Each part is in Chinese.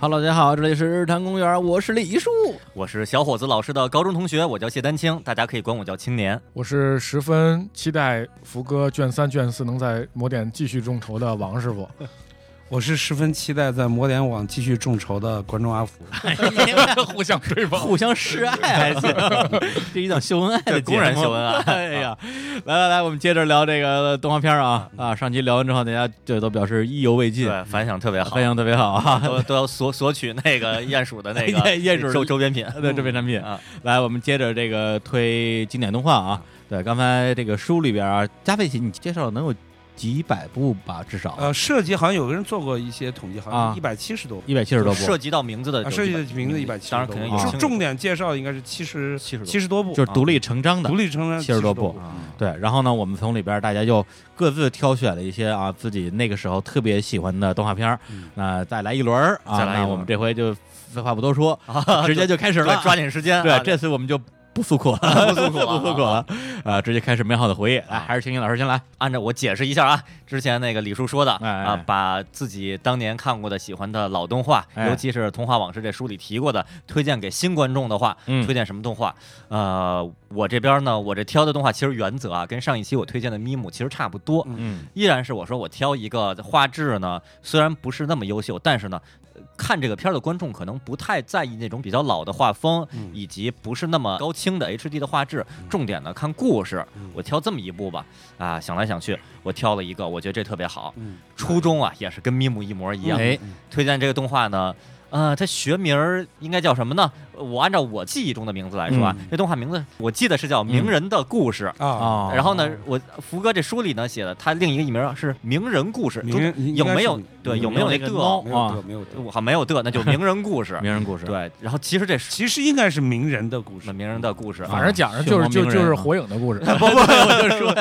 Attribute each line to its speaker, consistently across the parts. Speaker 1: Hello，大家好，这里是日坛公园，我是李叔。
Speaker 2: 我是小伙子老师的高中同学，我叫谢丹青，大家可以管我叫青年。
Speaker 3: 我是十分期待福哥卷三卷四能在某点继续众筹的 王师傅。
Speaker 4: 我是十分期待在魔点网继续众筹的观众阿福。
Speaker 3: 互相对吧。
Speaker 1: 互相示爱还行，这一档秀恩爱的
Speaker 2: 这公然
Speaker 1: 节目
Speaker 2: 秀恩爱啊
Speaker 1: 哎呀，来来来，我们接着聊这个动画片啊啊！上期聊完之后，大家这都表示意犹未尽，
Speaker 2: 嗯对，反响特别 好
Speaker 1: 反，响特别好啊。
Speaker 2: 都 都要索索取那个鼹鼠的那个
Speaker 1: 鼹鼹鼠
Speaker 2: 周周边品。
Speaker 1: 对这边产品
Speaker 2: 啊，
Speaker 1: 来，我们接着这个推经典动画啊。对，刚才这个书里边啊，加菲奇你介绍了能有几百部吧，至少
Speaker 4: 呃，设计好像有个人做过一些统计，好
Speaker 1: 啊
Speaker 4: 像一百七十多部。
Speaker 1: 一百七十多部，
Speaker 2: 涉及到名字的
Speaker 4: 啊，
Speaker 2: 就
Speaker 4: 设计的
Speaker 2: 100
Speaker 4: 名字一百七十
Speaker 2: 当
Speaker 4: 多
Speaker 2: 然
Speaker 4: 部，
Speaker 2: 肯定
Speaker 1: 啊
Speaker 2: 有
Speaker 4: 重
Speaker 2: 青
Speaker 4: 重点介绍应该是七十
Speaker 2: 70多
Speaker 4: 七十多部，
Speaker 1: 就是独立成章的。
Speaker 4: 独立成章
Speaker 1: 70多
Speaker 4: 部
Speaker 1: 部。
Speaker 2: 啊
Speaker 1: 对，然后呢，我们从里边大家又各自挑选了一些啊自己那个时候特别喜欢的动画片儿
Speaker 4: 嗯，
Speaker 1: 那、再来一轮儿啊，
Speaker 2: 再来一轮
Speaker 1: 那我们这回就废话不多说，
Speaker 2: 啊
Speaker 1: 直接就开始
Speaker 2: 对
Speaker 1: 了，
Speaker 2: 抓紧时间啊。
Speaker 1: 对，这次我们就不诉苦了，
Speaker 2: 不诉苦啊
Speaker 1: 不诉苦了，啊，直接开始美好的回忆，来，还是青青老师先来，
Speaker 2: 按照我解释一下啊，之前那个李叔说的
Speaker 1: 哎哎
Speaker 2: 啊，把自己当年看过的、喜欢的老动画，
Speaker 1: 哎
Speaker 2: 尤其是《童话往事》这书里提过的，推荐给新观众的话，
Speaker 1: 嗯
Speaker 2: 推荐什么动画？呃，我这边呢，我这挑的动画其实原则啊，跟上一期我推荐的《咪姆》其实差不多，
Speaker 1: 嗯
Speaker 2: 依然是我说我挑一个画质呢，虽然不是那么优秀，但是呢，呃看这个片儿的观众可能不太在意那种比较老的画风，
Speaker 4: 嗯
Speaker 2: 以及不是那么高清的 HD 的画质，重点呢看故事
Speaker 4: 嗯。
Speaker 2: 我挑这么一部吧，啊，想来想去，我挑了一个，我觉得这特别好。
Speaker 4: 嗯，
Speaker 2: 初衷啊也是跟咪姆一模一样。
Speaker 1: 哎
Speaker 2: 推荐这个动画呢。呃，它学名儿应该叫什么呢？我按照我记忆中的名字来说啊，
Speaker 4: 嗯
Speaker 2: 这动画名字我记得是叫《名人的故事》
Speaker 4: 啊，
Speaker 1: 哦，
Speaker 2: 然
Speaker 1: 后
Speaker 2: 后呢，我福哥这书里呢写的，他另一个艺名是《名人故事》，
Speaker 4: 名人
Speaker 2: 中
Speaker 4: 应
Speaker 2: 有
Speaker 4: 该
Speaker 2: 没
Speaker 4: 是
Speaker 2: 有
Speaker 4: 名
Speaker 2: 对
Speaker 4: 名
Speaker 2: 有
Speaker 4: 人
Speaker 2: 没有那
Speaker 1: 那个
Speaker 2: 的？
Speaker 1: 孬
Speaker 2: 我
Speaker 4: 没
Speaker 1: 啊
Speaker 4: 有的没有的，
Speaker 2: 好像没有的，那就名人故 事。
Speaker 1: 名人故事，啊
Speaker 2: 对，然后其实这是
Speaker 4: 其实应该是名人的故事
Speaker 2: 那。名人的故事，
Speaker 3: 反正讲的就是就
Speaker 1: 啊
Speaker 3: 就是火影 的故事，
Speaker 1: 不不， 我就说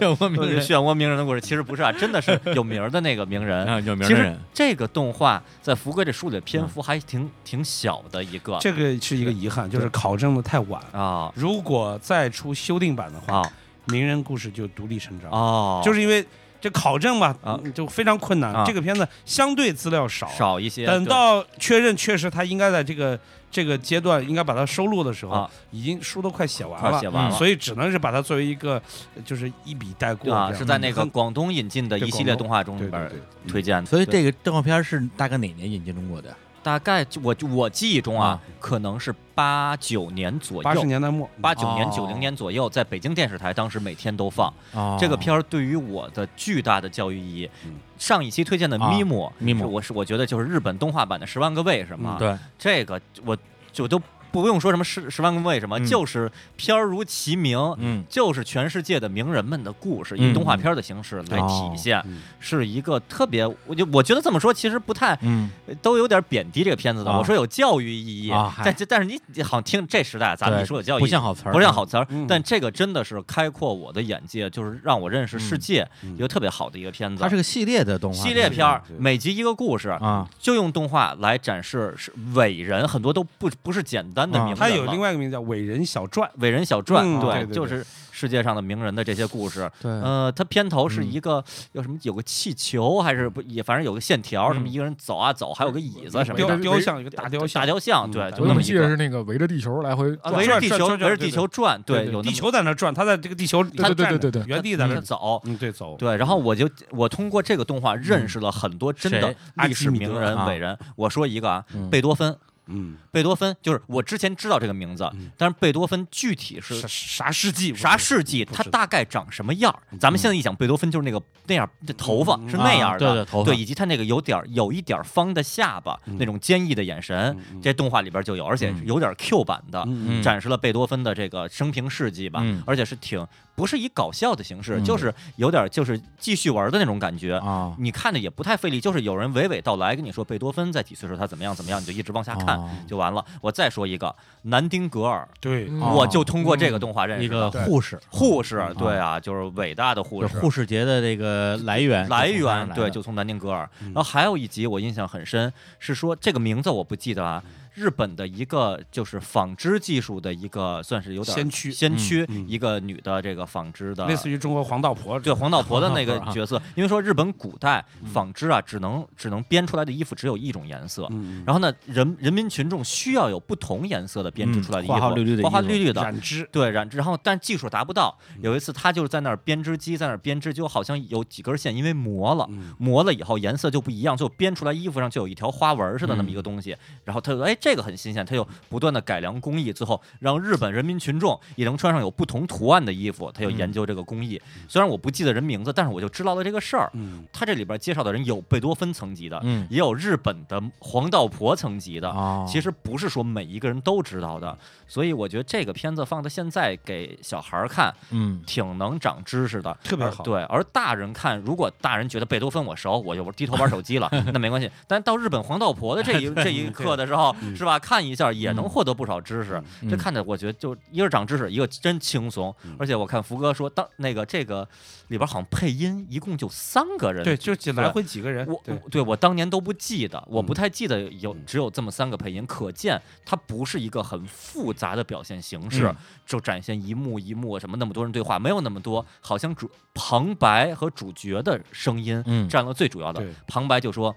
Speaker 1: 漩涡
Speaker 2: 就
Speaker 1: 鸣
Speaker 2: 是
Speaker 1: 人
Speaker 2: 漩涡鸣人的故事，其实不是啊，真的是有名儿的那个名人。
Speaker 1: 啊，有名
Speaker 2: 其
Speaker 1: 的
Speaker 2: 实
Speaker 1: 人，
Speaker 2: 这个动画在福哥这书里的篇幅还挺挺小的一个
Speaker 4: 这个是一个遗憾，就是考证的太晚。
Speaker 2: 啊
Speaker 4: 如果再出修订版的话，
Speaker 2: 啊
Speaker 4: 名人故事就独立成章。
Speaker 2: 哦，
Speaker 4: 就是是因为这考证吧，
Speaker 2: 啊
Speaker 4: 嗯就非常困难。
Speaker 2: 啊
Speaker 4: 这个片子相对资料少，
Speaker 2: 少一些。
Speaker 4: 等
Speaker 2: 对
Speaker 4: 到确认确实他应该在这个这个阶段应该把它收录的时候，
Speaker 2: 啊
Speaker 4: 已经书都快写完
Speaker 2: 快
Speaker 4: 了，
Speaker 2: 写完
Speaker 1: 嗯
Speaker 2: 了
Speaker 4: 所以只能是把它作为一个呃就是一笔带过这样。
Speaker 2: 啊，是在那个
Speaker 4: 很
Speaker 2: 广东引进的一系列动画中
Speaker 4: 对
Speaker 2: 里边儿
Speaker 4: 对对，
Speaker 2: 推荐的，
Speaker 1: 所以这
Speaker 2: 对
Speaker 1: 个动画片是大概哪年引进中国的？
Speaker 2: 大概就我我记忆中啊
Speaker 1: 啊，
Speaker 2: 可能是八九年左
Speaker 4: 八十
Speaker 2: 右。
Speaker 4: 年代末，
Speaker 2: 八九年、
Speaker 1: 哦
Speaker 2: 九零年左右，在北京电视台当时每天都放
Speaker 1: 哦
Speaker 2: 这个片儿，对于我的巨大的教育意义
Speaker 4: 嗯。
Speaker 2: 上一期推荐的《咪姆》，
Speaker 1: 咪姆
Speaker 2: 是我是我觉得就是日本动画版的《十万个为什么》
Speaker 4: 嗯
Speaker 1: 对，
Speaker 2: 这个我就都不用说什么十十万个为什么，
Speaker 1: 嗯
Speaker 2: 就是片儿如其名，
Speaker 1: 嗯
Speaker 2: 就是全世界的名人们的故事，
Speaker 1: 嗯
Speaker 2: 以动画片的形式来体现，
Speaker 4: 嗯
Speaker 2: 是一个特别，我就我觉得这么说其实不太
Speaker 1: 嗯，
Speaker 2: 都有点贬低这个片子的。
Speaker 1: 啊
Speaker 2: 我说有教育意义，
Speaker 1: 啊嗨
Speaker 2: 但但是你你好像听这时代，咱们
Speaker 1: 对
Speaker 2: 一说有教育意义，
Speaker 1: 不像好词儿，
Speaker 2: 不像好词儿，
Speaker 4: 嗯
Speaker 2: 但这个真的是开阔我的眼界，就是让我认识世界，
Speaker 4: 嗯
Speaker 2: 一个特别好的一个片子。
Speaker 1: 它是个系列的动画
Speaker 2: 系列片儿
Speaker 4: 对，对
Speaker 2: 每集一个故事，
Speaker 1: 啊，
Speaker 2: 就用动画来展示是伟人，很多都不不是简单的
Speaker 1: 啊
Speaker 2: 名人了。
Speaker 4: 它有另外一个名字叫《伟人小传》，
Speaker 2: 伟人小传，
Speaker 4: 嗯
Speaker 2: 对，
Speaker 4: 对对对
Speaker 2: 就是世界上的名人的这些故事。
Speaker 1: 对
Speaker 2: 呃，它片头是一个有什么有个气球，还是不也反正有个线条，
Speaker 1: 嗯
Speaker 2: 什么一个人走啊走，还有个椅子什么
Speaker 4: 雕
Speaker 2: 的
Speaker 3: 围着
Speaker 4: 雕像一个大雕像
Speaker 2: 大，雕像，
Speaker 4: 嗯
Speaker 2: 对，
Speaker 4: 大
Speaker 2: 就
Speaker 3: 我
Speaker 2: 那
Speaker 3: 怎
Speaker 2: 么
Speaker 3: 么
Speaker 2: 一
Speaker 3: 记得
Speaker 2: 个
Speaker 3: 是那个围着地球来回
Speaker 2: 啊
Speaker 3: 转
Speaker 2: 围着地球围
Speaker 4: 转转转
Speaker 2: 着地球转，
Speaker 4: 对
Speaker 2: 有那
Speaker 4: 地
Speaker 2: 么
Speaker 4: 球在那转，它在这个地球
Speaker 3: 对对对对对对
Speaker 4: 原地在
Speaker 2: 在
Speaker 4: 那
Speaker 2: 那走。
Speaker 4: 嗯对走，
Speaker 2: 对，然后我就我通过这个动画认识了很多真的
Speaker 1: 谁
Speaker 2: 历史
Speaker 4: 阿基米德
Speaker 2: 名人
Speaker 1: 啊
Speaker 2: 伟人。我说一个啊
Speaker 1: 嗯，
Speaker 2: 贝多芬，
Speaker 4: 嗯
Speaker 2: 贝多芬就是我之前知道这个名字
Speaker 4: 嗯，
Speaker 2: 但是贝多芬具体
Speaker 4: 啥
Speaker 2: 是
Speaker 4: 啥世纪
Speaker 2: 啥事迹，
Speaker 4: 不
Speaker 2: 他
Speaker 4: 知道
Speaker 2: 大概长什么样儿？咱们现在一讲贝多芬就是那个那样这头发
Speaker 4: 嗯
Speaker 2: 是那样
Speaker 1: 啊
Speaker 2: 的，
Speaker 1: 对对头发
Speaker 2: 以及他那个有点儿有一点儿方的下巴，
Speaker 4: 嗯
Speaker 2: 那种坚毅的眼神，
Speaker 4: 嗯嗯
Speaker 2: 这动画里边就有，而且是有点 Q 版的。
Speaker 4: 嗯
Speaker 1: 嗯
Speaker 2: 展示了贝多芬的这个生平事迹吧，
Speaker 1: 嗯
Speaker 2: 而且是挺不是以搞笑的形式，
Speaker 1: 嗯
Speaker 2: 就是有点就是继续玩的那种感觉。
Speaker 1: 啊，
Speaker 2: 你看着也不太费力，就是有人娓娓道来跟你说贝多芬在几岁时候他怎么样怎么样，你就一直往下看、
Speaker 1: 哦
Speaker 2: 就完了。我再说一个南丁格尔，
Speaker 4: 对
Speaker 3: 嗯
Speaker 1: 哦
Speaker 2: 我就通过这个动画认识
Speaker 1: 一个
Speaker 2: 的
Speaker 1: 护嗯哦士，
Speaker 2: 护士，对啊，就是伟大的护
Speaker 1: 就
Speaker 2: 士。
Speaker 1: 是护士节的这个来源
Speaker 2: 来
Speaker 1: 哎就从那儿
Speaker 2: 源
Speaker 1: 来
Speaker 2: 对，
Speaker 1: 的
Speaker 2: 就从南丁格尔。
Speaker 4: 嗯
Speaker 1: 嗯
Speaker 2: 然后还有一集我印象很深，是说这个名字我不记得啊，日本的一个就是纺织技术的一个算是有点
Speaker 4: 先驱
Speaker 2: 先驱
Speaker 4: 嗯嗯
Speaker 2: 一个女的这个纺织的
Speaker 4: 类似于中国黄道婆
Speaker 2: 对黄道婆的那
Speaker 1: 黄
Speaker 2: 个
Speaker 1: 道婆啊
Speaker 2: 角色，因为说日本古代
Speaker 4: 嗯
Speaker 2: 纺织啊，只能只能编出来的衣服只有一种颜色。
Speaker 4: 嗯，
Speaker 2: 然后呢，人人民群众需要有不同颜色的编织
Speaker 1: 嗯
Speaker 2: 出来的衣服，
Speaker 1: 花花绿绿的
Speaker 2: 花花
Speaker 1: 衣服
Speaker 2: 绿绿的，
Speaker 4: 染织，
Speaker 2: 对染织。然后但技术达不到，
Speaker 4: 嗯
Speaker 2: 有一次他就是在那儿编织机在那儿编织，就好像有几根线因为磨了，
Speaker 4: 嗯
Speaker 2: 磨了以后颜色就不一样，就编出来衣服上就有一条花纹似的那么一
Speaker 1: 嗯
Speaker 2: 个东西。然后他就说哎，这个很新鲜，他就不断的改良工艺，最后让日本人民群众也能穿上有不同图案的衣服。他就研
Speaker 1: 嗯
Speaker 2: 究这个工艺，虽然我不记得人名字，但是我就知道了这个事儿。
Speaker 4: 嗯，
Speaker 2: 他这里边介绍的人有贝多芬层级的，
Speaker 1: 嗯
Speaker 2: 也有日本的黄道婆层级的。
Speaker 1: 哦，嗯
Speaker 2: 其实不是说每一个人都知道的，所以我觉得这个片子放到现在给小孩儿看，
Speaker 1: 嗯
Speaker 2: 挺能长知识的，
Speaker 4: 特别好
Speaker 2: 而对，而大人看，如果大人觉得贝多芬我熟，我就低头玩手机 了，那没关系。但到日本黄道婆的这一这一课的时候，
Speaker 4: 嗯
Speaker 2: 是吧？看一下也能获得不少知识。
Speaker 1: 嗯
Speaker 2: 这看着我觉得就一个是长知识，一个真轻松。
Speaker 4: 嗯
Speaker 2: 而且我看福哥说，当那个这个里边好像配音一共就三个人。
Speaker 4: 对，就几来回几个人，
Speaker 2: 我
Speaker 4: 哎对，
Speaker 2: 对我当年都不记得，我不
Speaker 4: 嗯
Speaker 2: 太记得有
Speaker 4: 嗯
Speaker 2: 只有这么三个配音，可见它不是一个很复杂的表现形式，
Speaker 1: 嗯
Speaker 2: 就展现一幕一幕什么那么多人对话，没有那么多，好像主旁白和主角的声音
Speaker 1: 嗯
Speaker 2: 占了最主要的，
Speaker 4: 对
Speaker 2: 旁白就说。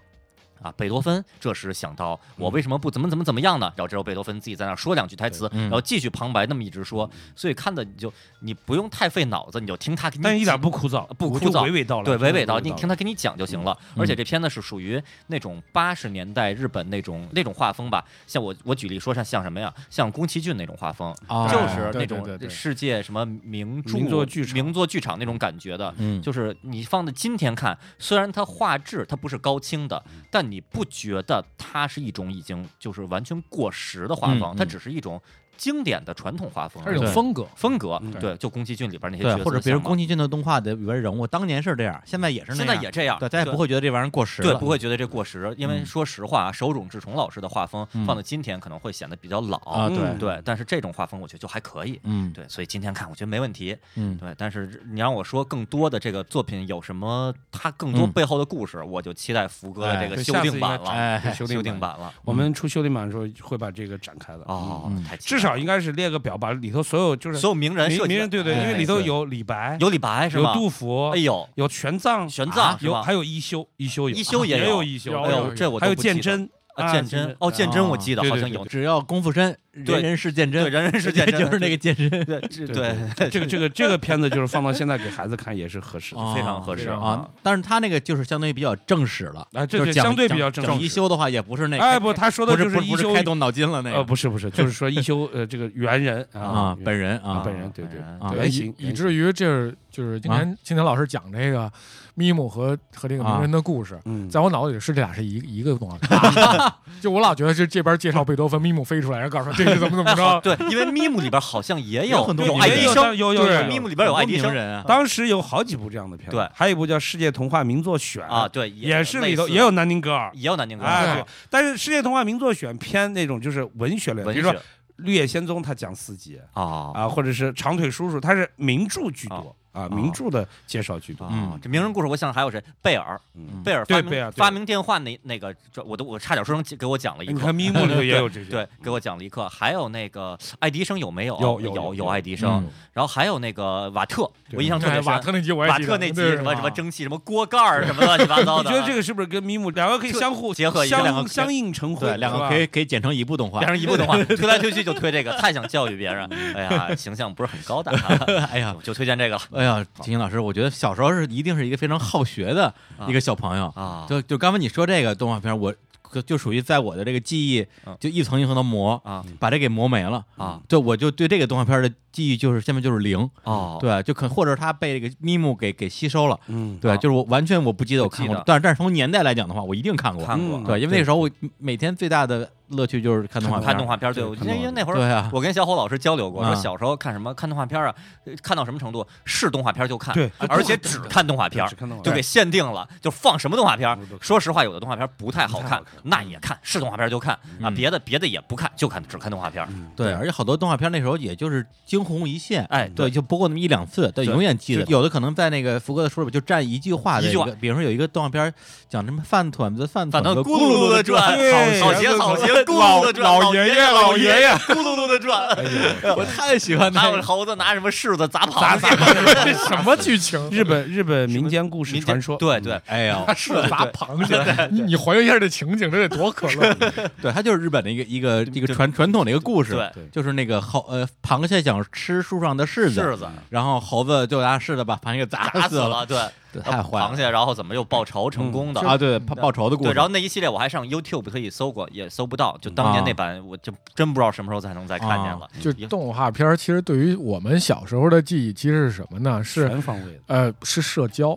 Speaker 2: 啊，贝多芬这时想到
Speaker 4: 嗯
Speaker 2: 我为什么不怎么怎么怎么样呢？然后只有贝多芬自己在那儿说两句台词，
Speaker 1: 嗯
Speaker 2: 然后继续旁白那么一直说，所以看的你就你不用太费脑子，你就听他给你
Speaker 4: 嗯但一
Speaker 2: 讲
Speaker 4: 点不枯燥，
Speaker 2: 不
Speaker 4: 我
Speaker 2: 枯燥
Speaker 4: 就娓娓道来，
Speaker 2: 对，娓娓道，
Speaker 4: 来
Speaker 2: 你听他给你讲就行了。
Speaker 1: 嗯
Speaker 2: 而且这片子是属于那种八十年代日本那种那种画风吧，像我我举例说像像什么呀，像宫崎骏那种画风，
Speaker 1: 哦
Speaker 2: 就是
Speaker 3: 对
Speaker 2: 那
Speaker 3: 对
Speaker 2: 种
Speaker 3: 对对
Speaker 2: 世界什么名著、
Speaker 4: 名作剧场
Speaker 2: 名作剧场那种感觉的。
Speaker 1: 嗯
Speaker 2: 就是你放到今天看，虽然它画质它不是高清的，
Speaker 1: 嗯
Speaker 2: 但你不觉得它是一种已经就是完全过时的画风，
Speaker 1: 嗯嗯
Speaker 2: 它只是一种经典的传统画风
Speaker 3: 它
Speaker 2: 而
Speaker 3: 是
Speaker 2: 已，
Speaker 3: 一种
Speaker 1: 对
Speaker 3: 风格，
Speaker 2: 风格
Speaker 4: 嗯。
Speaker 2: 对，就宫崎骏里边那些角
Speaker 1: 对，
Speaker 2: 色
Speaker 1: 或者比如
Speaker 2: 像嘛
Speaker 1: 宫崎骏的动画的里边人物，当年是这样，现在也是那
Speaker 2: 现
Speaker 1: 样，
Speaker 2: 在也这样，
Speaker 1: 对，咱也不会觉得这玩意儿过时
Speaker 2: 对，
Speaker 1: 了
Speaker 2: 不会觉得这过时，因为
Speaker 1: 嗯
Speaker 2: 说实话，啊手冢治虫老师的画风
Speaker 1: 嗯
Speaker 2: 放到今天可能会显得比较老
Speaker 1: 啊，对
Speaker 4: 嗯，
Speaker 2: 对，但是这种画风我觉得就还可以。
Speaker 1: 嗯
Speaker 2: 对，所以今天看我觉得没问题。
Speaker 1: 嗯
Speaker 2: 对，但是你让我说更多的这个作品有什么，它更多
Speaker 1: 嗯
Speaker 2: 背后的故事，我就期待福哥的
Speaker 1: 哎
Speaker 2: 这个
Speaker 4: 对
Speaker 2: 修
Speaker 4: 下次
Speaker 2: 订版
Speaker 4: 应该
Speaker 2: 了，
Speaker 1: 哎，
Speaker 4: 修
Speaker 2: 修
Speaker 4: 订
Speaker 2: 订
Speaker 4: 版，
Speaker 2: 版了。
Speaker 4: 我们出修订版的时候会把这个展开的，
Speaker 2: 哦
Speaker 1: 嗯，
Speaker 2: 太期
Speaker 4: 至
Speaker 2: 待
Speaker 4: 少
Speaker 2: 了
Speaker 4: 应该是列个表，把里头所有就是
Speaker 2: 所有名人
Speaker 4: 名
Speaker 2: 设计
Speaker 4: 名人，对对，
Speaker 1: 哎
Speaker 4: 因为里头
Speaker 1: 是
Speaker 4: 有李白，
Speaker 2: 有李白是
Speaker 4: 有
Speaker 2: 吧？
Speaker 4: 杜甫
Speaker 2: 哎，呦，
Speaker 4: 有玄奘，
Speaker 2: 玄
Speaker 4: 啊
Speaker 2: 奘是
Speaker 4: 有
Speaker 2: 吧
Speaker 4: 还？有一休，一休有，
Speaker 2: 一休也
Speaker 4: 也
Speaker 2: 有
Speaker 4: 一休，
Speaker 3: 有
Speaker 2: 哎
Speaker 3: 有
Speaker 2: 呦，这我
Speaker 4: 还
Speaker 2: 都
Speaker 4: 有
Speaker 2: 不记得
Speaker 4: 鉴真
Speaker 2: 啊，鉴真哦，鉴真我记得
Speaker 4: 对
Speaker 2: 好
Speaker 4: 对
Speaker 2: 像
Speaker 4: 对
Speaker 2: 有
Speaker 4: 对
Speaker 1: 嗯只要功夫深，
Speaker 2: 对
Speaker 1: 人人是鉴
Speaker 2: 对
Speaker 1: 真，
Speaker 2: 人人是鉴 真，
Speaker 1: 就是那个鉴真
Speaker 2: 对对
Speaker 4: 对
Speaker 2: 对
Speaker 4: 这个这个这个片子就是放到现在给孩子看也是合适的。
Speaker 1: 哦
Speaker 2: 非常合适
Speaker 3: 非常好
Speaker 1: 啊。但是他那个就是相对比较正史了，
Speaker 4: 啊，
Speaker 1: 就
Speaker 4: 这这
Speaker 1: 是讲
Speaker 4: 相对比较正
Speaker 1: 讲
Speaker 4: 式。
Speaker 1: 讲一休的话也不是那个，
Speaker 4: 哎，不，他说的
Speaker 1: 不
Speaker 4: 就是
Speaker 1: 不
Speaker 4: 一
Speaker 1: 不
Speaker 4: 休
Speaker 1: 是开动脑筋了那
Speaker 4: 呃，
Speaker 1: 个
Speaker 4: 不是不是，就是说一休呃这个猿人
Speaker 1: 啊，本
Speaker 4: 人
Speaker 1: 人啊
Speaker 4: 啊本人对对
Speaker 1: 啊
Speaker 4: 对
Speaker 2: 哎
Speaker 3: 对，
Speaker 4: 原型
Speaker 3: 哎以以至于这是就是今
Speaker 1: 啊
Speaker 3: 天青年老师讲这个咪姆和和这个名人的故
Speaker 2: 啊
Speaker 3: 事，
Speaker 4: 嗯，
Speaker 3: 在我脑子里是这俩是一个一个 动画片， 就我老觉得这这边介绍贝多芬，咪姆飞出来，然后告诉说这是怎么怎 么着，
Speaker 2: 对，因为咪姆里边好像也有
Speaker 1: 有很多
Speaker 2: 有
Speaker 1: 名
Speaker 2: 爱
Speaker 1: 人
Speaker 2: 迪
Speaker 4: 有
Speaker 2: 生，
Speaker 4: 有有有
Speaker 2: 咪姆
Speaker 4: 有，
Speaker 2: 里边有爱迪
Speaker 1: 名
Speaker 2: 生
Speaker 1: 人啊，
Speaker 4: 当时有好几部这样的片子，
Speaker 2: 对
Speaker 4: 还有一部叫《世界童话名作选》
Speaker 2: 啊，，对，
Speaker 4: 也是里头
Speaker 2: 类似
Speaker 4: 也有南宁格尔。
Speaker 2: 也有南宁啊格
Speaker 4: 哎，
Speaker 2: 尔，
Speaker 4: 对，但是《世界童话名作选》偏那种就是文学类的，
Speaker 2: 文
Speaker 4: 比
Speaker 2: 学
Speaker 4: 如说《绿野仙踪》，它讲四集
Speaker 2: 啊
Speaker 4: 啊，或者是《长腿叔叔》，它是名著居
Speaker 2: 哦
Speaker 4: 多啊，名著的介绍居多。
Speaker 2: 啊
Speaker 1: 嗯，
Speaker 2: 这名人故事，我想还有谁？贝尔，
Speaker 4: 嗯，
Speaker 2: 贝尔
Speaker 4: 对
Speaker 2: 发
Speaker 4: 贝
Speaker 2: 明
Speaker 4: 尔对
Speaker 2: 发明电话那那个，这我都我差点说成给我讲了一
Speaker 4: 你
Speaker 2: 课
Speaker 4: 看。咪姆里头也有这些，
Speaker 2: 对，给我讲了一课，还有那个爱迪生有没有？
Speaker 4: 有有
Speaker 2: 有
Speaker 4: 有嗯
Speaker 2: 爱迪生，然后还有那个瓦特，
Speaker 4: 对
Speaker 2: 我印象特
Speaker 3: 哎
Speaker 2: 别
Speaker 3: 瓦
Speaker 2: 深，
Speaker 3: 特那集我也
Speaker 2: 瓦
Speaker 3: 记
Speaker 2: 特
Speaker 3: 得
Speaker 2: 那集
Speaker 3: 对
Speaker 2: 什么
Speaker 4: 啊
Speaker 2: 什 么蒸汽什么锅盖儿什么乱七八糟的。
Speaker 4: 你觉得这个是不是跟咪姆两个可以
Speaker 2: 特
Speaker 4: 相互
Speaker 2: 结合一下
Speaker 4: 相
Speaker 1: 两个
Speaker 4: 相映成辉？
Speaker 1: 对，两
Speaker 4: 是
Speaker 1: 个
Speaker 4: 吧
Speaker 1: 可以可以剪成一部动画
Speaker 2: 两。人一部动 画，推来推去就推这个，太想教育别人，哎呀，形象不是很高大，
Speaker 1: 哎呀，
Speaker 2: 我就推荐这个了
Speaker 1: 哎呀，秦星老师，我觉得小时候是一定是一个非常好学的一个小朋友。
Speaker 2: 啊。
Speaker 1: 就就刚才你说这个动画片，我就就属于在我的这个记忆
Speaker 2: 嗯
Speaker 1: 就一层一层的磨，
Speaker 2: 啊
Speaker 1: 把这给磨没了。
Speaker 4: 嗯
Speaker 2: 啊
Speaker 1: 就我就对这个动画片的记忆就是现在就是零，
Speaker 2: 哦，
Speaker 1: 对，就可或者他被这个咪姆给给吸收了，
Speaker 4: 嗯，
Speaker 1: 对，
Speaker 2: 啊
Speaker 1: 就是我完全我不记得我看过
Speaker 2: 不记得，
Speaker 1: 但是但是从年代来讲的话，我一定看过，
Speaker 2: 看过啊
Speaker 4: 嗯
Speaker 1: 对，因为那时候我每天最大的乐趣就是看动画片，
Speaker 2: 看动画片儿，对，
Speaker 4: 对
Speaker 2: 我因为
Speaker 4: 看动画
Speaker 2: 因为那会儿
Speaker 1: 对啊，
Speaker 2: 我跟小伙老师交流过，
Speaker 1: 啊
Speaker 2: 说小时候看什么看动画片儿啊，呃看到什么程度是动画片儿就看，
Speaker 4: 对
Speaker 2: 而且只看动画片儿
Speaker 4: 只。看到
Speaker 2: 就给限定了，就放什么动画片儿
Speaker 4: 对。
Speaker 2: 说实话，有的动画片儿不太好
Speaker 4: 不太
Speaker 2: 看
Speaker 4: 好看，
Speaker 2: 那也看，是动画片儿就看啊，
Speaker 1: 嗯
Speaker 2: 别的别的也不看，就看只看动画片儿。
Speaker 4: 嗯
Speaker 1: 对，而且好多动画片那时候也就是惊鸿一现，
Speaker 2: 哎，
Speaker 1: 对，就播过那么一两次，对，
Speaker 2: 对
Speaker 1: 永远记得。
Speaker 2: 是
Speaker 1: 有的可能在那个福哥的书里边就占一句话的
Speaker 2: 一句话
Speaker 1: 个比如说有一个动画片讲什么饭团子饭
Speaker 2: 反
Speaker 1: 团
Speaker 2: 正
Speaker 1: 子
Speaker 2: 咕噜噜的转，
Speaker 4: 对
Speaker 2: 草鞋
Speaker 4: 对
Speaker 2: 草鞋咕噜
Speaker 1: 老
Speaker 2: 的转，
Speaker 1: 老爷
Speaker 2: 爷
Speaker 1: 爷老
Speaker 2: 爷
Speaker 1: 爷爷
Speaker 2: 咕噜噜的转，
Speaker 1: 我太喜欢
Speaker 2: 拿
Speaker 1: 他
Speaker 2: 我的
Speaker 1: 了。
Speaker 2: 猴子拿什么柿子砸螃蟹，
Speaker 3: 这什么 剧情？
Speaker 4: 日本日本民间故事
Speaker 2: 民间
Speaker 4: 传说，
Speaker 2: 对对
Speaker 1: 哎呦，
Speaker 3: 是 砸螃蟹，你你还原一下这情景，这得多可 乐！
Speaker 1: 对，他 就是日本的一个一个一个传传统的一个故事，
Speaker 2: 对，
Speaker 1: 就是那个猴呃，螃蟹想吃树上的柿子，
Speaker 2: 柿子
Speaker 1: 然后猴子就拿柿子把螃蟹给砸
Speaker 2: 砸
Speaker 1: 死
Speaker 2: 死，了，对，
Speaker 1: 对太坏
Speaker 2: 螃
Speaker 1: 了
Speaker 2: 蟹，然后怎么又报仇成功的
Speaker 1: 啊！对，报报仇的故
Speaker 2: 对，
Speaker 1: 事，
Speaker 2: 然后那一系列我还上 YouTube 特意搜过，也搜不到。就当年那版，我就真不知道什么时候才能再看见了。
Speaker 3: 就
Speaker 2: 嗯一
Speaker 3: 动画片儿，其实对于我们小时候的记忆，其实是什么呢？是
Speaker 4: 全方位的。
Speaker 3: 呃，是社交，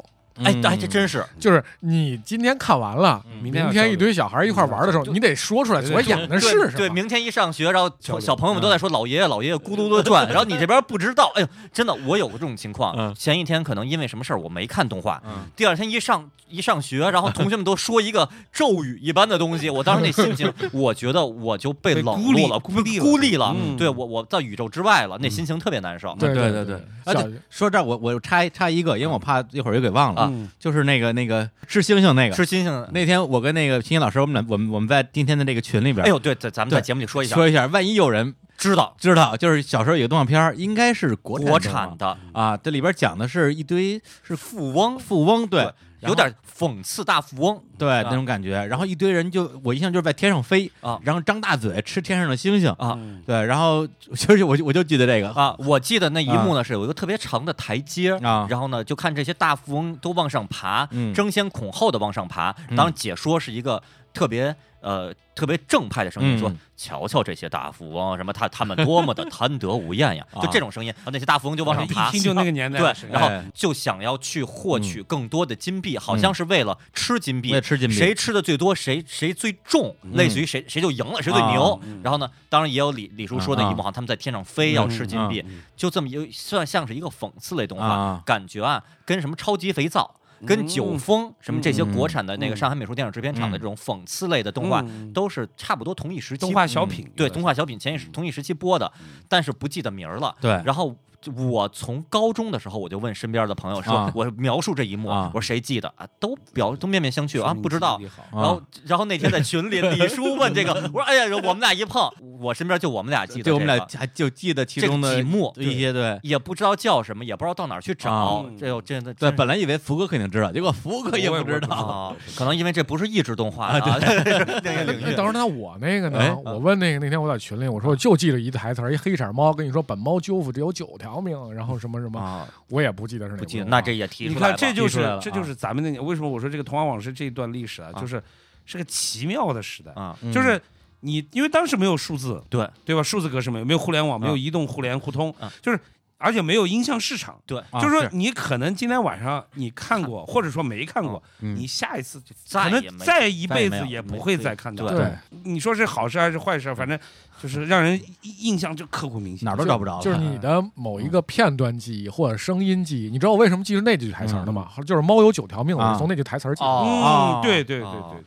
Speaker 2: 哎，
Speaker 1: 嗯
Speaker 2: 哎，这真是
Speaker 3: 就是你今天看完了，
Speaker 2: 嗯
Speaker 4: 明天
Speaker 3: 明
Speaker 4: 要
Speaker 3: 天
Speaker 4: 交
Speaker 3: 一
Speaker 4: 流
Speaker 3: 堆小孩儿一块儿玩的时候，
Speaker 2: 就
Speaker 3: 你得说出来
Speaker 4: 对
Speaker 3: 我演的是
Speaker 2: 对，
Speaker 3: 什么。
Speaker 2: 明天一上学，然后小
Speaker 4: 交流
Speaker 2: 小朋友们都在说老爷爷老爷爷咕噜噜地转，然后你这边不知道，哎呦，真的，我有过这种情况
Speaker 1: 嗯。
Speaker 2: 前一天可能因为什么事儿我没看动画
Speaker 1: 嗯，
Speaker 2: 第二天一上一上学，然后同学们都说一个咒语一般的东西，我当时那心情，我觉得我就被
Speaker 4: 被
Speaker 2: 冷
Speaker 4: 孤立
Speaker 2: 落了，
Speaker 4: 孤立了
Speaker 2: 孤立了。
Speaker 4: 嗯
Speaker 2: 对我，我在宇宙之外了，那心情特别难受。
Speaker 3: 对
Speaker 1: 对对
Speaker 3: 对对
Speaker 1: 对
Speaker 3: 小
Speaker 1: 啊说这儿我我插一插一个，因为我怕一会儿又给忘了，
Speaker 2: 啊
Speaker 4: 嗯
Speaker 1: 就是那个那个吃星星那个。
Speaker 2: 吃星星的，
Speaker 1: 那天我跟那个秦老师，我们俩我们我们在今天的这个群里边，
Speaker 2: 哎呦，对，咱咱们在
Speaker 1: 对
Speaker 2: 节目里说一下，
Speaker 1: 说一下，万一有人
Speaker 2: 知道
Speaker 1: 知道，就是小时候有个动画片儿，应该是国
Speaker 2: 国
Speaker 1: 产
Speaker 2: 产
Speaker 1: 的
Speaker 2: 的
Speaker 1: 啊，这里边讲的是一堆
Speaker 2: 是富翁，
Speaker 1: 富翁，对，
Speaker 2: 对
Speaker 1: 然后
Speaker 2: 有点讽刺大富翁，
Speaker 1: 对那种感觉，然后一堆人就我印象就是在天上飞
Speaker 2: 啊
Speaker 1: 然后张大嘴吃天上的星星，
Speaker 2: 啊
Speaker 4: 嗯
Speaker 1: 对，然后就是我就我就记得这个
Speaker 2: 啊！我记得那一幕呢，是有一个特别长的台阶
Speaker 1: 啊
Speaker 2: 然后呢，就看这些大富翁都往上爬，
Speaker 1: 嗯
Speaker 2: 争先恐后的往上爬。
Speaker 1: 嗯
Speaker 2: 当然，解说是一个特别呃特别正派的声音，
Speaker 1: 嗯
Speaker 2: 说：“瞧瞧这些大富翁，什么他他们多么的贪得无厌呀！”
Speaker 1: 啊
Speaker 2: 就这种声音，啊那些大富翁就往上爬，
Speaker 4: 一听就那个年代的
Speaker 2: 对
Speaker 4: 声，音
Speaker 2: 然后
Speaker 1: 哎嗯
Speaker 2: 就想要去获取更多的金币，好像是为了吃金币
Speaker 1: 为了，吃金币
Speaker 2: 谁吃的最多谁谁最重，
Speaker 4: 嗯
Speaker 2: 类似于谁谁就赢了，谁最
Speaker 4: 啊
Speaker 2: 牛。然后呢，当然也有李李叔说的一幕，好像他们在天上飞要吃
Speaker 4: 嗯
Speaker 2: 金币，就这么有算像是一个讽刺类动画
Speaker 1: 啊，
Speaker 2: 感觉啊，跟什么超级肥皂。跟九峰什么这些国产的那个
Speaker 4: 嗯
Speaker 2: 上海美术电影制片厂的这种讽刺类的动画，都是差不多同一时期
Speaker 4: 动画嗯小品，
Speaker 2: 对动画小品前一时同一时期播的，但是不记得名儿了。
Speaker 1: 对
Speaker 2: 然后就我从高中的时候我就问身边的朋友说
Speaker 1: 啊，
Speaker 2: 我描述这一幕，
Speaker 1: 啊
Speaker 2: 我说谁记得啊？都表都面面相觑啊，不知道。然后
Speaker 1: 啊，
Speaker 2: 然后那天在群里，李叔 问这个，我说哎呀，我们俩一碰，我身边就我们俩记得、这个，
Speaker 1: 就我们俩还就记得其中
Speaker 2: 这个
Speaker 1: 的
Speaker 2: 几幕对
Speaker 1: 一些对。
Speaker 2: 也不知道叫什么，也不知道到哪儿去找，
Speaker 1: 啊
Speaker 2: 这又真的
Speaker 1: 对，
Speaker 2: 真是
Speaker 1: 本来以为福哥肯定知道，结果福哥也不知道。
Speaker 2: 啊，可能因为这不是益智动画啊， 另一个领
Speaker 3: 那
Speaker 2: 域
Speaker 3: 等会儿哎那我那个
Speaker 1: 哎
Speaker 3: 呢？
Speaker 2: 啊
Speaker 3: 我问那个那天我在群里，我说我就记着一台词儿，一黑色猫跟你说本猫纠复只有九条命，然后什么什么，
Speaker 2: 啊，
Speaker 3: 我也不记得是哪
Speaker 2: 不
Speaker 3: 部
Speaker 2: 记
Speaker 3: 动
Speaker 2: 得，
Speaker 3: 画。
Speaker 2: 那这也提
Speaker 4: 你
Speaker 2: 出来
Speaker 4: 看
Speaker 2: 了，
Speaker 4: 这就
Speaker 1: 提出来
Speaker 4: 是
Speaker 1: 了
Speaker 4: 这就是咱们的为什么我说这个《童话往事》这一段历史啊，
Speaker 2: 啊
Speaker 4: 就是是个奇妙的时代，
Speaker 2: 啊，
Speaker 1: 嗯
Speaker 4: 就是你因为当时没有数字，
Speaker 2: 对
Speaker 4: 对吧？数字格式没有，没有互联
Speaker 2: 啊
Speaker 4: 网，没有移动互联互通，就是而且没有音像市场。
Speaker 2: 对，
Speaker 1: 啊
Speaker 4: 就是说，
Speaker 1: 是
Speaker 4: 你可能今天晚上你看过，或者说没看过，
Speaker 1: 嗯
Speaker 4: 你下一次
Speaker 2: 嗯
Speaker 4: 就
Speaker 2: 啊再
Speaker 4: 可
Speaker 2: 也
Speaker 4: 能
Speaker 2: 没
Speaker 4: 再一辈
Speaker 2: 再也
Speaker 4: 子
Speaker 2: 没有
Speaker 4: 也不会再看到。
Speaker 2: 对
Speaker 3: 对，
Speaker 4: 你说是好事还是坏事，反正就是让人印印象就刻骨铭心。
Speaker 1: 哪儿都找不着，
Speaker 3: 就是你的某一个片段记忆或者声音记忆，你知道我为什么记住那句台词儿的吗？就是猫有九条命，我
Speaker 1: 啊
Speaker 3: 是从那句台词儿记的。
Speaker 2: 哦
Speaker 4: 嗯，对对对
Speaker 2: 哦
Speaker 4: 对，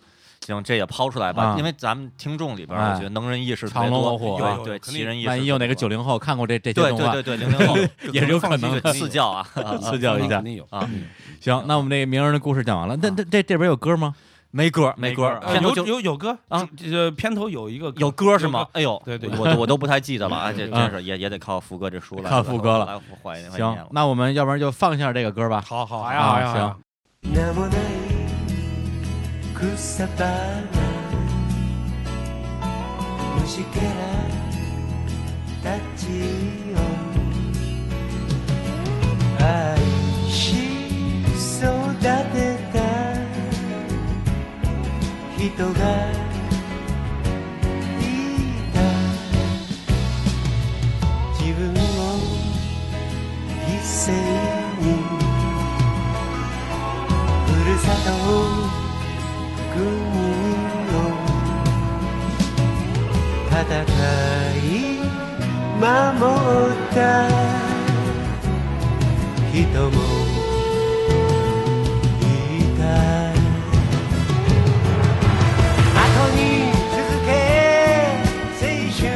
Speaker 2: 行，这也抛出来吧，
Speaker 1: 啊
Speaker 2: 因为咱们听众里边，
Speaker 1: 哎
Speaker 2: 我觉得能人异士特别
Speaker 1: 藏龙
Speaker 2: 多
Speaker 1: 卧虎
Speaker 2: 有
Speaker 1: 啊
Speaker 2: 对
Speaker 4: 有肯定
Speaker 2: 奇人异士，
Speaker 1: 万一有哪个九
Speaker 2: 零，
Speaker 1: 零后看过这这些
Speaker 2: 对
Speaker 1: 动画
Speaker 2: 对，对对，零零后
Speaker 1: 也是有可能嗯
Speaker 2: 这个赐教啊，
Speaker 1: 赐教一下
Speaker 4: 肯。定有。
Speaker 2: 啊，
Speaker 1: 行，那我们这个名人的故事讲完了，那
Speaker 2: 啊
Speaker 1: 这这这边有歌吗？
Speaker 2: 没歌没
Speaker 1: 没
Speaker 2: 歌
Speaker 1: 歌，
Speaker 4: 呃
Speaker 2: 片头
Speaker 4: 有
Speaker 2: 就
Speaker 4: 有有歌
Speaker 2: 啊，
Speaker 4: 呃，片头有一个
Speaker 2: 有歌是吗？？哎呦，
Speaker 4: 对对
Speaker 2: 我都我都不太记得了，啊，这真是也也得靠福哥这书来，
Speaker 1: 嗯靠福哥了
Speaker 2: 来怀念怀念
Speaker 1: 行
Speaker 2: 了，。
Speaker 1: 那我们要不然就放一下这个歌吧。
Speaker 4: 好好
Speaker 3: 好
Speaker 4: 好
Speaker 3: 呀好呀，
Speaker 1: 啊
Speaker 3: 好呀
Speaker 1: 行
Speaker 5: 名もない草花虫けらたちよ愛し育てた人がいた自分を犠牲にふるさと国を戦い守った人もいた後に続け青春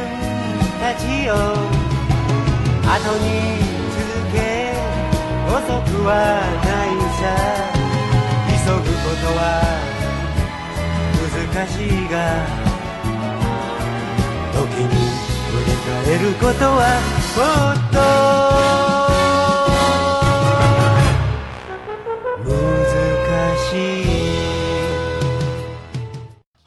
Speaker 5: たちよ後に続け遅くはないさ急ぐことは難しいがに振り返ることはもっと難しい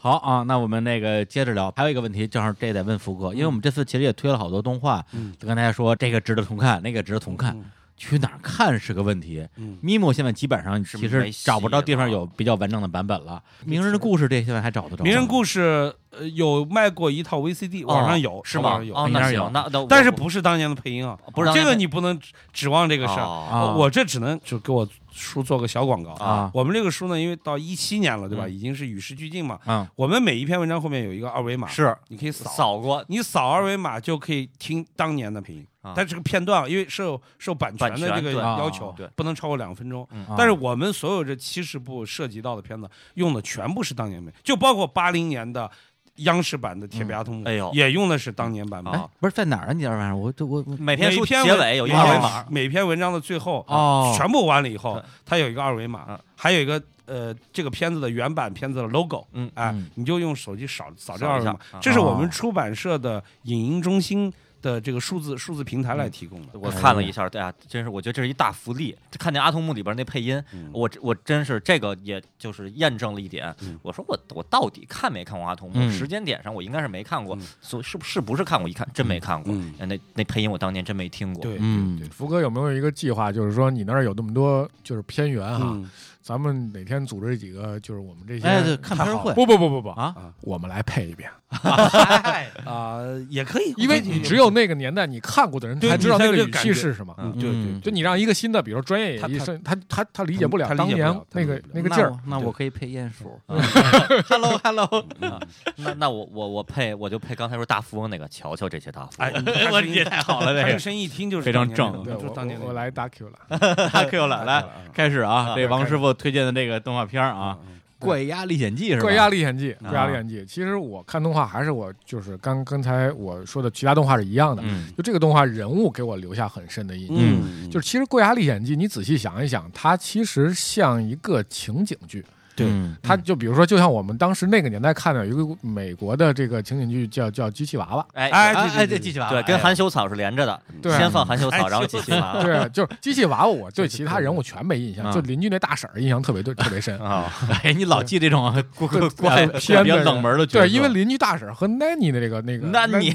Speaker 1: 好啊，那我们那个接着聊，还有一个问题，正好这也得问福哥，因为我们这次其实也推了好多动画，
Speaker 4: 嗯
Speaker 1: 就跟大家说这个值得重看，那个值得重看，去哪儿看是个问题。
Speaker 4: 嗯，
Speaker 1: 咪姆现在基本上其实
Speaker 2: 没戏
Speaker 1: 找不着地方
Speaker 2: 了
Speaker 1: 有比较完整的版本了，《名人的故事》这现在还找得着吗，
Speaker 4: 嗯名人故事呃有卖过一套 VCD，网上有，
Speaker 2: 哦是
Speaker 4: 网
Speaker 2: 吗
Speaker 4: 上？有，
Speaker 2: 哦，
Speaker 1: 应该
Speaker 2: 那
Speaker 1: 是有
Speaker 2: 行，那那我
Speaker 4: 但是不是当年的配音啊，
Speaker 2: 不是哦当年
Speaker 4: 这
Speaker 2: 配
Speaker 4: 个你不能指指望这
Speaker 2: 这
Speaker 4: 个事儿。
Speaker 2: 啊
Speaker 1: 啊，
Speaker 4: 我这只能就给我书做个小广告
Speaker 1: 啊
Speaker 4: 我们这个书呢，因为到一七年了，对吧？
Speaker 1: 嗯
Speaker 4: 已经是与时俱进嘛。
Speaker 1: 嗯
Speaker 4: 我们每一篇文章后面有一个二维码，
Speaker 2: 是
Speaker 4: 你可以扫，
Speaker 2: 扫
Speaker 1: 哎
Speaker 2: 过
Speaker 4: 你扫二维码就可以听当年的配音。
Speaker 2: 啊
Speaker 4: 但这个片段啊，因为是有受版权
Speaker 2: 版
Speaker 4: 的
Speaker 2: 权
Speaker 4: 这
Speaker 2: 对
Speaker 4: 个要
Speaker 1: 啊
Speaker 4: 求，
Speaker 2: 对
Speaker 4: 不能超过两分钟。
Speaker 1: 啊
Speaker 4: 但是我们所有这七十部涉及到的片子，用的全部是当年配，就包括八零年的央视版的《铁臂阿童木》
Speaker 2: 哎呦
Speaker 4: 也用的是当年版本。
Speaker 1: 哎不是在哪儿啊？你这玩意儿，我这我我
Speaker 2: 每篇
Speaker 4: 每
Speaker 2: 书
Speaker 4: 篇
Speaker 2: 结
Speaker 4: 文
Speaker 2: 尾有一
Speaker 4: 每
Speaker 1: 篇
Speaker 2: 个二维
Speaker 1: 文
Speaker 2: 码，
Speaker 4: 每篇文章的最后啊
Speaker 1: 哦
Speaker 4: 全部完了以后
Speaker 2: 对，
Speaker 4: 它有一个二维码
Speaker 2: 嗯，
Speaker 4: 还有一个呃这个片子的原版片子的 logo，
Speaker 2: 嗯
Speaker 4: 哎
Speaker 1: 嗯，
Speaker 4: 你就用手机扫扫这
Speaker 2: 扫
Speaker 4: 个二
Speaker 2: 一
Speaker 4: 维
Speaker 2: 下
Speaker 4: 码
Speaker 2: 啊，
Speaker 4: 这是我们出版社的影音中心的这个数字数字平台来提供的。
Speaker 2: 我看了一下，对啊，真是我觉得这是一大福利。这看见《阿童木》里边那配音，
Speaker 4: 嗯
Speaker 2: 我我真是这个，也就是验证了一点。
Speaker 4: 嗯
Speaker 2: 我说我我到底看没看过《阿童木》
Speaker 1: 嗯
Speaker 2: 时间点上我应该是没看过，
Speaker 4: 嗯
Speaker 2: 所以是不是不是看过？一看真没看过。
Speaker 4: 嗯
Speaker 2: 哎那那配音我当年真没听过。
Speaker 4: 对，
Speaker 1: 嗯
Speaker 3: 福哥有没有一个计划，就是说你那儿有那么多就是片源哈，
Speaker 4: 嗯
Speaker 3: 咱们哪天组织几个就是我们这些
Speaker 1: 哎对看片儿会
Speaker 3: 不不不不不
Speaker 1: 啊
Speaker 3: 我们来配一 遍，
Speaker 4: 啊，也可以，
Speaker 3: 因为你只有那个年代你看过的人
Speaker 4: 对
Speaker 3: 才知道
Speaker 4: 你才
Speaker 3: 那个
Speaker 4: 有这个
Speaker 3: 语
Speaker 4: 感
Speaker 3: 气
Speaker 4: 觉
Speaker 3: 是什么。
Speaker 2: 嗯
Speaker 4: 对对
Speaker 1: 嗯
Speaker 4: 对，
Speaker 3: 就你让一个新的，比如专业
Speaker 4: 他
Speaker 3: 医
Speaker 4: 他
Speaker 3: 生，他他他理解不
Speaker 4: 他
Speaker 3: 了
Speaker 4: 理解
Speaker 3: 当
Speaker 4: 不了
Speaker 3: 年
Speaker 4: 他
Speaker 3: 那
Speaker 4: 理解
Speaker 3: 个
Speaker 4: 不了
Speaker 3: 那个劲儿
Speaker 1: 那我，那我可以配鼹鼠。Hello Hello，
Speaker 4: 嗯
Speaker 2: 那那我我我配我就配刚才说大富翁那个瞧瞧这些大富翁。
Speaker 4: 哎，我
Speaker 1: 你这太 好了这个
Speaker 4: 这个声音一听就是
Speaker 1: 非常
Speaker 4: 当年那
Speaker 1: 正
Speaker 4: 个
Speaker 3: 对
Speaker 4: 就是
Speaker 3: 我
Speaker 4: 当年
Speaker 3: 我
Speaker 4: 那
Speaker 3: 我
Speaker 4: 个嗯
Speaker 3: 来打 Q 了。
Speaker 1: 大 Q 了，来 开始啊！
Speaker 2: 啊
Speaker 1: 这王师傅推荐的这个动画片儿啊，《怪鸭历险记》是吧？
Speaker 3: 怪鸭历险记，怪鸭
Speaker 1: 啊
Speaker 3: 历险记。其实我看动画还是我就是刚刚才我说的其他动画是一样的，
Speaker 1: 嗯
Speaker 3: 就这个动画人物给我留下很深的印象。
Speaker 1: 嗯
Speaker 3: 就是其实《怪鸭历险记》，你仔细想一想，它其实像一个情景剧。
Speaker 4: 对
Speaker 1: 嗯
Speaker 3: 它就比如说，就像我们当时那个年代看的有一个美国的这个情景剧叫叫《机器娃娃
Speaker 2: 哎
Speaker 4: 哎
Speaker 1: 哎哎，
Speaker 4: 对对
Speaker 1: 这
Speaker 4: 对
Speaker 1: 继续吧。
Speaker 2: 对，
Speaker 1: 哎
Speaker 2: 跟
Speaker 1: 呀
Speaker 2: 含羞草是连着的，》，
Speaker 3: 对，
Speaker 2: 先放含羞草，
Speaker 4: 哎
Speaker 2: 然后继续娃娃
Speaker 3: 对，就是机器娃娃，我对其他人物全没印象，
Speaker 1: 嗯
Speaker 3: 就邻居那大婶儿印象特别对，特别深。
Speaker 2: 啊，
Speaker 1: 哎，你老记这种怪怪
Speaker 3: 对
Speaker 1: 比较冷门的角色，
Speaker 3: 对，因为邻居大婶儿和 Nanny 的这个那个
Speaker 2: 那你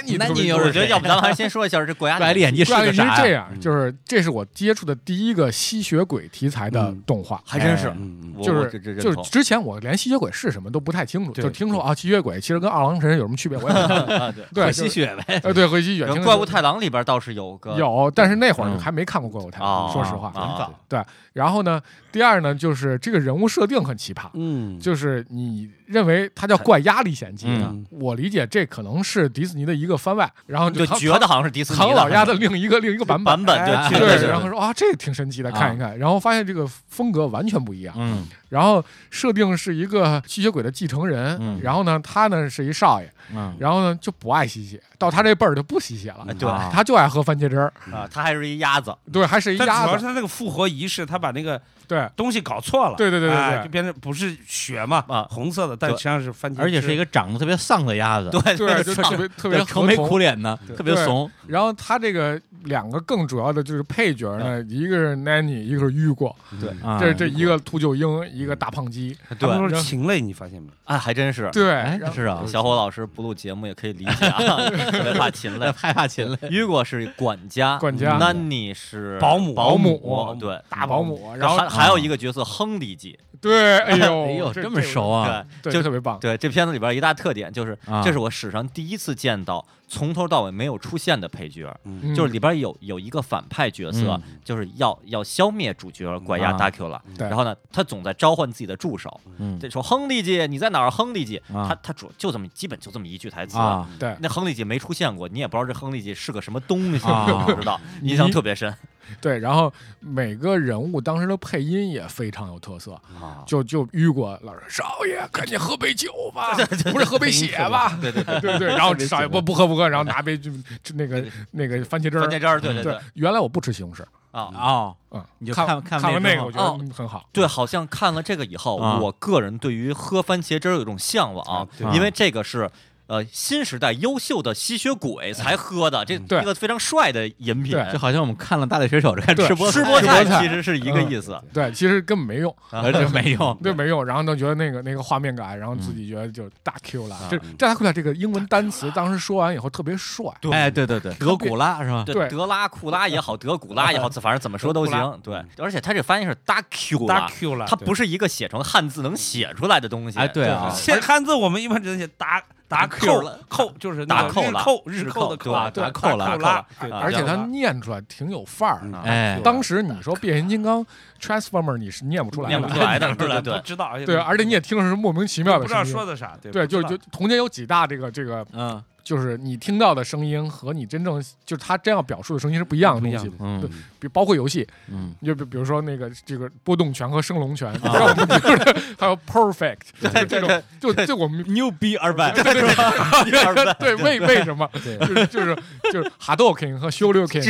Speaker 3: 你
Speaker 1: 那
Speaker 3: 特别
Speaker 1: 你又
Speaker 3: 多
Speaker 1: 是
Speaker 2: 我觉得要不咱们还是先说一下这 国家
Speaker 1: 怪鸭历险记是
Speaker 3: 怪
Speaker 1: 个
Speaker 3: 是
Speaker 1: 啥
Speaker 3: 这
Speaker 1: 呀？
Speaker 3: 样，
Speaker 4: 嗯
Speaker 3: 就是这是我接触的第一个吸血鬼题材的动画，
Speaker 2: 还真是
Speaker 3: 哎
Speaker 4: 嗯嗯
Speaker 2: 我
Speaker 3: 就
Speaker 2: 我
Speaker 3: 是
Speaker 2: 这这认
Speaker 3: 就是
Speaker 2: 同
Speaker 3: 之前我连吸血鬼是什么都不太清楚，
Speaker 4: 对
Speaker 3: 就听说啊吸血鬼其实跟二郎神有什么区别，我也不知 道
Speaker 2: 啊 对。
Speaker 3: 对，
Speaker 1: 怪
Speaker 3: 就
Speaker 1: 吸
Speaker 3: 是
Speaker 1: 血呗。
Speaker 3: 呃对回吸血
Speaker 2: 然后
Speaker 3: 清
Speaker 2: 怪物太郎里边倒是有个
Speaker 3: 有，但是那会儿
Speaker 1: 嗯
Speaker 3: 还没看过怪物太
Speaker 2: 啊
Speaker 3: 郎，，说实话。
Speaker 2: 啊
Speaker 1: 很早
Speaker 3: 然后呢，第二呢就是这个人物设定很奇葩，
Speaker 4: 嗯，
Speaker 3: 就是你认为它叫怪鸭历险记，啊
Speaker 1: 嗯
Speaker 3: 我理解这可能是迪士尼的一个番外，然后
Speaker 2: 就
Speaker 3: 唐
Speaker 2: 觉得好像是迪斯尼
Speaker 3: 唐老鸭的另一个另一个版
Speaker 2: 版
Speaker 3: 本。
Speaker 2: 本，
Speaker 4: 哎
Speaker 2: 对
Speaker 3: 对，
Speaker 2: 对对对，
Speaker 3: 然后说啊，这个挺神奇的，看一看，然后发现这个风格完全不一样。
Speaker 1: 嗯
Speaker 3: 然后设定是一个吸血鬼的继承人，
Speaker 1: 嗯
Speaker 3: 然后呢，他呢是一少爷，
Speaker 1: 嗯，
Speaker 3: 然后呢就不爱吸血，到他这辈儿就不吸血了，
Speaker 2: 哎对
Speaker 1: 啊
Speaker 3: 他就爱喝番茄汁儿，
Speaker 2: 啊，他还是一鸭子，
Speaker 3: 对，还是一
Speaker 4: 但主
Speaker 3: 鸭
Speaker 4: 要是
Speaker 3: 子，
Speaker 4: 他那个复活仪式，他把那个
Speaker 3: 对
Speaker 4: 东西搞错了，
Speaker 3: 对对对对
Speaker 4: 哎
Speaker 3: 对
Speaker 4: 就变成不是血嘛，
Speaker 2: 啊
Speaker 4: 红色的，但
Speaker 2: 对
Speaker 4: 实际上是番茄汁，
Speaker 1: 而且是一个长得特别丧的鸭子，
Speaker 2: 对
Speaker 3: 对，
Speaker 2: 对，
Speaker 3: 就特别特别
Speaker 1: 对
Speaker 3: 合
Speaker 1: 愁眉
Speaker 3: 同
Speaker 1: 苦脸的，特别
Speaker 3: 对
Speaker 1: 怂。
Speaker 3: 然后他这个两个更主要的就是配角呢，一个是 Nanny，一个是雨果，
Speaker 4: 对。
Speaker 1: 啊
Speaker 3: 这这一个秃鹫鹰，一个大胖鸡，
Speaker 4: 他们
Speaker 2: 对，
Speaker 4: 都是禽类，你发现没？
Speaker 2: 哎，还真是。
Speaker 3: 对，
Speaker 1: 哎
Speaker 3: 然后
Speaker 1: 是啊，
Speaker 2: 小伙老师不录节目也可以理解啊， 特别怕禽类。
Speaker 1: 害怕禽类。
Speaker 2: 雨果是管家，
Speaker 3: 管家
Speaker 2: Nanny 是
Speaker 4: 保姆
Speaker 2: 保
Speaker 3: 保姆
Speaker 2: 对。
Speaker 3: 大保姆，然
Speaker 2: 然后
Speaker 3: 后
Speaker 2: 还还有一个角色亨利基，
Speaker 3: 对，哎呦，
Speaker 1: 哎呦，这么熟
Speaker 3: 啊，
Speaker 1: 啊！
Speaker 3: 对，
Speaker 2: 就
Speaker 3: 特别棒，
Speaker 2: 对，这片子里边一大特点就是
Speaker 1: 啊，
Speaker 2: 这是我史上第一次见到从头到尾没有出现的配角，
Speaker 3: 嗯
Speaker 2: 就是里边有有一个反派角色，就是要要消灭主角拐压
Speaker 1: 嗯啊
Speaker 2: d a c 了，
Speaker 3: 对
Speaker 2: 然后呢，他总在召唤自己的助手，
Speaker 1: 嗯
Speaker 2: 这说亨利姐你在哪儿？亨利姐，
Speaker 1: 啊
Speaker 2: 他他主就这么基本就这么一句台词。
Speaker 1: 啊，
Speaker 3: 对
Speaker 2: 那亨利姐没出现过，你也不知道这亨利姐是个什么东西，
Speaker 1: 啊
Speaker 2: 你不知 道，
Speaker 3: 你
Speaker 2: 印象特别深
Speaker 3: 对，然后每个人物当时的配音也非常有特色，
Speaker 2: 啊。
Speaker 3: 就就雨果老师，少爷，赶紧喝杯酒吧， 不是喝杯血吧？
Speaker 2: 对对对，
Speaker 3: 对对，然后少爷不不喝不喝，然后拿杯就就那个那个番茄汁
Speaker 2: 番
Speaker 3: 儿
Speaker 2: 茄，汁儿，对
Speaker 1: 嗯
Speaker 2: 对
Speaker 3: 对
Speaker 2: 对，
Speaker 3: 原来我不吃西红柿，
Speaker 2: 啊。
Speaker 1: 哦，
Speaker 3: 嗯，
Speaker 1: 你就
Speaker 3: 看
Speaker 1: 看
Speaker 3: 看
Speaker 1: 看
Speaker 3: 完
Speaker 1: 那
Speaker 3: 那
Speaker 1: 个
Speaker 3: 个，我觉得
Speaker 2: 哦
Speaker 3: 嗯很好。
Speaker 2: 对，好像看了这个以后，
Speaker 1: 啊
Speaker 2: 我个人对于喝番茄汁儿有一种向往
Speaker 4: 啊，
Speaker 1: 对
Speaker 2: 因为这个是呃新时代优秀的吸血鬼
Speaker 1: 哎
Speaker 2: 才喝的，这
Speaker 3: 对
Speaker 2: 一个非常帅的饮品。
Speaker 3: 对
Speaker 1: 就好像我们看了《大力水手》这看吃播
Speaker 2: 吃菠
Speaker 3: 吃菠
Speaker 2: 菜嗯
Speaker 3: 菜
Speaker 2: 其实是一个意思，
Speaker 3: 对，其实根本没用，
Speaker 1: 而且没用，
Speaker 3: 对，没用。然后呢，觉得那个那个画面感，然后
Speaker 2: 嗯
Speaker 3: 自己觉得就大 Q
Speaker 2: 啊
Speaker 3: 了。这这大 Q 了这个英文单词，当时说完以后特别帅。
Speaker 1: 哎，对对对，德古拉是吧？
Speaker 2: 对
Speaker 3: 对
Speaker 2: 德拉库拉也好，德古拉也好，反正怎么说都
Speaker 4: 德古
Speaker 2: 行。对，而且他这发音是大
Speaker 3: 嗯
Speaker 2: Q
Speaker 4: 大
Speaker 2: 拉，
Speaker 4: Q 了，
Speaker 2: 嗯它不是一个写成汉字能写出来的东西。
Speaker 1: 哎，对啊，
Speaker 4: 现汉字我们一般只能写达达
Speaker 2: 扣
Speaker 4: 扣
Speaker 2: 了
Speaker 4: 扣，就是那
Speaker 2: 打
Speaker 4: 个
Speaker 2: 扣
Speaker 4: 日
Speaker 2: 了
Speaker 4: 扣
Speaker 2: 日
Speaker 4: 日
Speaker 2: 扣
Speaker 4: 扣的
Speaker 2: 对
Speaker 4: 扣
Speaker 2: 吧打扣
Speaker 4: 扣
Speaker 2: 了打扣了嗯
Speaker 4: 拉，对
Speaker 2: 啊
Speaker 4: 打
Speaker 3: 而且
Speaker 4: 扣
Speaker 3: 他
Speaker 4: 拉
Speaker 3: 念出来挺有范
Speaker 4: 嗯
Speaker 3: 儿的。
Speaker 1: 哎
Speaker 3: 当时你说变形金刚 Transformer 你是念不出来
Speaker 2: 念不
Speaker 3: 的，
Speaker 2: 出来 的，对对
Speaker 4: 不
Speaker 2: 对，
Speaker 4: 知道，
Speaker 3: 对，而且你也听着是莫名其妙
Speaker 4: 不
Speaker 3: 的
Speaker 4: 知道
Speaker 3: 声
Speaker 4: 说
Speaker 3: 音。
Speaker 4: 的啥，对
Speaker 3: 对，
Speaker 4: 不知
Speaker 3: 就
Speaker 4: 道
Speaker 3: 就童年有几大这个这个，
Speaker 1: 嗯
Speaker 3: 就是你听到的声音和你真正就是他这样表述的声音是不一样的
Speaker 4: 不一
Speaker 3: 东
Speaker 4: 样
Speaker 3: 西
Speaker 4: 的，
Speaker 1: 嗯
Speaker 3: 比包括游戏，
Speaker 1: 嗯，
Speaker 3: 就比比如说那个这个波动拳和升龙
Speaker 4: 啊
Speaker 3: 拳，让我们就是还有 perfect，就是这种就就我们
Speaker 1: 牛逼二百，
Speaker 3: 对为为什么就是就是就是 Hadouken 和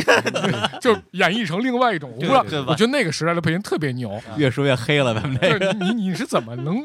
Speaker 3: Shoryuken，就演绎成另外一种，我不知道
Speaker 2: 对对，对
Speaker 3: 我觉得那个时代的配音特别牛，
Speaker 1: 越说越黑了，咱们这
Speaker 3: 就是你你是怎么能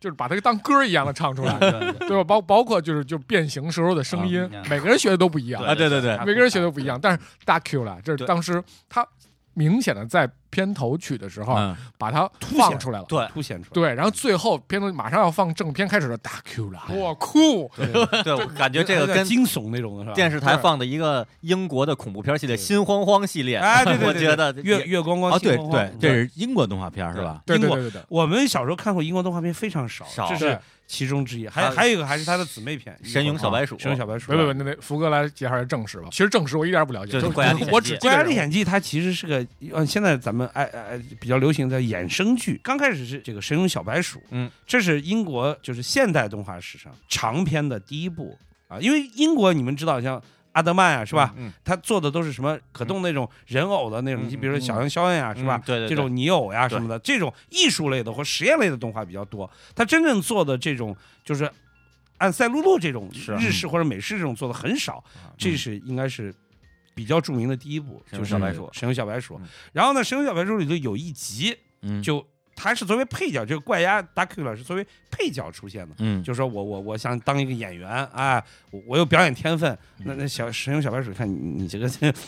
Speaker 3: 就是把它当歌一样的唱出来，对吧？包包括就是就变形时候的声音
Speaker 4: 嗯，
Speaker 3: 每个人学的都啊不一样，
Speaker 1: 啊，对对对，
Speaker 3: 每个人学的不一样，但是大 Q 了，这是
Speaker 2: 对
Speaker 3: 当时他明显的在片头曲的时候
Speaker 1: 嗯，
Speaker 3: 把它
Speaker 4: 显
Speaker 3: 放出来了。
Speaker 2: 对
Speaker 4: 凸显出来。
Speaker 3: 对，然后最后片头马上要放正片开始的大 Q 了，哇酷！
Speaker 2: 对，我感觉这
Speaker 4: 有
Speaker 2: 个
Speaker 4: 点
Speaker 2: 跟
Speaker 4: 惊悚那种的是吧？
Speaker 2: 电视台放的一个英国的恐怖片系列《心慌慌》系列，
Speaker 4: 哎，对对
Speaker 2: 我
Speaker 4: 对，
Speaker 2: 觉
Speaker 4: 对
Speaker 2: 得
Speaker 4: 月
Speaker 2: 也
Speaker 4: 月光光
Speaker 1: 哦对
Speaker 4: 星光
Speaker 1: 对，
Speaker 4: 光
Speaker 1: 这是英国动画片是吧？
Speaker 3: 对
Speaker 4: 英
Speaker 3: 对
Speaker 4: 国
Speaker 3: 对对对，
Speaker 4: 我们小时候看过英国动画片非常少，
Speaker 2: 少
Speaker 4: 这
Speaker 3: 对
Speaker 4: 是其中之一。
Speaker 2: 还
Speaker 4: 还
Speaker 2: 有
Speaker 4: 还有一个还是他的姊妹片《
Speaker 2: 神勇小白鼠
Speaker 4: 神勇小白鼠
Speaker 3: 别》别别，那那福哥来介绍一下正史吧。其实正史我一点儿不了解，
Speaker 2: 就是
Speaker 3: 就
Speaker 2: 《怪侠历险
Speaker 3: 我
Speaker 2: 记
Speaker 3: 只》
Speaker 4: 《怪侠历
Speaker 3: 记
Speaker 4: 险记》它其实是个，呃，现在咱们爱爱爱比较流行的衍生剧。刚开始是这个《神勇小白鼠》，
Speaker 2: 嗯，
Speaker 4: 这是英国就是现代动画史上长篇的第一部啊，因为英国你们知道，像阿德曼啊，是吧？
Speaker 2: 嗯，
Speaker 4: 他做的都是什么可动那种人偶的那种，
Speaker 2: 嗯
Speaker 4: 你比如说小羊肖恩呀，
Speaker 2: 嗯
Speaker 4: 是吧？
Speaker 2: 对对对
Speaker 4: 这种泥偶呀
Speaker 2: 对
Speaker 4: 什么的，这种艺术类的或实验类的动画比较多。他真正做的这种就是按赛璐璐这种
Speaker 2: 是啊啊
Speaker 4: 日式或者美式这种做的很少，这是应该是比较著名的第一部，
Speaker 2: 神
Speaker 4: 就
Speaker 2: 勇
Speaker 4: 是
Speaker 2: 小白鼠
Speaker 4: 神勇小白鼠
Speaker 2: 嗯。
Speaker 4: 然后呢，神勇小白鼠里头有一集
Speaker 1: 嗯
Speaker 4: 就他是作为配角，这个怪鸭达 Q 老师作为配角出现的。
Speaker 1: 嗯
Speaker 4: 就说我我我想当一个演员啊，我我有表演天分。
Speaker 2: 嗯
Speaker 4: 那那小神勇小白鼠，看你你这个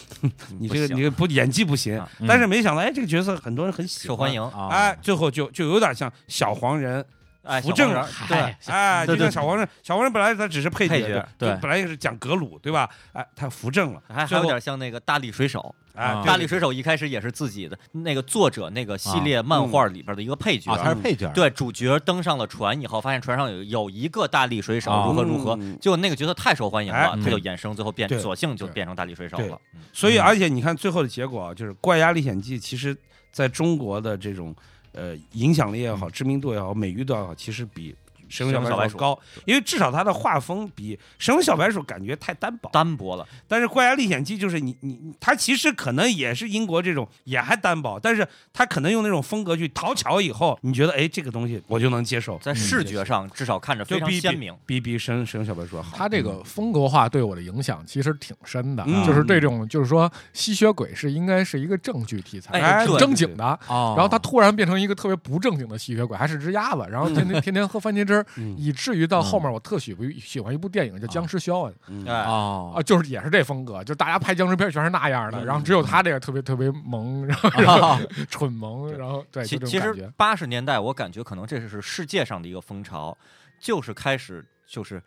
Speaker 4: 你这
Speaker 2: 不
Speaker 4: 个
Speaker 2: 行
Speaker 4: 你这个不演技不行
Speaker 2: 啊，
Speaker 1: 嗯
Speaker 4: 但是没想到哎，这个角色很多人很喜
Speaker 2: 受欢
Speaker 4: 欢。
Speaker 2: 迎。
Speaker 1: 啊
Speaker 4: 哎，最后就就有点像小黄人，
Speaker 2: 哎，
Speaker 4: 扶正
Speaker 2: 小黄人
Speaker 4: 海
Speaker 2: 对，
Speaker 4: 哎，
Speaker 1: 对
Speaker 4: 就
Speaker 1: 对
Speaker 4: 像小黄人，小黄人本来他只是配
Speaker 2: 配
Speaker 4: 角，
Speaker 2: 角
Speaker 4: 就
Speaker 1: 对
Speaker 4: 本来也是讲格鲁，对吧？哎，他扶正了，
Speaker 2: 还还
Speaker 4: 最
Speaker 2: 有
Speaker 4: 后
Speaker 2: 点像那个《大力水手》。
Speaker 4: 哎
Speaker 1: 啊，
Speaker 4: 对啊嗯
Speaker 2: 大力水手一开始也是自己的那个作者那个系列漫画里边的一个配角，
Speaker 1: 啊，他是配角，
Speaker 2: 对主角登上了船以后，发现船上有有一个大力水手，
Speaker 1: 啊
Speaker 2: 如何如何，
Speaker 4: 嗯
Speaker 2: 结果那个角色太受欢迎了，
Speaker 4: 哎
Speaker 2: 他就衍生，最后变
Speaker 4: 对
Speaker 2: 索性就变成大力水手了。
Speaker 4: 所以
Speaker 1: 嗯
Speaker 4: 而且你看最后的结果啊，就是《怪鸭历险记》其实在中国的这种呃影响力也好、知名度也好、美誉度也好，其实比《神龙小白鼠》高，因为至少它的画风比《神龙小白鼠》感觉太单薄。
Speaker 2: 单薄了，
Speaker 4: 但是《怪鸭历险记》就是你你你它其实可能也是英国这种也还单薄，但是它可能用那种风格去讨巧以后，你觉得哎这个东西我就能接受，
Speaker 2: 在视觉上至少看着
Speaker 4: 嗯就
Speaker 2: 非常
Speaker 4: 比
Speaker 2: 鲜明。
Speaker 4: 比比《神神龙小白鼠》好。
Speaker 3: 他这个风格化对我的影响其实挺深的，
Speaker 4: 嗯
Speaker 3: 就是对这种就是说吸血鬼是应该是一个正剧题材，
Speaker 2: 哎
Speaker 3: 挺
Speaker 2: 对
Speaker 3: 正经的。
Speaker 1: 哦，
Speaker 3: 然后他突然变成一个特别不正经的吸血鬼，还是只鸭子，然后天天天天喝番茄汁儿，
Speaker 4: 嗯
Speaker 3: 以至于到后面我特喜不喜欢一部电影叫《僵尸肖恩》
Speaker 4: 嗯
Speaker 2: 哎，
Speaker 1: 哦
Speaker 3: 啊，就是也是这风格，就大家拍僵尸片全是那样的，
Speaker 2: 嗯
Speaker 3: 然后只有他这个特别特别萌，然后
Speaker 1: 啊
Speaker 3: 蠢萌，然后对，
Speaker 2: 其
Speaker 3: 就
Speaker 2: 其
Speaker 3: 这种感觉
Speaker 2: 实。八十年代，我感觉可能这是世界上的一个风潮，就是开始就是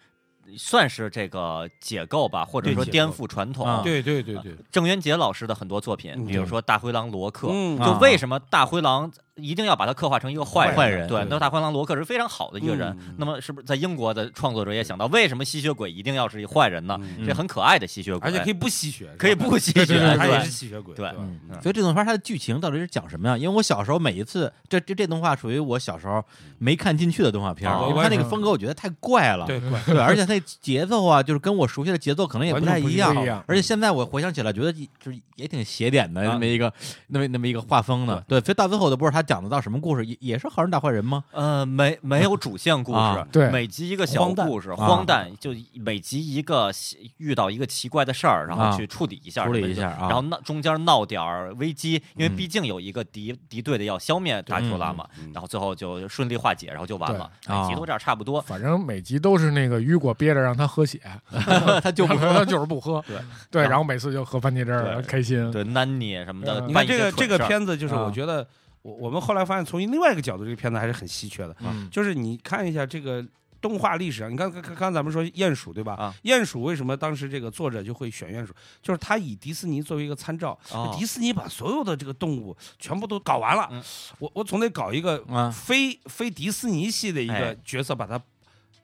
Speaker 2: 算是这个解构吧，或者
Speaker 4: 对
Speaker 2: 说
Speaker 4: 解构
Speaker 2: 颠覆传统。
Speaker 1: 啊
Speaker 4: 对对对对，
Speaker 2: 郑渊洁老师的很多作品，
Speaker 4: 嗯
Speaker 2: 比如说《大灰狼罗克》，
Speaker 4: 嗯
Speaker 2: 就为什么大灰狼一定要把它刻画成一个坏
Speaker 1: 坏人
Speaker 2: 对
Speaker 1: 对，
Speaker 2: 那大灰狼罗克是非常好的一个人。
Speaker 4: 嗯
Speaker 2: 那么，是不是在英国的创作者也想到，为什么吸血鬼一定要是一坏人呢？
Speaker 4: 嗯
Speaker 1: 嗯
Speaker 2: 这很可爱的吸血鬼，
Speaker 4: 而且可以不吸血，
Speaker 2: 可以
Speaker 4: 是吧
Speaker 2: 不吸血，
Speaker 3: 对对对
Speaker 4: 他也
Speaker 2: 对
Speaker 4: 是吸血鬼，
Speaker 2: 对
Speaker 4: 吧
Speaker 1: 嗯
Speaker 4: 嗯
Speaker 1: 所以这动画它的剧情到底是讲什么呀？因为我小时候每一次，这这这动画属于我小时候没看进去的动画片儿，
Speaker 2: 哦
Speaker 1: 因为它那个风格我觉得太怪了，
Speaker 4: 对，怪
Speaker 1: 对，而且它节奏啊，就是跟我熟悉的节奏可能也
Speaker 3: 完
Speaker 1: 不
Speaker 3: 全
Speaker 1: 太
Speaker 3: 不一
Speaker 1: 样
Speaker 3: 不一样。
Speaker 1: 而且现在我回想起来，觉得就是也挺邪点的
Speaker 2: 啊
Speaker 1: 那么一个那么那么一个画风的。对，所以到最后我都不知道他讲得到什么故事？也也是好人打坏人吗？
Speaker 2: 呃，没没有主线故事，
Speaker 1: 啊
Speaker 3: 对
Speaker 2: 每集一个小故事，
Speaker 1: 诞
Speaker 2: 荒诞，就每集一个喜遇到一个奇怪的事儿，然
Speaker 1: 啊
Speaker 2: 后去处理一下，
Speaker 1: 处理一下啊
Speaker 2: 然后闹中间闹点儿危机，因为
Speaker 1: 嗯
Speaker 2: 毕竟有一个敌敌对的要消灭达丘拉嘛，
Speaker 4: 嗯
Speaker 2: 然后最后就顺利化解，然后就完了，
Speaker 1: 对
Speaker 2: 每集
Speaker 4: 啊
Speaker 2: 都这样差不多。
Speaker 3: 反正每集都是那个雨果憋着让他喝血，
Speaker 1: 他就不
Speaker 3: 然后他就是不喝，
Speaker 2: 对
Speaker 3: 对，然后每次就喝番茄汁儿，
Speaker 2: 对
Speaker 3: 开心。
Speaker 2: 对南尼什么的，
Speaker 3: 嗯
Speaker 4: 你
Speaker 2: 办
Speaker 4: 看
Speaker 2: 一
Speaker 4: 这
Speaker 2: 些蠢
Speaker 4: 个这个
Speaker 2: 事儿
Speaker 4: 片子，就是
Speaker 3: 啊
Speaker 4: 我觉得我我们后来发现，从另外一个角度，这个片子还是很稀缺的。
Speaker 1: 嗯
Speaker 4: 就是你看一下这个动画历史啊上，你刚刚刚刚咱们说鼹鼠对吧？
Speaker 2: 啊
Speaker 4: 鼹鼠为什么当时这个作者就会选鼹鼠？就是他以迪士尼作为一个参照，
Speaker 2: 哦
Speaker 4: 迪士尼把所有的这个动物全部都搞完了，
Speaker 2: 嗯
Speaker 4: 我我总得搞一个
Speaker 1: 啊
Speaker 4: 非、非迪士尼系的一个
Speaker 2: 哎
Speaker 4: 角色把它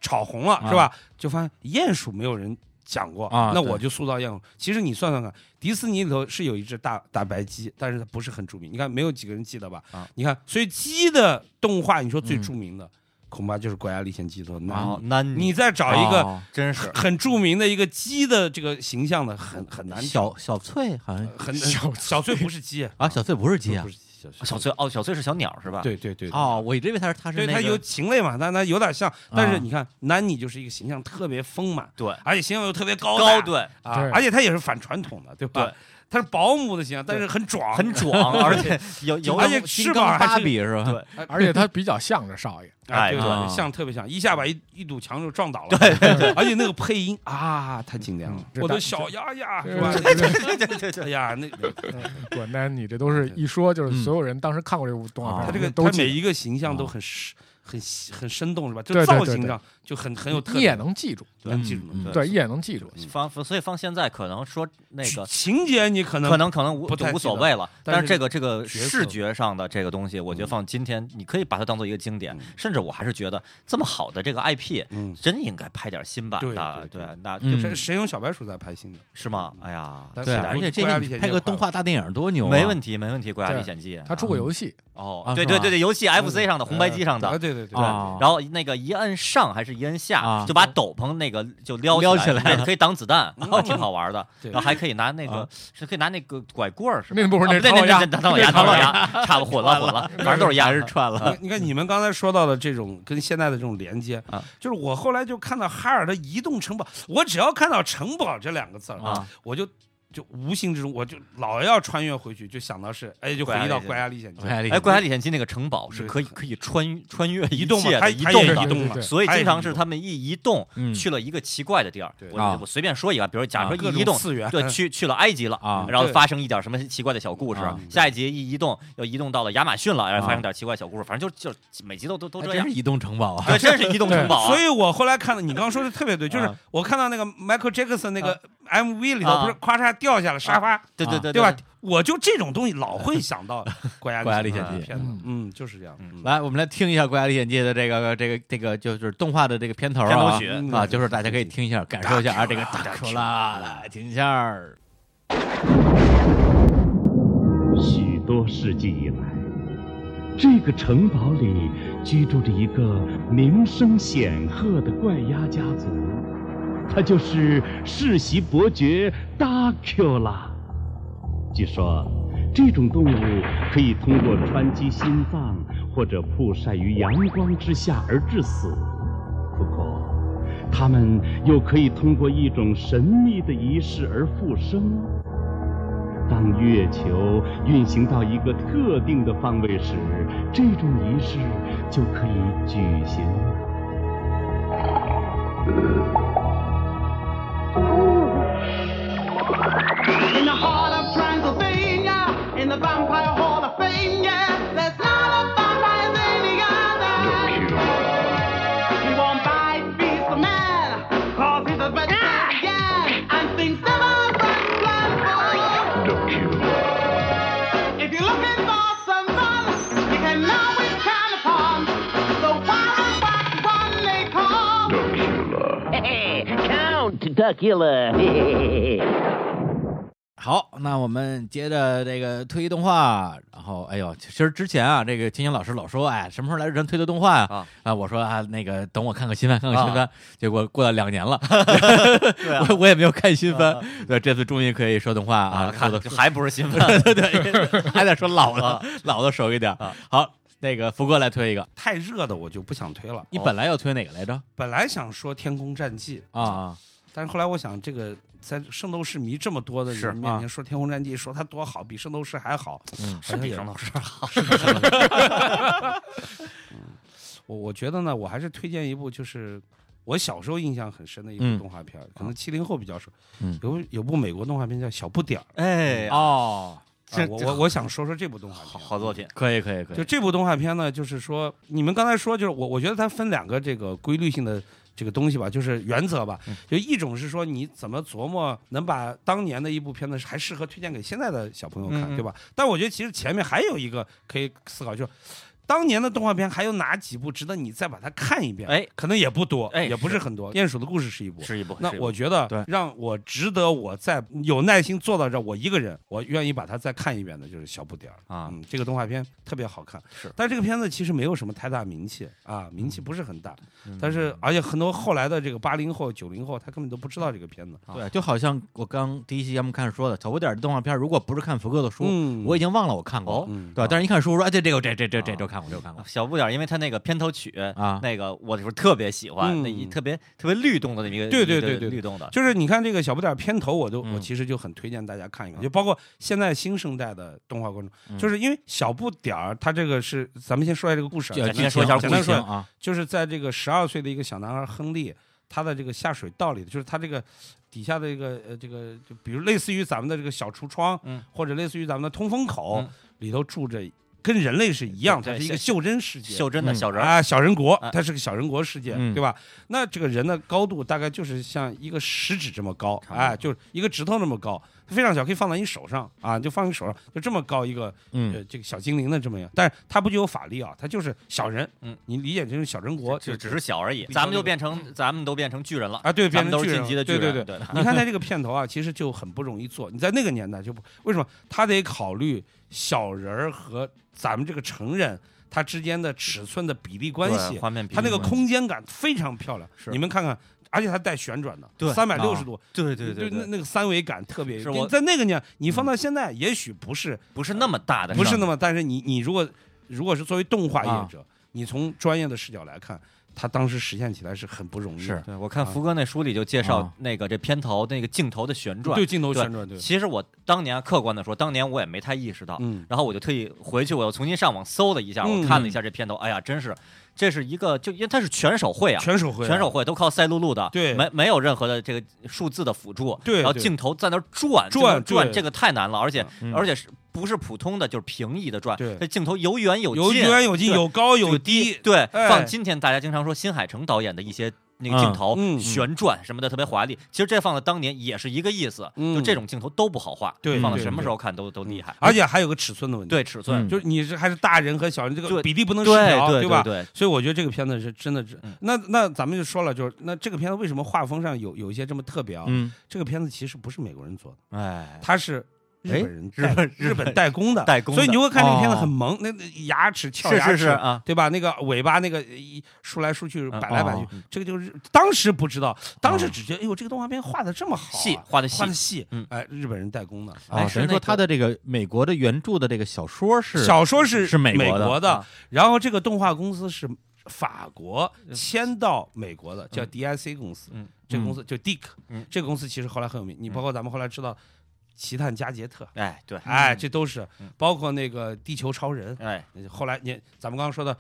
Speaker 4: 炒红了，
Speaker 1: 啊
Speaker 4: 是吧？就发现鼹鼠没有人。讲过
Speaker 1: 啊
Speaker 4: 那
Speaker 1: 对
Speaker 4: 我就塑造鼹鼠。其实你算算看，迪士尼里头是有一只大大白鸡，但是它不是很著名。你看，没有几个人记得吧？
Speaker 2: 啊
Speaker 4: 你看，所以鸡的动画，你说最
Speaker 1: 嗯啊
Speaker 4: 著名的，恐怕就是《国家历险记》头。
Speaker 2: 然后
Speaker 4: 那
Speaker 2: 南
Speaker 4: 啊你
Speaker 2: 尼
Speaker 4: 再找一个
Speaker 1: 哦
Speaker 2: 真是
Speaker 4: 很著名的一个鸡的这个形象的，很很难找。
Speaker 1: 小小翠好像
Speaker 4: 很
Speaker 3: 小
Speaker 4: 小翠不是鸡
Speaker 1: 啊，小翠不是鸡啊
Speaker 4: 不，是鸡小
Speaker 2: 小翠哦，小翠是小鸟是吧？，
Speaker 4: 对对对，
Speaker 1: 哦，我一直以为他是他
Speaker 4: 对
Speaker 1: 是那
Speaker 4: 它有
Speaker 1: 个
Speaker 4: 禽类嘛，但它有点像。但
Speaker 1: 啊
Speaker 4: 是你看，南妮就是一个形象特别丰满，
Speaker 2: 对
Speaker 4: 而且形象又特别高
Speaker 2: 高
Speaker 4: 大
Speaker 2: 对，
Speaker 4: 啊
Speaker 3: 对，
Speaker 4: 而且它也是反传统的，对吧？
Speaker 2: 对，
Speaker 4: 它是保姆的形象，但是很壮，
Speaker 2: 很壮，而 且有有
Speaker 4: 而且
Speaker 1: 金
Speaker 4: 翅
Speaker 1: 刚
Speaker 4: 膀还
Speaker 1: 芭
Speaker 4: 是
Speaker 1: 比是吧？
Speaker 2: 对
Speaker 3: 而且他比较向着少爷，
Speaker 4: 啊，
Speaker 2: 哎
Speaker 4: 哎对
Speaker 1: 啊
Speaker 4: 对，像特别像，一下把一一堵墙就撞倒了，对对对，而且那个配音啊，太经典了
Speaker 3: 嗯，这
Speaker 4: 我的
Speaker 3: 大
Speaker 4: 小丫丫是吧？
Speaker 3: 对 对
Speaker 2: 对对对对
Speaker 4: 哎呀，那
Speaker 3: 啊对，果丹，你这都是一说就是所有人当时看过这部动
Speaker 1: 嗯
Speaker 3: 画片，
Speaker 4: 他这个
Speaker 3: 都
Speaker 4: 他
Speaker 3: 记
Speaker 4: 每
Speaker 3: 得
Speaker 4: 一个形象都很是很很生动是吧？就
Speaker 3: 对对
Speaker 4: 造
Speaker 3: 对
Speaker 4: 型
Speaker 3: 对
Speaker 4: 上就很很有特
Speaker 3: 你也
Speaker 4: 点，
Speaker 3: 能记住，
Speaker 4: 能记住
Speaker 1: 嗯
Speaker 2: 呃
Speaker 4: 能记住。
Speaker 3: 对，一眼能记住。
Speaker 2: 放所以放现在可能说那个
Speaker 4: 情节你可能
Speaker 2: 可能可能无
Speaker 4: 不
Speaker 2: 就
Speaker 4: 太
Speaker 2: 无
Speaker 4: 记
Speaker 2: 所
Speaker 4: 得
Speaker 2: 谓了，
Speaker 4: 但
Speaker 2: 但是
Speaker 4: 是
Speaker 2: 这个这个
Speaker 4: 角色
Speaker 2: 视觉上的这个东西，我觉得放今天你可以把它当做一个经典
Speaker 4: 嗯，
Speaker 2: 甚至我还是觉得这么好的这个 IP，
Speaker 4: 嗯，
Speaker 2: 真应该拍点新版
Speaker 4: 对
Speaker 2: 的，
Speaker 4: 对
Speaker 2: 对
Speaker 4: 对，
Speaker 2: 那
Speaker 1: 嗯
Speaker 4: 谁谁用小白鼠在拍新的？嗯
Speaker 2: 是吗？哎呀，
Speaker 4: 但
Speaker 1: 对，
Speaker 4: 是
Speaker 1: 而
Speaker 4: 我
Speaker 1: 且这
Speaker 4: 国家
Speaker 1: 个
Speaker 4: 历险
Speaker 1: 拍
Speaker 4: 记
Speaker 1: 个
Speaker 4: 快
Speaker 1: 动
Speaker 4: 了
Speaker 1: 画大电影多牛啊！
Speaker 2: 没问题，没问题，《国家
Speaker 3: 对
Speaker 2: 历险记》
Speaker 3: 他出过游戏，
Speaker 2: 啊哦
Speaker 1: 啊，
Speaker 2: 对
Speaker 1: 是
Speaker 2: 对
Speaker 1: 吧
Speaker 2: 对对，游戏 FC 上的红白机上
Speaker 4: 啊，
Speaker 2: 的。
Speaker 4: 对对对
Speaker 2: 对，
Speaker 1: 啊
Speaker 2: 然后那个一摁上还是一摁
Speaker 1: 啊
Speaker 2: 下，就把斗篷那个就撩
Speaker 1: 撩
Speaker 2: 起
Speaker 1: 起来
Speaker 2: 来，可以挡子弹，
Speaker 4: 嗯
Speaker 2: 啊，挺好玩的。
Speaker 4: 对
Speaker 2: 然后还可以拿那个
Speaker 1: 啊
Speaker 2: 是可以拿那个拐棍儿，是吧？
Speaker 3: 那不是
Speaker 2: 啊
Speaker 3: 那
Speaker 2: 对
Speaker 3: 唐老
Speaker 2: 那
Speaker 3: 鸭
Speaker 2: 那，那唐老鸭，唐老鸭，差不多混了混了，反正都是鸭
Speaker 1: 还是串了
Speaker 4: 你你看你们刚才说到的这种跟现在的这种连接
Speaker 2: 啊，
Speaker 4: 就是我后来就看到哈尔的移动城堡，我只要看到城堡这两个字儿
Speaker 1: 啊，
Speaker 4: 我就就无形之中我就老要穿越回去，就想到是哎，就回忆到《
Speaker 2: 怪
Speaker 4: 怪侠历险记》
Speaker 1: 怪。侠历
Speaker 2: 哎，《
Speaker 1: 险
Speaker 2: 怪侠历险记》那个城堡是
Speaker 4: 对
Speaker 2: 可以可以穿穿越
Speaker 4: 移
Speaker 2: 一
Speaker 4: 动嘛
Speaker 2: 切，
Speaker 4: 它
Speaker 2: 的，移
Speaker 4: 它
Speaker 2: 动
Speaker 4: 也
Speaker 3: 对
Speaker 4: 移
Speaker 2: 的。
Speaker 4: 动嘛，
Speaker 3: 对
Speaker 2: 所以
Speaker 4: 它也
Speaker 2: 经常
Speaker 4: 移
Speaker 2: 是
Speaker 4: 动
Speaker 2: 他们一移动
Speaker 1: 嗯
Speaker 2: 去了一个奇怪的地儿
Speaker 4: 对，啊
Speaker 1: 啊
Speaker 2: 我我随便说一个，比如假如说
Speaker 4: 各种
Speaker 2: 一移动
Speaker 4: 次元，嗯
Speaker 2: 对，去去了埃及了
Speaker 1: 啊
Speaker 2: 然后
Speaker 4: 对
Speaker 2: 发生一点什么奇怪的小故事
Speaker 1: 啊。
Speaker 2: 下一集一移动又移动到了亚马逊了，然后发
Speaker 1: 啊
Speaker 2: 生点奇怪小故事，反正就就每集都都都
Speaker 1: 还
Speaker 2: 这
Speaker 1: 真
Speaker 2: 样
Speaker 1: 是。移动城堡啊！
Speaker 2: 对，真是移动城堡啊。
Speaker 4: 所以我后来看到你刚刚说的特别对，就是
Speaker 1: 啊
Speaker 4: 我看到那个 Michael Jackson 那个 MV 里头，不是
Speaker 2: 啊
Speaker 4: 咔嚓掉下了沙发，
Speaker 2: 对对对
Speaker 4: 对吧？？我就这种东西老会 想到《国家
Speaker 1: 国家
Speaker 4: 历
Speaker 1: 历
Speaker 4: 记
Speaker 1: 险》记
Speaker 4: 片子
Speaker 3: 嗯，
Speaker 4: 嗯，就是这样。
Speaker 2: 嗯
Speaker 4: 嗯
Speaker 1: 来，我们来听一下《国家历险记》的这个这个这个就是动画的这个片头啊
Speaker 2: 片头曲
Speaker 4: 嗯
Speaker 1: 啊，就是大家可以听一下，感受一下啊，这个大克拉，来听一下。
Speaker 6: 许多世纪以来，这个城堡里居住着一个名声显赫的怪鸭家族，他就是世袭伯爵达 Q 拉。据说，这种动物可以通过穿击心脏或者曝晒于阳光之下而致死。不过，它们又可以通过一种神秘的仪式而复生。当月球运行到一个特定的方位时，这种仪式就可以举行了。
Speaker 7: In the heart of Transylvania, in the Vampire Hall of Fame, yeah. There's not a vampire as any other. He won't bite, beats the man, cause he's a vegetarian, and thinks never runs blood If you're looking for some fun, you can always count upon the wild wild one they call.
Speaker 8: Count Duckula.
Speaker 1: 好，那我们接着这个推动画，然后哎呦，其实之前啊，这个青青老师老说，哎，什么时候来人推的动画呀、啊
Speaker 2: 啊？
Speaker 1: 我说啊，那个等我看看新番，看看新番。
Speaker 2: 啊
Speaker 1: 结果过了两年了，
Speaker 2: 对啊
Speaker 1: 我我也没有看新番
Speaker 2: 啊。
Speaker 1: 对，这次终于可以说动画啊，
Speaker 2: 看
Speaker 1: 的
Speaker 2: 就还不是新闻，对 对，
Speaker 1: 还得说老了
Speaker 2: 啊，
Speaker 1: 老的熟一点。
Speaker 2: 啊
Speaker 1: 好，那个福哥来推一个，
Speaker 4: 太热的我就不想推了。
Speaker 1: 你
Speaker 2: 哦
Speaker 1: 本来要推哪个来着？
Speaker 4: 本来想说《天空战记》
Speaker 1: 啊，啊，
Speaker 4: 但是后来我想，这个在圣斗士迷这么多的
Speaker 2: 是啊
Speaker 4: 人面前说《天空战记》，说它多好，比圣斗士还好，
Speaker 1: 嗯
Speaker 4: 好像也
Speaker 2: 老师
Speaker 4: 我我觉得呢，我还是推荐一部就是我小时候印象很深的一部
Speaker 1: 嗯
Speaker 4: 动画片儿，可能七零后比较熟，
Speaker 1: 嗯
Speaker 4: 有有部美国动画片叫《小不点儿》
Speaker 2: 哎，啊
Speaker 1: 哦，
Speaker 4: 啊
Speaker 2: 这
Speaker 4: 我
Speaker 2: 这
Speaker 4: 我我想说说这部动画
Speaker 2: 好
Speaker 4: 片。
Speaker 2: 好作品，
Speaker 1: 可以可以可
Speaker 4: 就
Speaker 1: 以，
Speaker 4: 这部动画片呢，就是说你们刚才说，就是我我觉得它分两个这个规律性的这个东西吧，就是原则吧。
Speaker 2: 嗯
Speaker 4: 就一种是说你怎么琢磨能把当年的一部片子还适合推荐给现在的小朋友看，
Speaker 2: 嗯嗯
Speaker 4: 对吧？但我觉得其实前面还有一个可以思考，就是当年的动画片还有哪几部值得你再把它看一遍？
Speaker 2: 哎，
Speaker 4: 可能也不多，
Speaker 2: 哎
Speaker 4: 也不是很多。鼹鼠的故事是一部。
Speaker 2: 是一部，
Speaker 4: 那
Speaker 2: 是一部
Speaker 4: 我觉得
Speaker 1: 对，
Speaker 4: 让我值得我再有耐心坐到这儿，我一个人，我愿意把它再看一遍的，就是小不点儿。
Speaker 2: 啊，
Speaker 4: 嗯，这个动画片特别好看，
Speaker 2: 是
Speaker 4: 但这个片子其实没有什么太大名气啊，名气不是很大，
Speaker 2: 嗯
Speaker 4: 但是而且很多后来的这个八零后、九零后，他根本都不知道这个片子。
Speaker 2: 啊
Speaker 1: 对，就好像我刚第一期节目看说的，小不点儿的动画片，如果不是看福哥的书，
Speaker 4: 嗯
Speaker 1: 我已经忘了我看过。
Speaker 2: 哦
Speaker 4: 嗯，
Speaker 1: 对，但是一看书说，哎，这这个这这这这
Speaker 2: 啊
Speaker 1: 周看过，这周看过
Speaker 2: 小不点儿，因为他那个片头曲
Speaker 1: 啊
Speaker 2: 那个我就是特别喜欢，那一
Speaker 4: 嗯
Speaker 2: 特别特别律动的那么一个，
Speaker 4: 对
Speaker 2: 一
Speaker 4: 对
Speaker 2: 个
Speaker 4: 对对
Speaker 2: 律动的，
Speaker 4: 就是你看这个小不点儿片头，我都
Speaker 1: 嗯
Speaker 4: 我其实就很推荐大家看一看，
Speaker 2: 嗯
Speaker 4: 就包括现在新生代的动画观众，就是因为小不点儿，他这个是咱们先说一下这个故事啊，
Speaker 1: 就
Speaker 2: 简单
Speaker 1: 剧
Speaker 2: 说一下
Speaker 1: 情
Speaker 2: 故
Speaker 1: 简
Speaker 2: 事
Speaker 1: 单
Speaker 4: 说
Speaker 1: 啊，
Speaker 4: 就是在这个十二岁的一个小男孩亨利，他的这个下水道里，就是他这个底下的一个呃这个，就比如类似于咱们的这个小橱窗，
Speaker 2: 嗯
Speaker 4: 或者类似于咱们的通风口、
Speaker 2: 嗯
Speaker 4: 里头住着，跟人类是一样，
Speaker 2: 对
Speaker 4: 它是一
Speaker 2: 对
Speaker 4: 个袖珍世界，
Speaker 2: 袖珍的
Speaker 1: 嗯
Speaker 2: 小人儿，
Speaker 4: 啊小人国
Speaker 2: 啊，
Speaker 4: 它是个小人国世界，
Speaker 1: 嗯
Speaker 4: 对吧？那这个人的高度大概就是像一个食指这么高，
Speaker 2: 差不多
Speaker 4: 哎，就是一个指头那么高，非常小，可以放在你手上啊，就放你手上，就这么高一个
Speaker 1: 嗯，
Speaker 4: 呃，这个小精灵的这么样，但是它不具有法力啊，它就是小人，
Speaker 2: 嗯，
Speaker 4: 你理解成小人国，
Speaker 2: 就
Speaker 4: 就
Speaker 2: 只是小而已，
Speaker 4: 比
Speaker 2: 咱
Speaker 4: 较
Speaker 2: 们
Speaker 4: 那
Speaker 2: 就
Speaker 4: 个
Speaker 2: 变成咱们都变成巨人了，
Speaker 4: 啊，对，
Speaker 2: 咱
Speaker 4: 变
Speaker 2: 们
Speaker 4: 成
Speaker 2: 都
Speaker 4: 巨
Speaker 2: 是
Speaker 4: 人
Speaker 2: 晋
Speaker 4: 了
Speaker 2: 级的巨
Speaker 4: 对
Speaker 2: 人，
Speaker 4: 对对。
Speaker 2: 对
Speaker 4: 你看他这个片头啊，其实就很不容易做。你在那个年代就不为什么他得考虑小人儿和咱们这个成人他之间的尺寸的比例关系
Speaker 2: 对，画面比
Speaker 4: 他那个
Speaker 2: 例嘛
Speaker 4: 空间感非常漂亮。你们看看，而且它带旋转的，
Speaker 2: 对
Speaker 4: 三百六十度，
Speaker 2: 对对对
Speaker 4: 就那
Speaker 2: 对，
Speaker 4: 那个三维感特别
Speaker 2: 是
Speaker 4: 有。
Speaker 2: 我嗯
Speaker 4: 在那个年，你放到现在，也许不是
Speaker 2: 不是那么大的，
Speaker 4: 不是那
Speaker 2: 么
Speaker 4: 么，但是你你如果如果是作为动画
Speaker 1: 啊
Speaker 4: 业者，你从专业的视角来看，他当时实现起来是很不容易的，
Speaker 2: 对我看
Speaker 4: 啊
Speaker 2: 福哥那书里就介绍
Speaker 1: 啊
Speaker 2: 那个这片头那个镜头的旋转，
Speaker 4: 对镜头旋转，对，
Speaker 2: 其实我当年啊客观的说，当年我也没太意识到，
Speaker 4: 嗯，
Speaker 2: 然后我就特意回去，我又重新上网搜了一下，
Speaker 4: 嗯
Speaker 2: 我看了一下这片头，哎呀，真是，这是一个就因为它是全手绘啊，
Speaker 4: 全手绘啊，
Speaker 2: 全手绘都靠赛璐璐的，
Speaker 4: 对
Speaker 2: 没没有任何的这个数字的辅助，
Speaker 4: 对
Speaker 2: 然后
Speaker 4: 对
Speaker 2: 镜头在那儿转
Speaker 4: 转
Speaker 2: 转转，
Speaker 4: 对
Speaker 2: 这个太难了，而且
Speaker 1: 嗯
Speaker 2: 而且是不是普通的就是平移的转，
Speaker 4: 对
Speaker 2: 这镜头有远有
Speaker 4: 有
Speaker 2: 近，
Speaker 4: 远有近，
Speaker 2: 对
Speaker 4: 有高
Speaker 2: 有
Speaker 4: 有低，
Speaker 2: 对，
Speaker 4: 哎
Speaker 2: 放今天大家经常说新海诚导演的一些那个镜头、
Speaker 4: 嗯嗯
Speaker 2: 旋转什么的特别华丽，其实这放在当年也是一个意思，
Speaker 4: 嗯
Speaker 2: 就这种镜头都不好画，
Speaker 4: 对
Speaker 2: 放到
Speaker 4: 对
Speaker 2: 什么
Speaker 4: 对嗯
Speaker 2: 时候看都都厉害，
Speaker 4: 而且还有个尺寸的问题，
Speaker 2: 对尺寸，
Speaker 1: 嗯
Speaker 4: 就是你是还是大人和小人这个
Speaker 2: 对
Speaker 4: 比例不能失
Speaker 2: 对
Speaker 4: 调，
Speaker 2: 对
Speaker 4: 吧？
Speaker 2: 对，
Speaker 4: 所以我觉得这个片子是真的是
Speaker 2: 嗯，
Speaker 4: 那那咱们就说了，就是那这个片子为什么画风上有有一些这么特别啊？
Speaker 1: 嗯，
Speaker 4: 这个片子其实不是美国人做的，
Speaker 2: 哎，
Speaker 4: 它是日
Speaker 2: 哎
Speaker 4: 本人
Speaker 2: 日
Speaker 4: 代
Speaker 2: 本
Speaker 4: 日
Speaker 2: 日本
Speaker 4: 本代工的，
Speaker 2: 代工的
Speaker 4: 所以你会看这个片子
Speaker 1: 哦
Speaker 4: 很萌，那那牙齿翘
Speaker 2: 是
Speaker 4: 牙
Speaker 2: 是是
Speaker 4: 齿。
Speaker 2: 啊，
Speaker 4: 对吧？那个尾巴那个一梳来梳去，
Speaker 2: 嗯
Speaker 4: 摆来摆去
Speaker 1: 哦，
Speaker 4: 这个就是当时不知道，当时只觉得哎呦，这个动画片画的这么好啊，
Speaker 2: 细画的细
Speaker 4: 画的细
Speaker 2: 嗯，
Speaker 4: 哎，日本人代工的。
Speaker 1: 啊，
Speaker 2: 哎
Speaker 1: 等于
Speaker 2: 是
Speaker 1: 说
Speaker 2: 那
Speaker 1: 他的
Speaker 2: 个
Speaker 1: 这个美国的原著的这个小说是
Speaker 4: 小说是
Speaker 1: 是美
Speaker 4: 美
Speaker 1: 国的
Speaker 4: 的
Speaker 2: 啊，
Speaker 4: 然后这个动画公司是法国迁到美国的，叫 DIC 公司
Speaker 2: 嗯，
Speaker 4: 这个公司就 Dick，
Speaker 2: 嗯
Speaker 4: 这个公司其实后来很有名，你包括咱们后来知道奇探加杰特，
Speaker 2: 哎，对，
Speaker 4: 哎，这都是
Speaker 2: 嗯
Speaker 4: 包括那个地球超人，
Speaker 2: 哎，
Speaker 4: 后来你咱们刚刚说的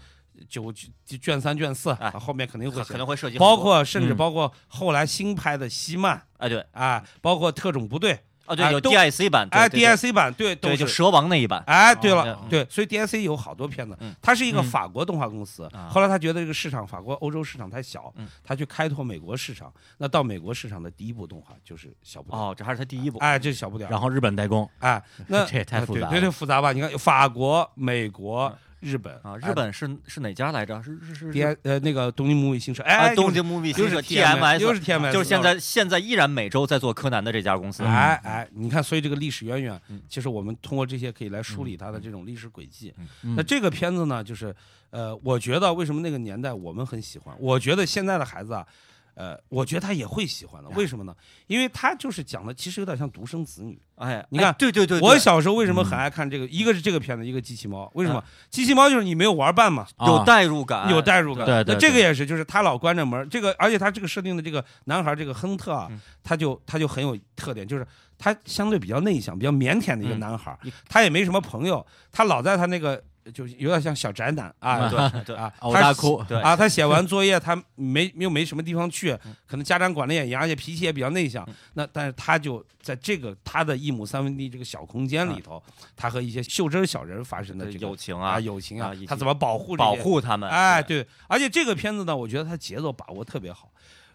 Speaker 4: 九卷三卷四，
Speaker 2: 哎
Speaker 4: 啊后面肯定会
Speaker 2: 可
Speaker 4: 写
Speaker 2: 可能会涉及很
Speaker 4: 包
Speaker 2: 多
Speaker 4: 括甚至
Speaker 1: 嗯
Speaker 4: 包括后来新拍的西曼
Speaker 2: 哎对
Speaker 4: 啊，包括特种部队，
Speaker 2: 哦对
Speaker 4: 哎
Speaker 2: 有
Speaker 4: 都
Speaker 2: DIC 版对
Speaker 4: 哎
Speaker 2: 对对
Speaker 4: ，DIC 版对都。
Speaker 2: 对就是蛇王那一版
Speaker 4: 哎，对
Speaker 2: 哦
Speaker 4: 了，
Speaker 2: 嗯
Speaker 4: 对，所以 DIC 有好多片子
Speaker 2: 嗯，
Speaker 4: 它是一个
Speaker 1: 嗯
Speaker 4: 法国动画公司
Speaker 2: 啊。
Speaker 4: 后来他觉得这个市场，法国、欧洲市场太小
Speaker 2: 嗯，
Speaker 4: 他去开拓美国市场。那到美国市场的第一部动画就是小不点儿，
Speaker 2: 哦，这还是他第一部，
Speaker 4: 哎，这是小不点儿。
Speaker 1: 然后日本代工，
Speaker 4: 哎，那
Speaker 1: 这也太复杂
Speaker 4: 对对对，
Speaker 1: 了
Speaker 4: 复杂吧？你看，法国、美国
Speaker 2: 嗯、
Speaker 4: 日本哎
Speaker 2: 啊，日本是是哪家来着？是是是
Speaker 4: D
Speaker 2: 是
Speaker 4: I 呃那个东京母语新社，
Speaker 2: 啊
Speaker 4: 哎，
Speaker 2: 东京 movie
Speaker 4: 又是
Speaker 2: TMS，
Speaker 4: 又是 TMS，
Speaker 2: 就是现在现在依然每周在做柯南的这家公司。
Speaker 4: 哎哎，你看，所以这个历史渊源
Speaker 2: 嗯，
Speaker 4: 其实我们通过这些可以来梳理它的这种历史轨迹
Speaker 2: 嗯。
Speaker 1: 嗯
Speaker 4: 那这个片子呢，就是呃，我觉得为什么那个年代我们很喜欢？我觉得现在的孩子啊，呃，我觉得他也会喜欢的。为什么呢？因为他就是讲的，其实有点像独生子女。
Speaker 2: 哎，
Speaker 4: 你看
Speaker 2: 哎对对对，对嗯
Speaker 4: 我小时候为什么很爱看这个？一个是这个片子，一个机器猫。为
Speaker 2: 啊
Speaker 4: 什么？机器猫就是你没有玩伴嘛，
Speaker 2: 有
Speaker 1: 啊
Speaker 2: 代入感，
Speaker 4: 有代入感。
Speaker 1: 对对
Speaker 4: 那这个也是，就是他老关着门儿，这个而且他这个设定的这个男孩儿这个亨特啊
Speaker 2: 嗯，
Speaker 4: 他就他就很有特点，就是他相对比较内向、比较腼腆的一个
Speaker 2: 嗯
Speaker 4: 男孩儿
Speaker 2: 你，
Speaker 4: 他也没什么朋友，他老在他那个就是有点像小宅男啊，对
Speaker 2: 对对
Speaker 4: 啊，
Speaker 1: 我
Speaker 4: 他
Speaker 1: 大哭，
Speaker 2: 嗯对
Speaker 4: 啊，他 写完作业，他没又没什么地方去，可能家长管的也严，而且脾气也比较内向
Speaker 2: 嗯。
Speaker 4: 那但是他就在这个他的一亩三分地这个小空间里头，他和一些袖珍小人发生的这
Speaker 2: 嗯对
Speaker 4: 个
Speaker 2: 友情
Speaker 4: 啊
Speaker 2: 啊，
Speaker 4: 友情啊
Speaker 2: 啊以及，
Speaker 4: 他怎么保护这些
Speaker 2: 保？护他们。
Speaker 4: 哎，，对，而且这个片子呢，我觉得他节奏把握特别好。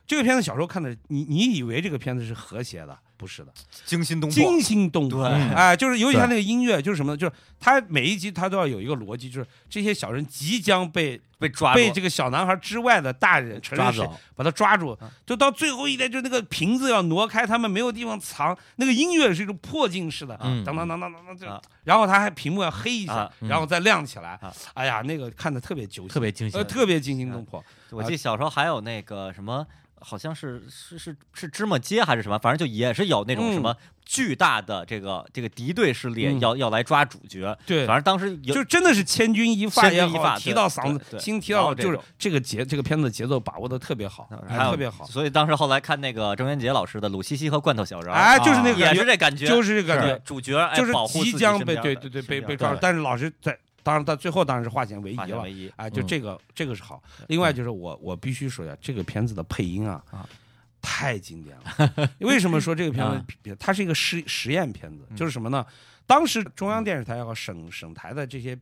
Speaker 4: 这个片子小时候看的，你你以为这个片子是和谐的，不是的，
Speaker 2: 惊心动魄，
Speaker 4: 惊心动魄。
Speaker 2: 对
Speaker 1: 嗯
Speaker 4: 哎，就是尤其他那个音乐，就是什么呢？就是他每一集他都要有一个逻辑，就是这些小人即将被
Speaker 2: 被抓
Speaker 4: 被
Speaker 2: 住
Speaker 4: 这个小男孩之外的大人成
Speaker 1: 抓
Speaker 4: 人是
Speaker 1: 走，
Speaker 4: 把他抓住
Speaker 2: 嗯，
Speaker 4: 就到最后一代，就那个瓶子要挪开，他们没有地方藏。那个音乐是一种破镜式的，
Speaker 1: 嗯
Speaker 4: 当当当当当当，就
Speaker 2: 啊
Speaker 4: 然后他还屏幕要黑一下
Speaker 2: 啊，
Speaker 1: 嗯
Speaker 4: 然后再亮起来
Speaker 2: 啊。
Speaker 4: 哎呀，那个看的特别揪心，
Speaker 1: 特别惊喜
Speaker 4: 呃，特别惊心动魄。
Speaker 2: 我记得小时候还有那个什么，好像是是是是芝麻街还是什么，反正就也是有那种
Speaker 4: 嗯
Speaker 2: 什么巨大的这个这个敌对势力
Speaker 4: 嗯
Speaker 2: 要要来抓主角，
Speaker 4: 对
Speaker 2: 反正当时有
Speaker 4: 就真的是千钧一发
Speaker 2: 千
Speaker 4: 也
Speaker 2: 钧一
Speaker 4: 好，
Speaker 2: 发
Speaker 4: 提
Speaker 2: 对
Speaker 4: 到嗓
Speaker 2: 对对
Speaker 4: 子，心提
Speaker 2: 然
Speaker 4: 到
Speaker 2: 后这
Speaker 4: 就是
Speaker 2: 种
Speaker 4: 这个节这个片子节奏把握的特别好，
Speaker 2: 还
Speaker 4: 哎
Speaker 2: 有
Speaker 4: 特别好。
Speaker 2: 所以当时后来看那个郑渊洁老师的《鲁西西和罐头小人》，
Speaker 4: 哎，就是那个
Speaker 2: 啊也
Speaker 4: 感
Speaker 2: 是
Speaker 4: 觉，
Speaker 2: 这感觉，
Speaker 4: 就是这个感觉
Speaker 2: 对，主角哎
Speaker 4: 就是
Speaker 2: 保护
Speaker 4: 即
Speaker 2: 自己
Speaker 4: 将
Speaker 2: 身
Speaker 4: 被
Speaker 2: 边
Speaker 4: 对
Speaker 2: 的
Speaker 4: 对对被
Speaker 2: 身
Speaker 4: 被
Speaker 2: 边
Speaker 4: 抓住
Speaker 2: 的，
Speaker 4: 但是老师在，当然到最后当然是化险为夷
Speaker 2: 发现
Speaker 4: 了
Speaker 2: 唯。一
Speaker 4: 哎，就
Speaker 1: 嗯
Speaker 4: 这个这个是好。另外就是我我必须说一下，这个片子的配音啊
Speaker 2: 啊
Speaker 4: 太经典了。 为什么说这个片
Speaker 1: 啊嗯
Speaker 4: 子它是一个实实验片子？就是什么呢？当时中央电视台也好，省省台的这些。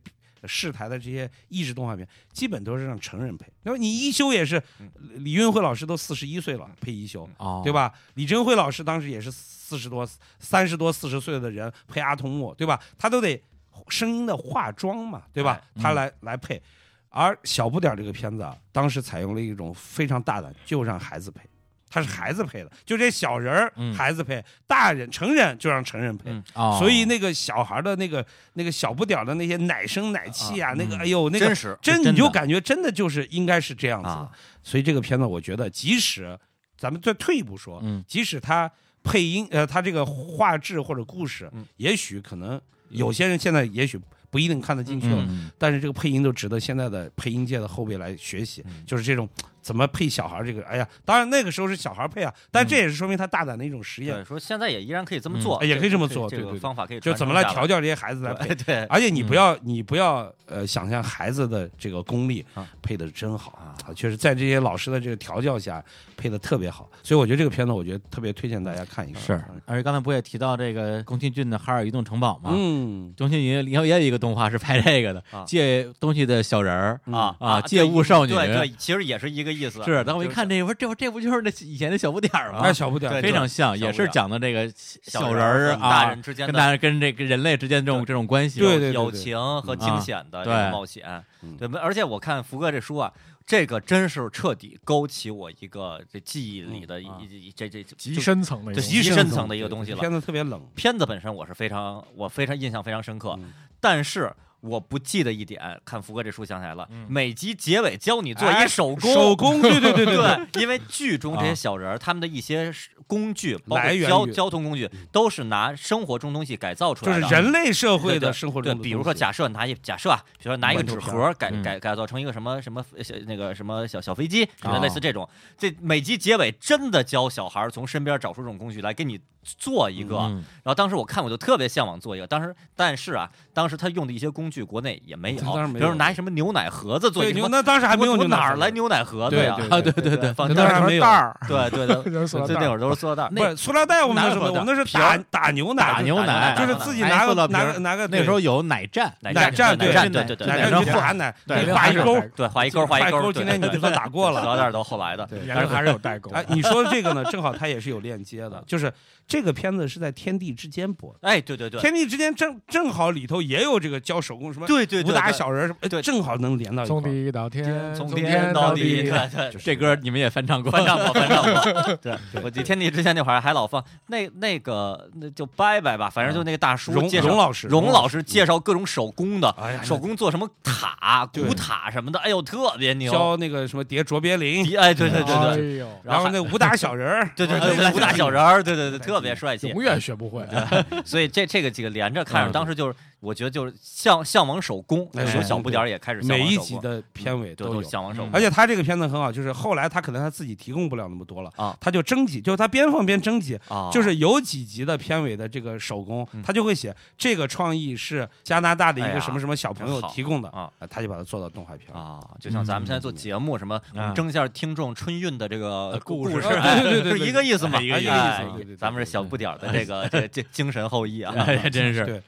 Speaker 4: 市台的这些益智动画片，基本都是让成人配。那么你一休也是，
Speaker 1: 嗯
Speaker 4: 李运辉老师都四十一岁了，配一休，
Speaker 1: 哦，
Speaker 4: 对
Speaker 1: 吧？
Speaker 4: 吧？李珍辉老师当时也是四十多、三十多、四十岁的人配阿童木，对吧？他都得声音的化妆嘛，对吧？
Speaker 1: 哎
Speaker 4: 他
Speaker 1: 嗯
Speaker 4: 来来配。而小不点儿这个片子啊，当时采用了一种非常大胆，就让孩子配，他是孩子配的，就这小人儿
Speaker 1: 嗯
Speaker 4: 孩子配，大人成人就让成人配。
Speaker 2: 嗯
Speaker 1: 哦，
Speaker 4: 所以那个小孩儿的那个那个小不点儿的那些奶声奶气啊，那个
Speaker 1: 嗯
Speaker 4: 哎呦那个
Speaker 2: 真实
Speaker 4: 真
Speaker 1: 是真
Speaker 4: 你就
Speaker 1: 的
Speaker 4: 感觉真的就是应该是这样子的。
Speaker 2: 啊
Speaker 4: 所以这个片子，我觉得即使咱们再退一步说，
Speaker 1: 嗯
Speaker 4: 即使它配音呃，它这个画质或者故事，
Speaker 2: 嗯
Speaker 4: 也许可能有些人现在也许不一定看得进去了。
Speaker 1: 嗯，
Speaker 4: 但是这个配音都值得现在的配音界的后辈来学习，
Speaker 1: 嗯
Speaker 4: 就是这种怎么配小孩儿这个，哎呀，当然那个时候是小孩儿配啊，但这也是说明他大胆的一种实验，
Speaker 2: 对，说现在也依然可以这么做，
Speaker 4: 哎嗯也可以这么做
Speaker 2: 这
Speaker 4: 对
Speaker 2: 个
Speaker 4: 对对
Speaker 2: 方法可以
Speaker 4: 就
Speaker 2: 传
Speaker 4: 怎
Speaker 2: 承
Speaker 4: 么来
Speaker 2: 下
Speaker 4: 调教这些孩子来配
Speaker 2: 对。对，
Speaker 4: 而且你不要，你不要，呃，想象孩子的这个功力
Speaker 2: 啊
Speaker 4: 配的真好啊，确实在这些老师的这个调教下配的特别好，所以我觉得这个片子，我觉得特别推荐大家看一啊看。
Speaker 1: 是。
Speaker 2: 啊
Speaker 1: 而且刚才不也提到这个宫崎骏的《哈尔移动城堡》吗？
Speaker 4: 嗯，
Speaker 1: 宫崎骏也有一个动画是拍这个的
Speaker 2: 啊，
Speaker 1: 借东西的小人儿
Speaker 4: 嗯
Speaker 2: 啊
Speaker 1: 啊借物少女
Speaker 2: 对对，其实也是一个意思。嗯
Speaker 1: 是，当我一
Speaker 2: 就是
Speaker 1: 看这不这不这不就是那以前的小不点儿吗
Speaker 4: 哎，？小不点儿
Speaker 2: 啊对
Speaker 1: 非常像，
Speaker 2: 小
Speaker 1: 也
Speaker 2: 不
Speaker 1: 是
Speaker 2: 点儿
Speaker 1: 讲的这个
Speaker 2: 小
Speaker 1: 小
Speaker 2: 人
Speaker 1: 人
Speaker 2: 儿
Speaker 1: 儿
Speaker 2: 和
Speaker 1: 啊，
Speaker 2: 大人之间
Speaker 1: 跟
Speaker 2: 的
Speaker 1: 大人跟这个人类之间这种这种关系，
Speaker 4: 对啊
Speaker 2: 有友情和惊险的这种
Speaker 1: 对
Speaker 2: 冒险，
Speaker 4: 嗯
Speaker 2: 对，而且我看福哥这书啊，这个真是彻底勾起我一个这记忆里的一
Speaker 1: 嗯啊
Speaker 2: 一这这这
Speaker 3: 极深层的一
Speaker 2: 对
Speaker 3: 种，
Speaker 2: 极深层的一个东西了
Speaker 4: 片。子特别冷，
Speaker 2: 片子本身我是非常我非常印象非常深刻
Speaker 4: 嗯，
Speaker 2: 但是我不记得一点，看福哥这书想起来了
Speaker 1: 嗯，
Speaker 2: 每集结尾教你做一
Speaker 4: 哎
Speaker 2: 手工，
Speaker 4: 手工，对对对对对，啊
Speaker 2: 对，因为剧中这些小人儿，他们的一些是工具，包
Speaker 4: 来
Speaker 2: 括
Speaker 4: 源
Speaker 2: 交
Speaker 4: 于嗯
Speaker 2: 交通工具，都是拿生活中东西改造出
Speaker 4: 就
Speaker 2: 来
Speaker 4: 是
Speaker 2: 的。
Speaker 4: 人类社会
Speaker 2: 对对
Speaker 4: 的生活
Speaker 2: 对，
Speaker 4: 中的东西，
Speaker 2: 比如说假设拿一假设啊，比如说拿一个
Speaker 4: 馒头
Speaker 2: 纸
Speaker 4: 片
Speaker 2: 盒儿改
Speaker 1: 嗯
Speaker 2: 改改造成一个什么什么呃小那个什么小小飞机，什
Speaker 4: 哦
Speaker 2: 么
Speaker 1: 啊
Speaker 2: 类似这种。这每集结尾真的教小孩儿从身边找出这种工具来给你做一个。
Speaker 1: 嗯
Speaker 2: 然后当时我看我就特别向往做一个，当时但是啊，当时他用的一些工具国内也没有，
Speaker 4: 当然没
Speaker 2: 比如
Speaker 4: 有
Speaker 2: 说拿一什么牛奶盒子做
Speaker 4: 对
Speaker 2: 一个
Speaker 4: 牛，
Speaker 2: 什么。
Speaker 4: 那当时还没有
Speaker 2: 我
Speaker 4: 牛奶
Speaker 2: 哪儿
Speaker 4: 盒
Speaker 2: 来牛奶盒子
Speaker 4: 对
Speaker 2: 呀？
Speaker 4: 对
Speaker 1: 啊，对对对，
Speaker 2: 放
Speaker 4: 那
Speaker 2: 那
Speaker 4: 当然
Speaker 2: 儿
Speaker 4: 没有
Speaker 3: 袋儿，
Speaker 2: 对对 对，
Speaker 3: 就是塑料
Speaker 2: 就
Speaker 3: 袋
Speaker 2: 那
Speaker 3: 儿
Speaker 2: 会儿都是塑料袋儿，
Speaker 4: 不是塑料袋，我们
Speaker 1: 哪有
Speaker 4: 那时候
Speaker 1: 塑料袋
Speaker 4: 没有我们那是
Speaker 1: 瓶
Speaker 4: 打
Speaker 1: 儿
Speaker 4: 打牛奶，
Speaker 1: 打牛奶，
Speaker 4: 就是
Speaker 2: 打哎
Speaker 4: 自己
Speaker 1: 拿
Speaker 4: 拿
Speaker 1: 塑料
Speaker 4: 个
Speaker 1: 瓶
Speaker 4: 拿
Speaker 1: 儿
Speaker 4: 个拿个，
Speaker 1: 那时候有奶站，
Speaker 2: 奶
Speaker 4: 奶站
Speaker 2: 奶
Speaker 4: 对
Speaker 2: 站
Speaker 1: 奶
Speaker 2: 对对对，
Speaker 1: 站
Speaker 4: 奶
Speaker 2: 对
Speaker 4: 上
Speaker 1: 然
Speaker 4: 去
Speaker 1: 后
Speaker 4: 打奶，
Speaker 1: 对
Speaker 4: 你画一
Speaker 3: 画
Speaker 4: 勾
Speaker 3: 一勾，
Speaker 2: 对画一勾画一
Speaker 4: 画一
Speaker 2: 勾，
Speaker 4: 勾
Speaker 2: 对
Speaker 4: 今天
Speaker 2: 对
Speaker 4: 你就算打 过了
Speaker 2: 塑料袋儿都后来的，
Speaker 4: 哎
Speaker 3: 对，原来还是有代沟。
Speaker 4: 哎，你说的这个呢，正好它也是有链接的，就是这这个片子是在《天地之间》播的，
Speaker 2: 哎，对对对
Speaker 4: 《天地之间》正正好里头也有这个教手工什么
Speaker 2: 对对对，
Speaker 4: 武打
Speaker 2: 对
Speaker 4: 小人什么，哎
Speaker 2: 对
Speaker 4: 正好能连到一
Speaker 3: 从
Speaker 4: 块儿。
Speaker 3: 地到天，
Speaker 2: 哎从
Speaker 3: 天
Speaker 2: 天到地，
Speaker 3: 地
Speaker 2: 对对，
Speaker 1: 这歌你们也翻唱过，
Speaker 2: 翻唱过，翻唱过。对，我记得天地之前那会儿还老放那那个那就拜拜吧，反正就那个大叔
Speaker 4: 荣
Speaker 2: 介
Speaker 4: 荣
Speaker 2: 绍。
Speaker 4: 老师，嗯
Speaker 2: 荣老
Speaker 4: 老
Speaker 2: 师介绍各种手工的，
Speaker 4: 哎呀
Speaker 2: 手工做什么塔、
Speaker 4: 对
Speaker 2: 古塔什么的，哎呦，特别牛！
Speaker 4: 教那个什么叠卓别林，
Speaker 2: 哎，对对对
Speaker 3: 哎
Speaker 2: 对，
Speaker 3: 呦，
Speaker 4: 然后
Speaker 2: 还
Speaker 4: 那武打小 人儿，
Speaker 2: 对对对对，武打小人儿，对对对，特别帅气
Speaker 3: 永。远学 不会啊。
Speaker 2: 所以这这个几个连着看
Speaker 1: 嗯
Speaker 2: 着，当时就是我觉得就是向向往手工，
Speaker 4: 哎
Speaker 2: 有小不点儿也开始向往
Speaker 4: 每一
Speaker 2: 手
Speaker 4: 集
Speaker 2: 工
Speaker 4: 的片尾
Speaker 2: 对嗯
Speaker 4: 都
Speaker 2: 都
Speaker 4: 有。
Speaker 2: 向往手
Speaker 1: 嗯
Speaker 2: 工
Speaker 4: 而且他这个片子很好，就是后来他可能他自己提供不了那么多了
Speaker 2: 啊
Speaker 4: 他就征集，就是他边放边征集，
Speaker 2: 啊，
Speaker 4: 就是有几集的片尾的这个手工
Speaker 2: 嗯，
Speaker 4: 他就会写这个创意是加拿大的一
Speaker 2: 哎
Speaker 4: 个
Speaker 2: 呀
Speaker 4: 什么什么小朋友
Speaker 2: 真好
Speaker 4: 提供的
Speaker 2: 啊，
Speaker 4: 他就把它做到动画片。
Speaker 2: 啊，就像咱们现
Speaker 4: 嗯
Speaker 2: 在做节目，什么我
Speaker 1: 啊
Speaker 2: 们争一下听众春运的这个呃
Speaker 1: 故
Speaker 2: 故
Speaker 1: 事
Speaker 4: 啊 对对对
Speaker 2: 哎
Speaker 4: 对
Speaker 2: 是一个意思嘛，
Speaker 1: 哎一个
Speaker 4: 意思
Speaker 2: 哎
Speaker 4: 对对对
Speaker 2: 咱们是小不点儿的这个这这精神后裔啊，
Speaker 1: 哎，真是。
Speaker 4: 对，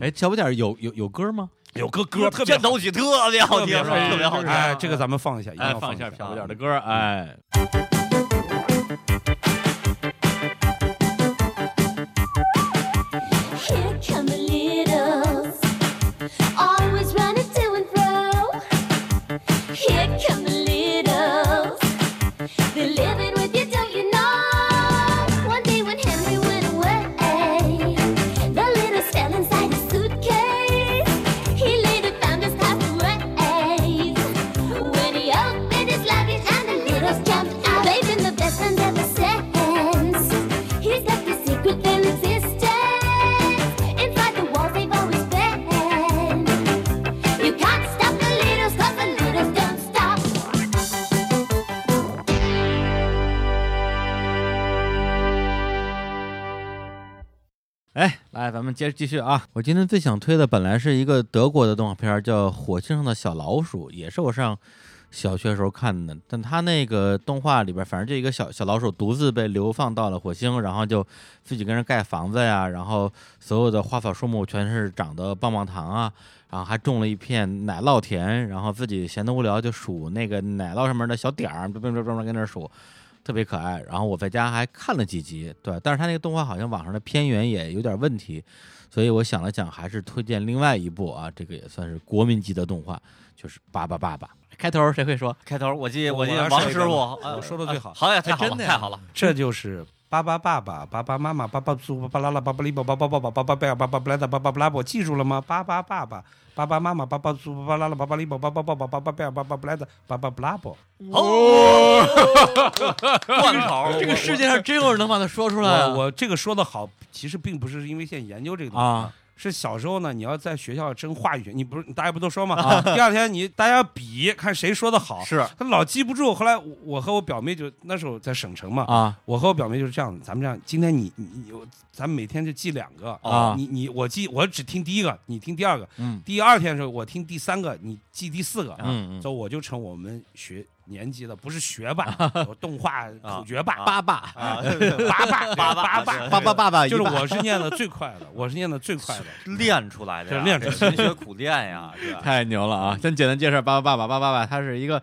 Speaker 1: 哎，小不点儿有有有歌吗？
Speaker 4: 有个歌特别
Speaker 2: 片
Speaker 4: 好
Speaker 2: 头曲特别好听，
Speaker 4: 特别好
Speaker 2: 特别好听。
Speaker 4: 哎，这个咱们放一下，一定
Speaker 1: 哎，
Speaker 4: 要
Speaker 1: 放
Speaker 4: 一
Speaker 1: 一下
Speaker 4: 下。
Speaker 1: 小不点儿的歌，哎，
Speaker 8: Here come the littles, always running to and fro. Here come the littles, they're living with you, don't you know? One day when Henry went away, the little fell inside his suitcase. He later found his pathways. When he opened his luggage and the littles jumped out, they've been the best friends ever since. He's left his secret in existence. Inside the walls they've always been. You can't stop the littles 'cause the littles don't stop.
Speaker 1: 哎，来，咱们接着继续啊！我今天最想推的本来是一个德国的动画片儿，叫《火星上的小老鼠》，也是我上小学时候看的。但它那个动画里边，反正就一个小小老鼠独自被流放到了火星，然后就自己跟人盖房子呀，然后所有的花草树木全是长的棒棒糖啊，然后还种了一片奶酪田，然后自己闲得无聊就数那个奶酪上面的小点儿，专专专跟那儿数。特别可爱。然后我在家还看了几集，对，但是他那个动画好像网上的片源也有点问题，所以我想了想，还是推荐另外一部啊，这个也算是国民级的动画，就是《爸爸爸爸》。开头谁会说？
Speaker 2: 开头我记我记
Speaker 4: 我
Speaker 2: 得
Speaker 4: 来
Speaker 2: 王
Speaker 4: 说一
Speaker 2: 师
Speaker 4: 个
Speaker 2: 傅
Speaker 4: 吧，
Speaker 2: 哎
Speaker 4: 我说得最好
Speaker 2: 好呀，太好
Speaker 1: 真
Speaker 2: 了，
Speaker 1: 的呀
Speaker 2: 太好 了，
Speaker 4: 这就是巴巴爸爸、巴巴妈妈、巴巴祖、巴巴拉拉、巴巴利巴、巴巴爸爸、巴巴贝尔、巴巴布莱达、巴巴布拉伯，记住了吗？巴巴爸爸、巴巴妈妈、巴巴祖、巴巴拉拉、巴巴利巴、巴巴爸爸、巴巴贝尔、巴巴布莱达、巴巴布拉伯。
Speaker 2: 哦， 贯口，
Speaker 1: 这个世界上真有人能把它说出来啊
Speaker 4: 我我这个说的好，其实并不是因为现在研究这个东西
Speaker 1: 啊！
Speaker 4: 是小时候呢，你要在学校争话语，你不是大家不都说嘛？第二天你大家比看谁说的好，
Speaker 2: 是
Speaker 1: 啊
Speaker 4: 他老记不住。后来我我和我表妹就那时候在省城嘛，
Speaker 1: 啊
Speaker 4: 我和我表妹就是这样，咱们这样，今天你你你，我咱们每天就记两个
Speaker 1: 啊
Speaker 4: 你你我记我只听第一个，你听第二个，
Speaker 1: 嗯
Speaker 4: 第二天的时候我听第三个，你记第四个，
Speaker 1: 嗯嗯
Speaker 4: 所以我就成我们学年级的不是学霸，我动画口诀霸，
Speaker 1: 爸爸
Speaker 2: 啊，
Speaker 4: 八霸
Speaker 2: 八
Speaker 4: 八
Speaker 2: 霸
Speaker 4: 霸
Speaker 1: 爸爸爸爸，
Speaker 4: 就是
Speaker 1: 一爸
Speaker 4: 我是念的最快的，我是念的最快的。
Speaker 2: 练出来的呀，
Speaker 4: 嗯这练出来
Speaker 2: 勤学苦练呀，是 吧？
Speaker 1: 太牛了啊！先简单介绍《爸爸爸爸爸爸爸》，它是一个，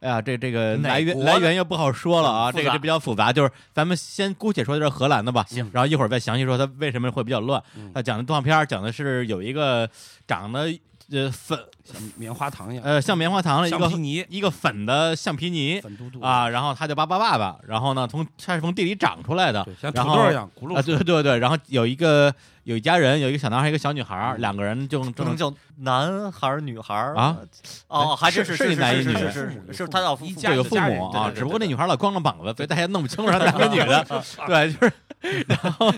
Speaker 1: 哎呀，这这个
Speaker 2: 哪
Speaker 1: 来源
Speaker 2: 国的
Speaker 1: 来源又不好说了啊，
Speaker 2: 很复
Speaker 1: 这
Speaker 2: 杂
Speaker 1: 个就比较复杂。就是咱们先姑且说这是荷兰的吧，
Speaker 2: 行
Speaker 1: 然后一会儿再详细说它为什么会比较乱
Speaker 4: 嗯。
Speaker 1: 它讲的动画片儿讲的是有一个长得呃粉
Speaker 4: 像棉花糖一样，
Speaker 1: 呃像棉花糖的一
Speaker 4: 橡
Speaker 1: 个
Speaker 4: 皮泥
Speaker 1: 一个粉的橡皮泥
Speaker 4: 粉嘟嘟，
Speaker 1: 啊，然后它叫爸爸爸爸，然后呢从它是从地里长出来的
Speaker 4: 对，，像土
Speaker 1: 然后
Speaker 4: 豆一样轱辘
Speaker 1: 啊，对对对，然后有一个有一家人，有一个小男孩，一个小女孩
Speaker 4: 嗯
Speaker 1: 儿，两个人就
Speaker 2: 不
Speaker 1: 正
Speaker 2: 能叫男孩儿女孩儿
Speaker 1: 啊？
Speaker 4: 哎
Speaker 2: 哦，还真
Speaker 1: 是
Speaker 2: 是
Speaker 1: 是男一
Speaker 2: 是
Speaker 1: 女
Speaker 2: 是是是是，他要父
Speaker 4: 一
Speaker 2: 父
Speaker 4: 家
Speaker 1: 对，有
Speaker 4: 是
Speaker 1: 父
Speaker 4: 家人
Speaker 1: 母
Speaker 2: 对
Speaker 1: 啊，
Speaker 2: 对
Speaker 1: 只不过
Speaker 2: 对
Speaker 1: 那女孩老光着膀子，所以大家弄不清楚 是男的女的。对，就是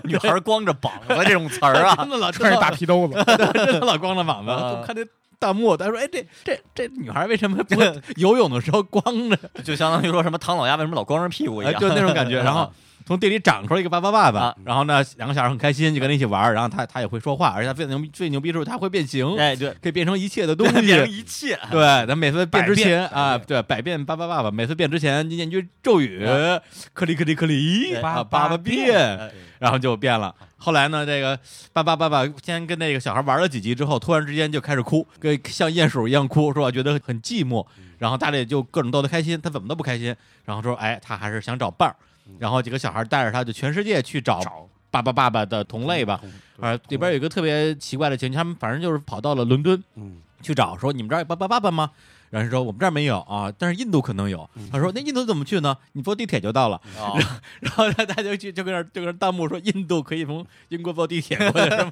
Speaker 2: 女孩光着膀子这种词儿啊，
Speaker 1: 真的 老
Speaker 3: 穿着大皮兜子，
Speaker 1: 真的老光着膀子。
Speaker 2: 啊
Speaker 1: 我看这弹幕，他说：“哎，这这这女孩为什么 不游泳的时候光着？
Speaker 2: 就相当于说什么唐老鸭为什么老光着屁股一
Speaker 1: 哎，
Speaker 2: 样，
Speaker 1: 就那种感觉。” 然后。从地里长出来一个爸爸爸爸
Speaker 2: 啊，
Speaker 1: 然后呢，两个小孩很开心，就跟他一起玩儿。然后他他也会说话，而且他最牛最牛逼的是他会变形，
Speaker 2: 哎对，
Speaker 1: 可以变成一切的东
Speaker 2: 变成
Speaker 1: 西。
Speaker 2: 一哎切，
Speaker 1: 对，他每次变之
Speaker 4: 百变
Speaker 1: 前啊，对，百变爸爸爸爸，每次变之前念句咒语，
Speaker 2: 啊
Speaker 1: 克里克里克
Speaker 2: 哎
Speaker 1: 里，
Speaker 4: 对
Speaker 1: 啊，
Speaker 4: 爸
Speaker 1: 爸
Speaker 4: 爸
Speaker 1: 爸
Speaker 4: 变
Speaker 1: 变，然后就变了。后来呢，这个爸爸爸爸先跟那个小孩玩了几集之后，突然之间就开始哭，跟像鼹鼠一样哭，说觉得很寂寞。然后大家也就各种逗他开心，他怎么嗯都不开心。然后说，哎，他还是想找伴儿。然后几个小孩带着他就全世界去找
Speaker 4: 找
Speaker 1: 爸爸爸爸的同类吧，啊，里边有一个特别奇怪的情节，他们反正就是跑到了伦敦
Speaker 4: 嗯，
Speaker 1: 去找，说你们这儿有爸爸爸爸吗？然后说我们这儿没有啊，但是印度可能有。他说那印度怎么去呢？你坐地铁就到了。
Speaker 2: 哦
Speaker 1: 然后他他就去就跟那儿就跟那儿弹幕说印度可以从英国坐地铁过去是 吗？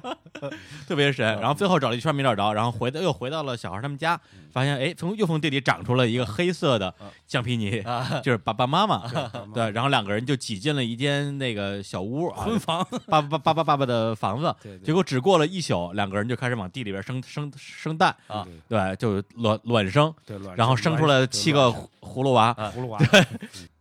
Speaker 1: 特别神。然后最后找了一圈没找着，然后回到又回到了小孩他们家，发现哎从又从地里长出了一个黑色的橡皮泥，就是爸爸妈嗯啊妈。对，然后两个人就挤进了一间那个小屋，婚房，爸爸爸爸爸爸的房子。
Speaker 4: 对对
Speaker 1: 结果只过了一宿，两个人就开始往地里边生生生蛋
Speaker 2: 啊，
Speaker 1: 对，就卵卵生，
Speaker 4: 对，卵
Speaker 1: 然后生出来七个啊
Speaker 4: 卵
Speaker 1: 葫葫芦娃，
Speaker 4: 葫芦 娃、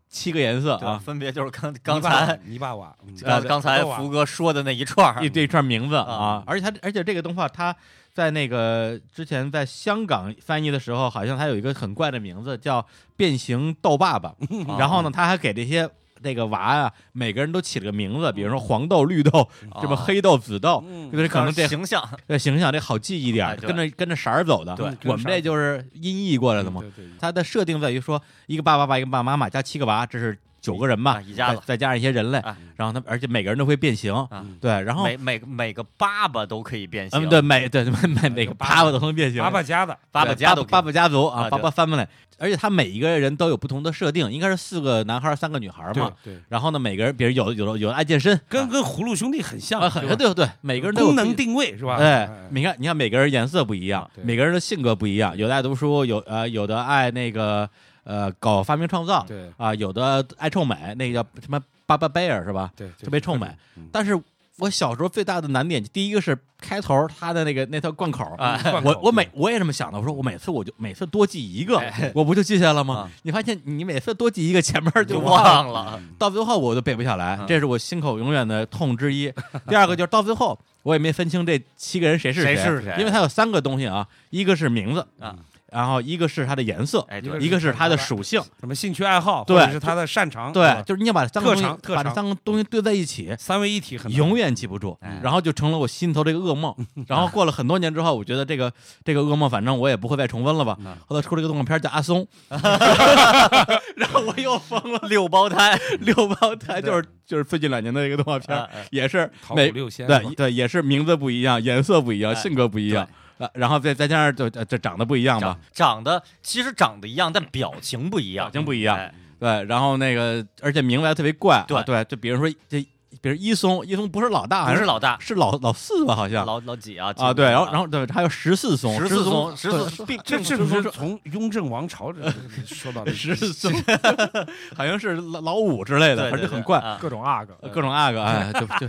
Speaker 1: 七个颜色
Speaker 2: 对吧？
Speaker 1: 啊，
Speaker 2: 分别就是刚
Speaker 4: 泥
Speaker 2: 刚
Speaker 4: 巴
Speaker 2: 才
Speaker 4: 瓦泥巴瓦，嗯
Speaker 2: 刚刚才福哥说的那一串儿
Speaker 1: 一这一串名字
Speaker 2: 啊
Speaker 1: 啊，而且他而且这个动画它在那个之前在香港翻译的时候，好像它有一个很怪的名字叫《变形豆爸爸》，
Speaker 2: 啊
Speaker 1: 然后呢，他还给这些。这个娃啊，每个人都起了个名字，比如说黄豆、绿豆，什么
Speaker 2: 啊
Speaker 1: 黑豆、紫豆，
Speaker 4: 嗯
Speaker 1: 就是可能这
Speaker 2: 形象
Speaker 1: 这形象这好记一点
Speaker 2: 哎
Speaker 1: 儿，
Speaker 2: 对
Speaker 1: 跟着跟着色儿走的。
Speaker 2: 对
Speaker 1: 我们这就是音译过来的嘛。
Speaker 4: 嗯对对对
Speaker 1: 它的设定在于说，一个爸爸、爸一个爸妈妈加七个娃，这是九个人嘛
Speaker 2: 啊，一家子
Speaker 1: 再再加上一些人类
Speaker 2: 啊，
Speaker 1: 然后他们而且每个人都会变形
Speaker 2: 啊，
Speaker 1: 对，嗯然后
Speaker 2: 每每每个爸爸都可以变形，
Speaker 1: 嗯对每对 每每每个爸爸都能变形，
Speaker 4: 爸爸家的，
Speaker 2: 爸爸
Speaker 1: 对
Speaker 2: 家
Speaker 1: 爸
Speaker 2: 都
Speaker 1: 爸
Speaker 2: 爸
Speaker 1: 爸家族啊，
Speaker 2: 啊
Speaker 1: 爸
Speaker 2: 对
Speaker 1: 爸 family，而且他每一个人都有不同的设定，应该是四个男孩儿三个女孩儿嘛。
Speaker 4: 对对，
Speaker 1: 然后呢，每个人，比如有的有的有的爱健身
Speaker 4: 跟跟葫芦兄弟很像，
Speaker 1: 啊啊，很
Speaker 4: 对
Speaker 1: 对
Speaker 4: 吧
Speaker 1: 对，每个人都有
Speaker 4: 功
Speaker 1: 自己
Speaker 4: 能定位是吧？
Speaker 1: 哎，啊你看，你看，每个人颜色不一样，
Speaker 4: 对
Speaker 1: 每个人的性格不一样，有的爱读书，有呃，有的爱那个呃搞发明创造，
Speaker 4: 对
Speaker 1: 啊、有的爱臭美，那个叫什么巴巴贝尔是吧？
Speaker 4: 对，
Speaker 1: 特别臭美。
Speaker 4: 嗯
Speaker 1: 但是我小时候最大的难点，第一个是开头他的那个那条贯口
Speaker 2: 啊
Speaker 4: 贯口
Speaker 1: 我我每我也这么想的，我说我每次我就每次多记一个
Speaker 2: 哎，
Speaker 1: 我不就记下了吗
Speaker 2: 啊？
Speaker 1: 你发现你每次多记一个，前面就
Speaker 2: 就
Speaker 1: 忘了。
Speaker 2: 忘 了，
Speaker 1: 到最后我都背不下来
Speaker 2: 嗯，
Speaker 1: 这是我心口永远的痛之一。第二个就是到最后我也没分清这七个人谁是
Speaker 2: 谁
Speaker 1: 是
Speaker 2: 是谁
Speaker 1: 因为它有三个东西啊，一个是名字
Speaker 2: 啊，
Speaker 1: 然后一个是它的颜色，
Speaker 2: 哎对
Speaker 1: 一个是它的属性，
Speaker 4: 什么兴趣爱好，
Speaker 1: 对
Speaker 4: 或者是他的擅长，是
Speaker 1: 对
Speaker 4: 吧，
Speaker 1: 就是你要把三个东
Speaker 4: 嗯特长
Speaker 1: 西
Speaker 4: 特
Speaker 1: 把
Speaker 4: 长
Speaker 1: 这三个东西对在一起。
Speaker 4: 三位一体很难
Speaker 1: 永远记不住
Speaker 2: 哎，
Speaker 1: 然后就成了我心头这个噩 梦。然后过了很多年之后，我觉得这个这个噩梦，反正我也不会再重温了吧。
Speaker 2: 嗯
Speaker 1: 后来出了一个动画片叫《阿松》，然后我又疯了。
Speaker 2: 六 胞胎，
Speaker 1: 六胞胎就是就是最近两年的一个动画片
Speaker 2: 啊啊，
Speaker 1: 也是
Speaker 4: 桃
Speaker 1: 每
Speaker 4: 谷六仙是吧
Speaker 1: 对对，也是名字不一样，颜色不一样，
Speaker 2: 哎
Speaker 1: 性格不一样，呃，然后再再加上就呃这长得不一样吧
Speaker 2: 长，长得其实长得一样，但表情不一样，
Speaker 1: 表情不一样
Speaker 2: 哎
Speaker 1: 对，然后那个而且名字还特别怪啊，
Speaker 2: 对
Speaker 1: 对，就比如说这，比如一松，一松不是老大，
Speaker 2: 不
Speaker 1: 好像
Speaker 2: 是老大，
Speaker 1: 是老老四吧，好像
Speaker 2: 老老几啊？
Speaker 1: 啊，对，然后然后对，还有十四松，
Speaker 2: 十
Speaker 1: 四
Speaker 2: 四
Speaker 1: 松，
Speaker 2: 松，十四并
Speaker 4: 这
Speaker 2: 并
Speaker 4: 这
Speaker 2: 不
Speaker 4: 不
Speaker 2: 哦是
Speaker 4: 是从雍正王 朝这说到的
Speaker 1: 十四松， 好像是老老五之类的，反
Speaker 2: 对对
Speaker 1: 正
Speaker 2: 对
Speaker 1: 很怪。
Speaker 2: 啊
Speaker 3: 各种 UG，
Speaker 1: 呃各种阿哥，哎，就 就，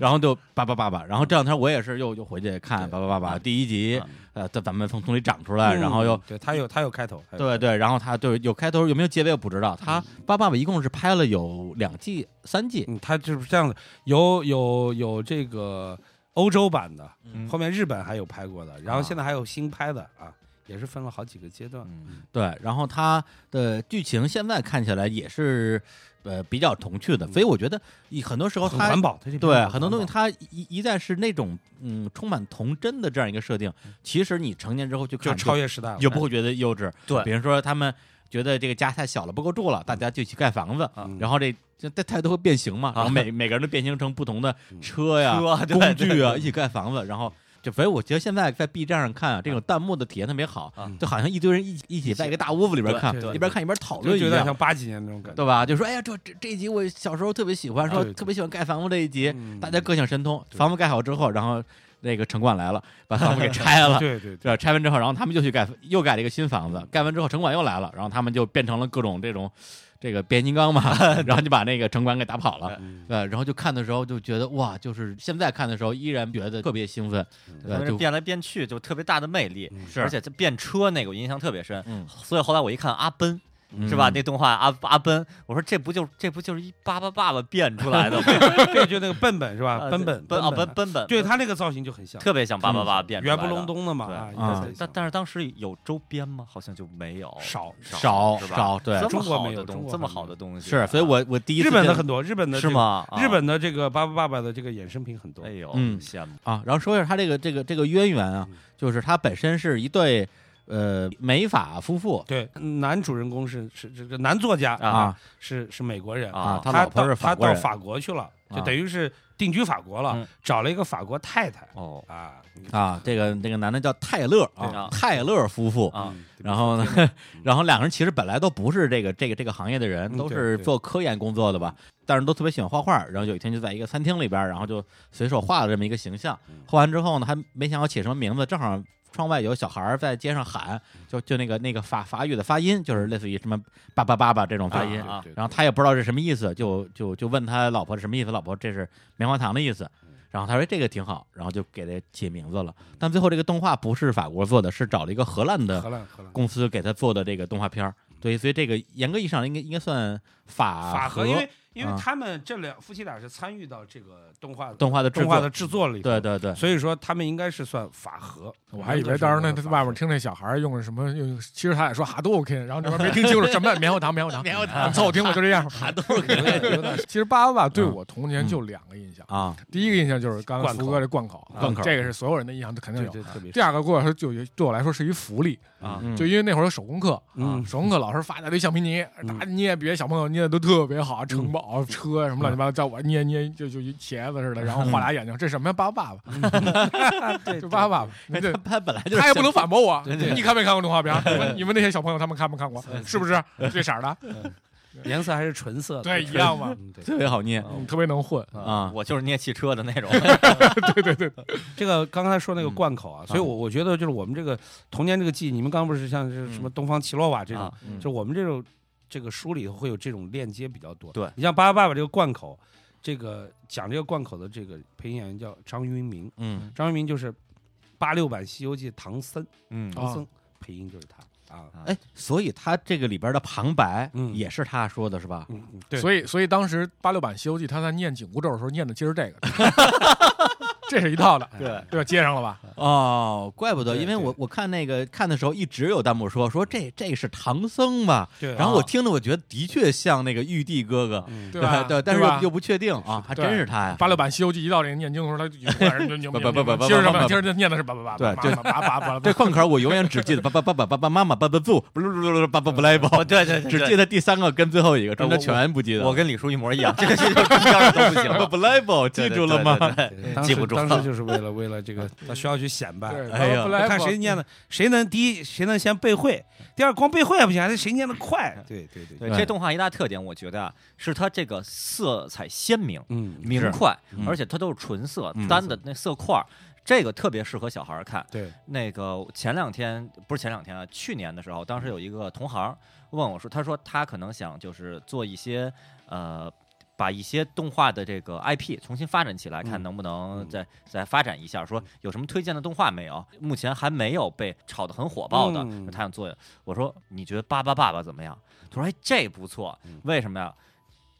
Speaker 1: 然后就叭叭叭叭，然后这两天我也是又又回去看叭叭叭叭第一集
Speaker 2: 啊，
Speaker 1: 呃，咱咱们从从里长出来，然后又
Speaker 4: 嗯对他有他有开头，
Speaker 2: 嗯
Speaker 4: 还有
Speaker 1: 对对，然后他对有开头有没有结尾我不知道，他叭叭叭一共是拍了有两季三季，
Speaker 4: 嗯，他就是这样的，有有有这个欧洲版的，
Speaker 2: 嗯
Speaker 4: 后面日本还有拍过的，然后
Speaker 2: 啊
Speaker 4: 现在还有新拍的啊，也是分了好几个阶段。
Speaker 2: 嗯
Speaker 1: 对，然后它的剧情现在看起来也是呃比较童趣
Speaker 2: 嗯
Speaker 1: 的，所以我觉得以很多时候
Speaker 4: 很
Speaker 1: 它
Speaker 4: 环保，它这
Speaker 1: 对很多东西，它一一旦是那种嗯充满童真的这样一个设定，其实你成年之后去
Speaker 4: 就
Speaker 1: 看
Speaker 4: 超越时代了，哎
Speaker 1: 又不会觉得幼稚。
Speaker 2: 对
Speaker 1: 比如说他们觉得这个家太小了，不够住了，大家就去盖房子，
Speaker 4: 嗯
Speaker 1: 然后这这这太多会变 形嘛，然后每每个人都变形成不同的
Speaker 4: 嗯
Speaker 1: 车呀、
Speaker 2: 车对
Speaker 1: 工具啊，
Speaker 2: 对
Speaker 1: 一起盖房子，然后。就所以我觉得现在在 B 站上看啊，这种弹幕的体验特别好
Speaker 2: 啊，
Speaker 1: 就好像一堆人一起一起在一个大屋子里边看，
Speaker 4: 对对
Speaker 1: 一边看一边讨
Speaker 4: 就
Speaker 1: 论
Speaker 4: 觉
Speaker 1: 一
Speaker 4: 得
Speaker 1: 样
Speaker 4: 像，八几年那种感觉。
Speaker 1: 对吧？就说哎呀，这这这一集我小时候特别喜欢，说
Speaker 4: 对啊对
Speaker 1: 特别喜欢盖房子这一集，
Speaker 4: 嗯
Speaker 1: 大家各显神通。房子盖好之后，然后那个城管来了， 把房子给拆了，
Speaker 4: 对对对，
Speaker 1: 对，拆完之后，然后他们就去盖，又盖了一个新房子。盖完之后，城管又来了，然后他们就变成了各种这种，这个变形金刚 嘛，然后就把那个城管给打跑了。
Speaker 4: 嗯
Speaker 1: 对，然后就看的时候就觉得哇，就是现在看的时候依然觉得特别兴奋，
Speaker 4: 嗯
Speaker 1: 对，
Speaker 2: 但是
Speaker 1: 呃就
Speaker 2: 变来变去就特别大的魅力，
Speaker 1: 是
Speaker 2: 而且这变车那个我印象特别深，
Speaker 1: 嗯
Speaker 2: 所以后来我一看阿奔。是吧？那动画阿阿奔，我说这不就这不就是一巴巴爸爸变出来的吗？
Speaker 4: 对，就那个笨笨是吧？
Speaker 2: 呃
Speaker 4: 笨 笨
Speaker 2: 奔啊奔
Speaker 4: 笨，
Speaker 2: 奔奔，
Speaker 4: 对他那个造型就很像，
Speaker 2: 特别像巴巴爸爸变出来
Speaker 4: 圆
Speaker 2: 的
Speaker 4: 不隆。咚的嘛。
Speaker 2: 对
Speaker 4: 啊
Speaker 1: 啊
Speaker 4: 有点像
Speaker 2: 但但是当时有周边吗？好像就没有，
Speaker 4: 少
Speaker 1: 少
Speaker 2: 是吧
Speaker 1: 少对
Speaker 2: 这
Speaker 4: 中
Speaker 2: 么
Speaker 4: 国
Speaker 2: 好
Speaker 4: 没有
Speaker 2: 的
Speaker 4: 中
Speaker 2: 东
Speaker 4: 国
Speaker 2: 这么
Speaker 4: 没
Speaker 2: 好
Speaker 4: 有
Speaker 2: 的东西
Speaker 1: 是，所以
Speaker 2: 啊
Speaker 1: 我我第一次
Speaker 4: 嗯日本的
Speaker 1: 见
Speaker 4: 很多，日本的
Speaker 2: 是
Speaker 4: 这个？
Speaker 2: 吗？啊
Speaker 4: 日本的这个巴巴爸爸的这个衍生品很多
Speaker 2: 哎，呦，
Speaker 1: 嗯
Speaker 2: 羡慕
Speaker 4: 嗯
Speaker 1: 啊，然后说一下他这个这个这个渊源啊，就是他本身是一对呃美法夫妇
Speaker 4: 对，男主人公是是这个男作家
Speaker 1: 啊，
Speaker 4: 是是美国人
Speaker 1: 啊，
Speaker 4: 他
Speaker 1: 老婆
Speaker 4: 到
Speaker 1: 是
Speaker 4: 他
Speaker 1: 法国
Speaker 4: 到
Speaker 1: 人，
Speaker 4: 法国去了，就
Speaker 1: 啊
Speaker 4: 等于是定居法国了
Speaker 2: 嗯，
Speaker 4: 找了一个法国太太
Speaker 2: 哦
Speaker 4: 啊
Speaker 1: 啊，这个这个男的叫泰勒
Speaker 2: 对
Speaker 1: 啊
Speaker 2: 啊，
Speaker 1: 泰勒夫妇。
Speaker 2: 啊，
Speaker 4: 嗯
Speaker 1: 然后呢， 然后两个人其实本来都不是这个这个这个行业的人，
Speaker 4: 嗯
Speaker 1: 都
Speaker 4: 对
Speaker 1: 是
Speaker 4: 对嗯
Speaker 1: 做科研工作的吧，但是都特别喜欢画画。然后有一天就在一个餐厅里边儿，然后就随手画了这么一个形象。
Speaker 4: 嗯
Speaker 1: 画完之后呢，还没想好起什么名字，正好窗外有小孩儿在街上
Speaker 4: 嗯
Speaker 1: 喊，就就那个那个法法语的发音，就是类似于什么叭叭叭叭这种发音。
Speaker 2: 啊
Speaker 4: 对对
Speaker 1: 然后他也不知道是什么意思，就就就问他老婆什么意思，老婆这是棉花糖的意思。
Speaker 4: 嗯
Speaker 1: 然后他说这个挺好，然后就给他起名字了。但最后这个动画不是法国做的，是找了一个荷兰的
Speaker 4: 荷兰荷兰
Speaker 1: 公司给他做的这个动画片儿。对，所以这个严格意义上应该应该算法
Speaker 4: 法
Speaker 1: 和
Speaker 4: 和，因为因
Speaker 1: 啊
Speaker 4: 为他们这两夫妻俩是参与到这个动画
Speaker 1: 动画的制
Speaker 4: 动画
Speaker 1: 作
Speaker 4: 的制作里，
Speaker 1: 对，对对，
Speaker 4: 所以说他们应该是算法和。
Speaker 3: 我还以为到时候那他外面听那小孩儿用什么，用其实他也说哈都 OK，然后这边没听清楚什么棉花糖，棉花糖，棉花糖，凑合听吧，就这样。
Speaker 1: 都是
Speaker 4: 有点 有点
Speaker 3: 其实巴巴爸
Speaker 2: 嗯
Speaker 3: 对我童年就两个印象，
Speaker 1: 啊，
Speaker 3: 第一个印象就是刚刚
Speaker 4: 灌口
Speaker 3: 福哥这灌口，
Speaker 1: 灌口
Speaker 3: 这个是所有人的印象，肯定
Speaker 4: 对
Speaker 3: 有。
Speaker 4: 对特别
Speaker 3: 第二个对我来说就有对我来说是一福利，
Speaker 2: 啊
Speaker 1: 嗯
Speaker 3: 就因为那会儿有手工课，
Speaker 4: 嗯
Speaker 3: 手工课老师发一大堆橡皮泥，
Speaker 4: 嗯
Speaker 3: 大家捏，别小朋友捏的都特别好，城堡、车什么乱七八糟，叫我捏捏就就一茄子似的，然后画俩眼睛，这什么呀？巴巴爸爸，
Speaker 4: 啊
Speaker 3: 就巴巴爸爸，这
Speaker 1: 他 他本来就是
Speaker 3: 他也不能
Speaker 1: 法
Speaker 3: 反驳我，你看没看过动画片？你们你们那些小朋友他们看没看过？是不是这色儿的？
Speaker 4: 颜色还是纯色的，
Speaker 3: 对一样嘛
Speaker 4: 嗯对
Speaker 1: 特别好捏
Speaker 3: 嗯特别能混，
Speaker 1: 啊，
Speaker 2: 我就是捏汽车的那 种，
Speaker 4: 这个刚才说那个
Speaker 1: 嗯
Speaker 4: 贯口啊，所以我我觉得就是我们这个童年这个记忆，你们刚刚不是像是什么东方奇洛瓦这种
Speaker 2: 啊，
Speaker 1: 嗯
Speaker 4: 就我们这种这个书里头会有这种链接比较多。
Speaker 2: 对
Speaker 4: 你像《巴巴爸爸》这个贯口，这个讲这个贯口的这个配音演员叫张云明，
Speaker 1: 嗯
Speaker 4: 张云明就是八六版《西游记》唐僧，
Speaker 2: 嗯
Speaker 3: 啊
Speaker 4: 唐
Speaker 1: 哦
Speaker 4: 僧配音就是他啊。
Speaker 1: 哎，所以他这个里边的旁白
Speaker 4: 嗯
Speaker 1: 也是他说的是吧？
Speaker 4: 嗯，嗯对，
Speaker 3: 所以，所以当时八六版《西游记》，他在念紧箍咒的时候念的就是这个，这是一套的，
Speaker 2: 对
Speaker 4: 哎
Speaker 3: 对吧？接上了吧？
Speaker 1: 哦，怪不得，
Speaker 4: 对
Speaker 1: 因为我我看那个看的时候，一直有弹幕说说这这是唐僧吧？
Speaker 4: 对
Speaker 1: 然后我听着，我觉得的确像那个玉帝哥哥，
Speaker 4: 嗯
Speaker 3: 对吧？
Speaker 1: 对，但是
Speaker 3: 对吧
Speaker 1: 又又不确定啊，还
Speaker 3: 对
Speaker 1: 真是他呀。
Speaker 3: 八六版《西游记》一到这个念经的时候，他就有人就牛
Speaker 1: 不
Speaker 3: 逼，
Speaker 1: 不不不不
Speaker 3: 其实什
Speaker 1: 不不
Speaker 3: 么？其实念的是叭叭叭，
Speaker 1: 对
Speaker 3: 叭
Speaker 1: 对
Speaker 3: 叭叭叭叭，
Speaker 1: 这矿口我永远只记得爸爸爸爸爸爸妈妈爸爸不不不不不爸爸不来宝，
Speaker 2: 对对对
Speaker 1: 只
Speaker 2: 对
Speaker 1: 记得第三个跟最后一个，中间
Speaker 2: 我
Speaker 1: 全不记得。
Speaker 2: 我跟李叔一模一样，这个这个中间的都不行
Speaker 1: 爸爸
Speaker 2: 了，
Speaker 1: 不来宝记住了吗？
Speaker 2: 对？对对
Speaker 4: 当
Speaker 2: 记
Speaker 4: 时
Speaker 2: 不住
Speaker 4: 当时就是为了为了 这个到学校去显摆，
Speaker 3: 对，
Speaker 1: 哎呀
Speaker 3: 不来
Speaker 4: 看谁念的，谁能第一，谁能先背会。第二，光背会还不行，还得谁念的 快。对对对，
Speaker 2: 对这动画一大特点，我觉得啊，是它这个色彩鲜明、
Speaker 4: 嗯
Speaker 2: 明快
Speaker 1: 嗯，
Speaker 2: 而且它都是纯色
Speaker 1: 嗯
Speaker 2: 单的那色块儿，这个特别适合小孩儿看。
Speaker 4: 对，
Speaker 2: 那个前两天不是前两天啊，去年的时候，当时有一个同行问我说，他说他可能想就是做一些呃。把一些动画的这个 IP 重新发展起来，看能不能再、再发展一下。说有什么推荐的动画没有？目前还没有被炒得很火爆的，
Speaker 4: 嗯
Speaker 2: 他想做。我说你觉得《巴巴爸爸》怎么样？他说哎，这不错，为什么呀？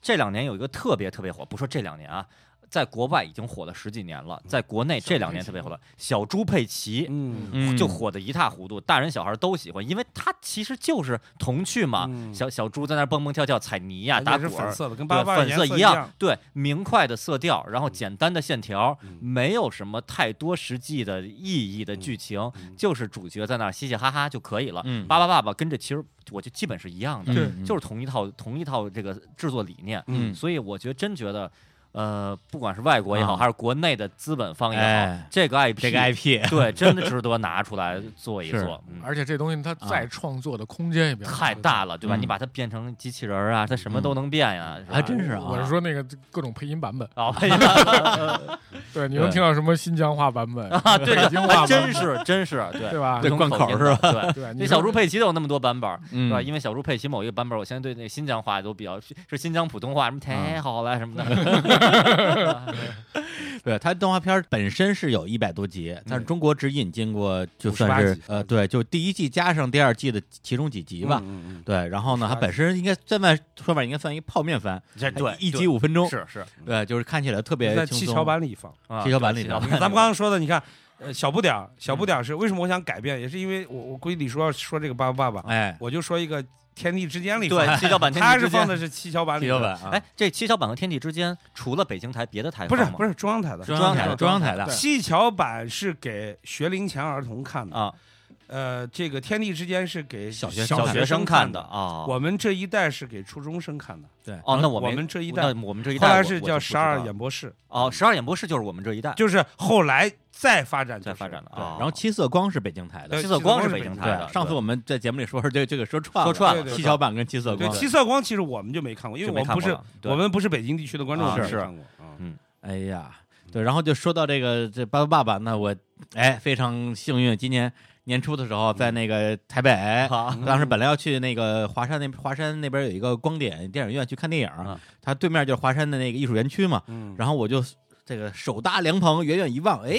Speaker 2: 这两年有一个特别特别火，不说这两年啊，在国外已经火了十几年了，在国内这两年特别火了，小猪佩奇。
Speaker 4: 嗯
Speaker 1: 嗯
Speaker 2: 就火得一塌糊涂，大人小孩都喜欢，因为它其实就是童趣嘛。
Speaker 4: 嗯
Speaker 2: 小小猪在那儿蹦蹦跳跳、踩泥呀、打
Speaker 4: 是
Speaker 2: 滚
Speaker 4: 粉
Speaker 2: 儿，
Speaker 4: 色的，跟八
Speaker 2: 对，
Speaker 4: 八
Speaker 2: 粉
Speaker 4: 色
Speaker 2: 一
Speaker 4: 样。，
Speaker 2: 对，明快的色调，
Speaker 1: 嗯
Speaker 2: 然后简单的线条，没有什么太多实际的意义的剧情，就是主角在那儿嘻嘻哈哈就可以了。
Speaker 1: 嗯
Speaker 2: 巴巴爸爸跟这其实我就基本是一样的，
Speaker 1: 嗯
Speaker 2: 就是同一套同一套这个制作理念。
Speaker 1: 嗯
Speaker 2: 所以我觉得真觉得，呃，不管是外国也好，
Speaker 1: 啊
Speaker 2: 还是国内的资本方也好，
Speaker 1: 哎
Speaker 2: 这个 IP
Speaker 1: 这个 IP
Speaker 2: 对，真的值得拿出来做一
Speaker 1: 是
Speaker 2: 做。嗯
Speaker 3: 而且这东西它再创作的空间也比较
Speaker 2: 太大。了，对吧？
Speaker 1: 嗯
Speaker 2: 你把它变成机器人儿啊，它什么都能变呀，吧
Speaker 1: 还真是啊
Speaker 3: 我是说那个各种配音版本，
Speaker 2: 哦，哎呀
Speaker 3: 对，你能
Speaker 1: 对
Speaker 3: 听到什么新疆话版本
Speaker 2: 啊，对，
Speaker 3: 北京话
Speaker 2: 还
Speaker 3: 版本
Speaker 2: 真，是真是对
Speaker 3: 对吧
Speaker 1: 对？
Speaker 2: 能
Speaker 1: 贯
Speaker 2: 否
Speaker 1: 口
Speaker 2: 认
Speaker 1: 是
Speaker 2: 的？对。
Speaker 3: 对， 你
Speaker 2: 那
Speaker 3: 说
Speaker 2: 小猪佩奇都有那么多版本儿，
Speaker 1: 嗯
Speaker 2: 是吧？因为小猪佩奇某一个版本儿，我现在对那个新疆话都比较是新疆普通
Speaker 1: 嗯
Speaker 2: 话，什么太好了什么的，
Speaker 1: 对，它动画片本身是有一百多集，但是中国只引进过就算
Speaker 4: 58
Speaker 1: 是
Speaker 4: 集
Speaker 1: 呃，对，就第一季加上第二季的其中几集吧。
Speaker 4: 嗯
Speaker 1: 对，然后呢，它本身应该在外说法应该算一泡面番，
Speaker 2: 这对
Speaker 1: 一集五分钟，
Speaker 2: 是是
Speaker 1: 对，就是看起来特别
Speaker 4: 嗯在
Speaker 1: 轻
Speaker 4: 七
Speaker 1: 松
Speaker 4: 巧板里放。
Speaker 2: 啊
Speaker 1: 七巧板里
Speaker 2: 对
Speaker 1: 的
Speaker 2: 七巧板
Speaker 4: 咱们刚刚说的，你看，呃，小不点儿，小不点儿是为什么我想改变，也是因为我我估计李叔要说这个巴巴爸爸，
Speaker 1: 哎，
Speaker 4: 我就说一个天地之间里放，
Speaker 2: 啊对七巧板，天地
Speaker 4: 他
Speaker 2: 之
Speaker 4: 是放
Speaker 2: 间
Speaker 4: 的是 七巧板里
Speaker 1: 七
Speaker 4: 的
Speaker 1: 巧，板，啊
Speaker 2: 哎，这七巧板和天地之间，除了北京台，别的台
Speaker 4: 不是
Speaker 2: 放吗
Speaker 4: 不是中央台的。
Speaker 1: 中央台的，中央台的，
Speaker 4: 七巧板是给学龄前儿童看的，
Speaker 2: 啊，
Speaker 4: 呃，这个《天地之间》是给
Speaker 1: 小学
Speaker 4: 小
Speaker 2: 学
Speaker 4: 生
Speaker 2: 看
Speaker 4: 的，
Speaker 2: 啊。
Speaker 4: 我们这一代是给初中生看的，
Speaker 1: 对，
Speaker 2: 哦，那
Speaker 4: 我
Speaker 2: 没
Speaker 4: 们这一代
Speaker 2: 那我们这一
Speaker 4: 后
Speaker 2: 代
Speaker 4: 来
Speaker 2: 我
Speaker 4: 是
Speaker 2: 我
Speaker 4: 叫
Speaker 2: 就不知
Speaker 4: 十二
Speaker 2: 道
Speaker 4: 演播室，
Speaker 2: 哦，十二演播室就是我们这一代
Speaker 4: 就是后来再发展就
Speaker 2: 在
Speaker 4: 是
Speaker 2: 发展的
Speaker 4: 对
Speaker 2: 啊。
Speaker 1: 然后七色光是北京台的
Speaker 4: 对，
Speaker 2: 七
Speaker 4: 七
Speaker 2: 色
Speaker 4: 色
Speaker 2: 光
Speaker 4: 光
Speaker 2: 是
Speaker 4: 是
Speaker 2: 北
Speaker 4: 北
Speaker 2: 京
Speaker 4: 京
Speaker 2: 台
Speaker 4: 台
Speaker 2: 的，
Speaker 1: 上次我们在节目里说说这个这个说串
Speaker 2: 说串了
Speaker 1: 了，啊
Speaker 4: 对对
Speaker 1: 七巧板跟七色
Speaker 4: 对
Speaker 1: 光，
Speaker 4: 七色光，其实我们就没看过，因为
Speaker 2: 就
Speaker 4: 我
Speaker 2: 没
Speaker 4: 们
Speaker 2: 看
Speaker 4: 不
Speaker 2: 过
Speaker 4: 是
Speaker 2: 了对
Speaker 4: 我们不是北京地区的观众，
Speaker 2: 啊
Speaker 4: 我们没
Speaker 2: 是
Speaker 4: 看过啊。
Speaker 1: 哎呀，对，然后就说到这个这巴巴爸爸，那我哎非常幸运，今年年初的时候
Speaker 2: 嗯
Speaker 1: 在那个台北，
Speaker 2: 啊
Speaker 1: 当时本来要去那个华山那华山那边有一个光点电影院去看电影
Speaker 2: 啊，
Speaker 1: 它对面就是华山的那个艺术园区嘛，
Speaker 4: 嗯，
Speaker 1: 然后我就这个手搭凉棚，远远一望，哎，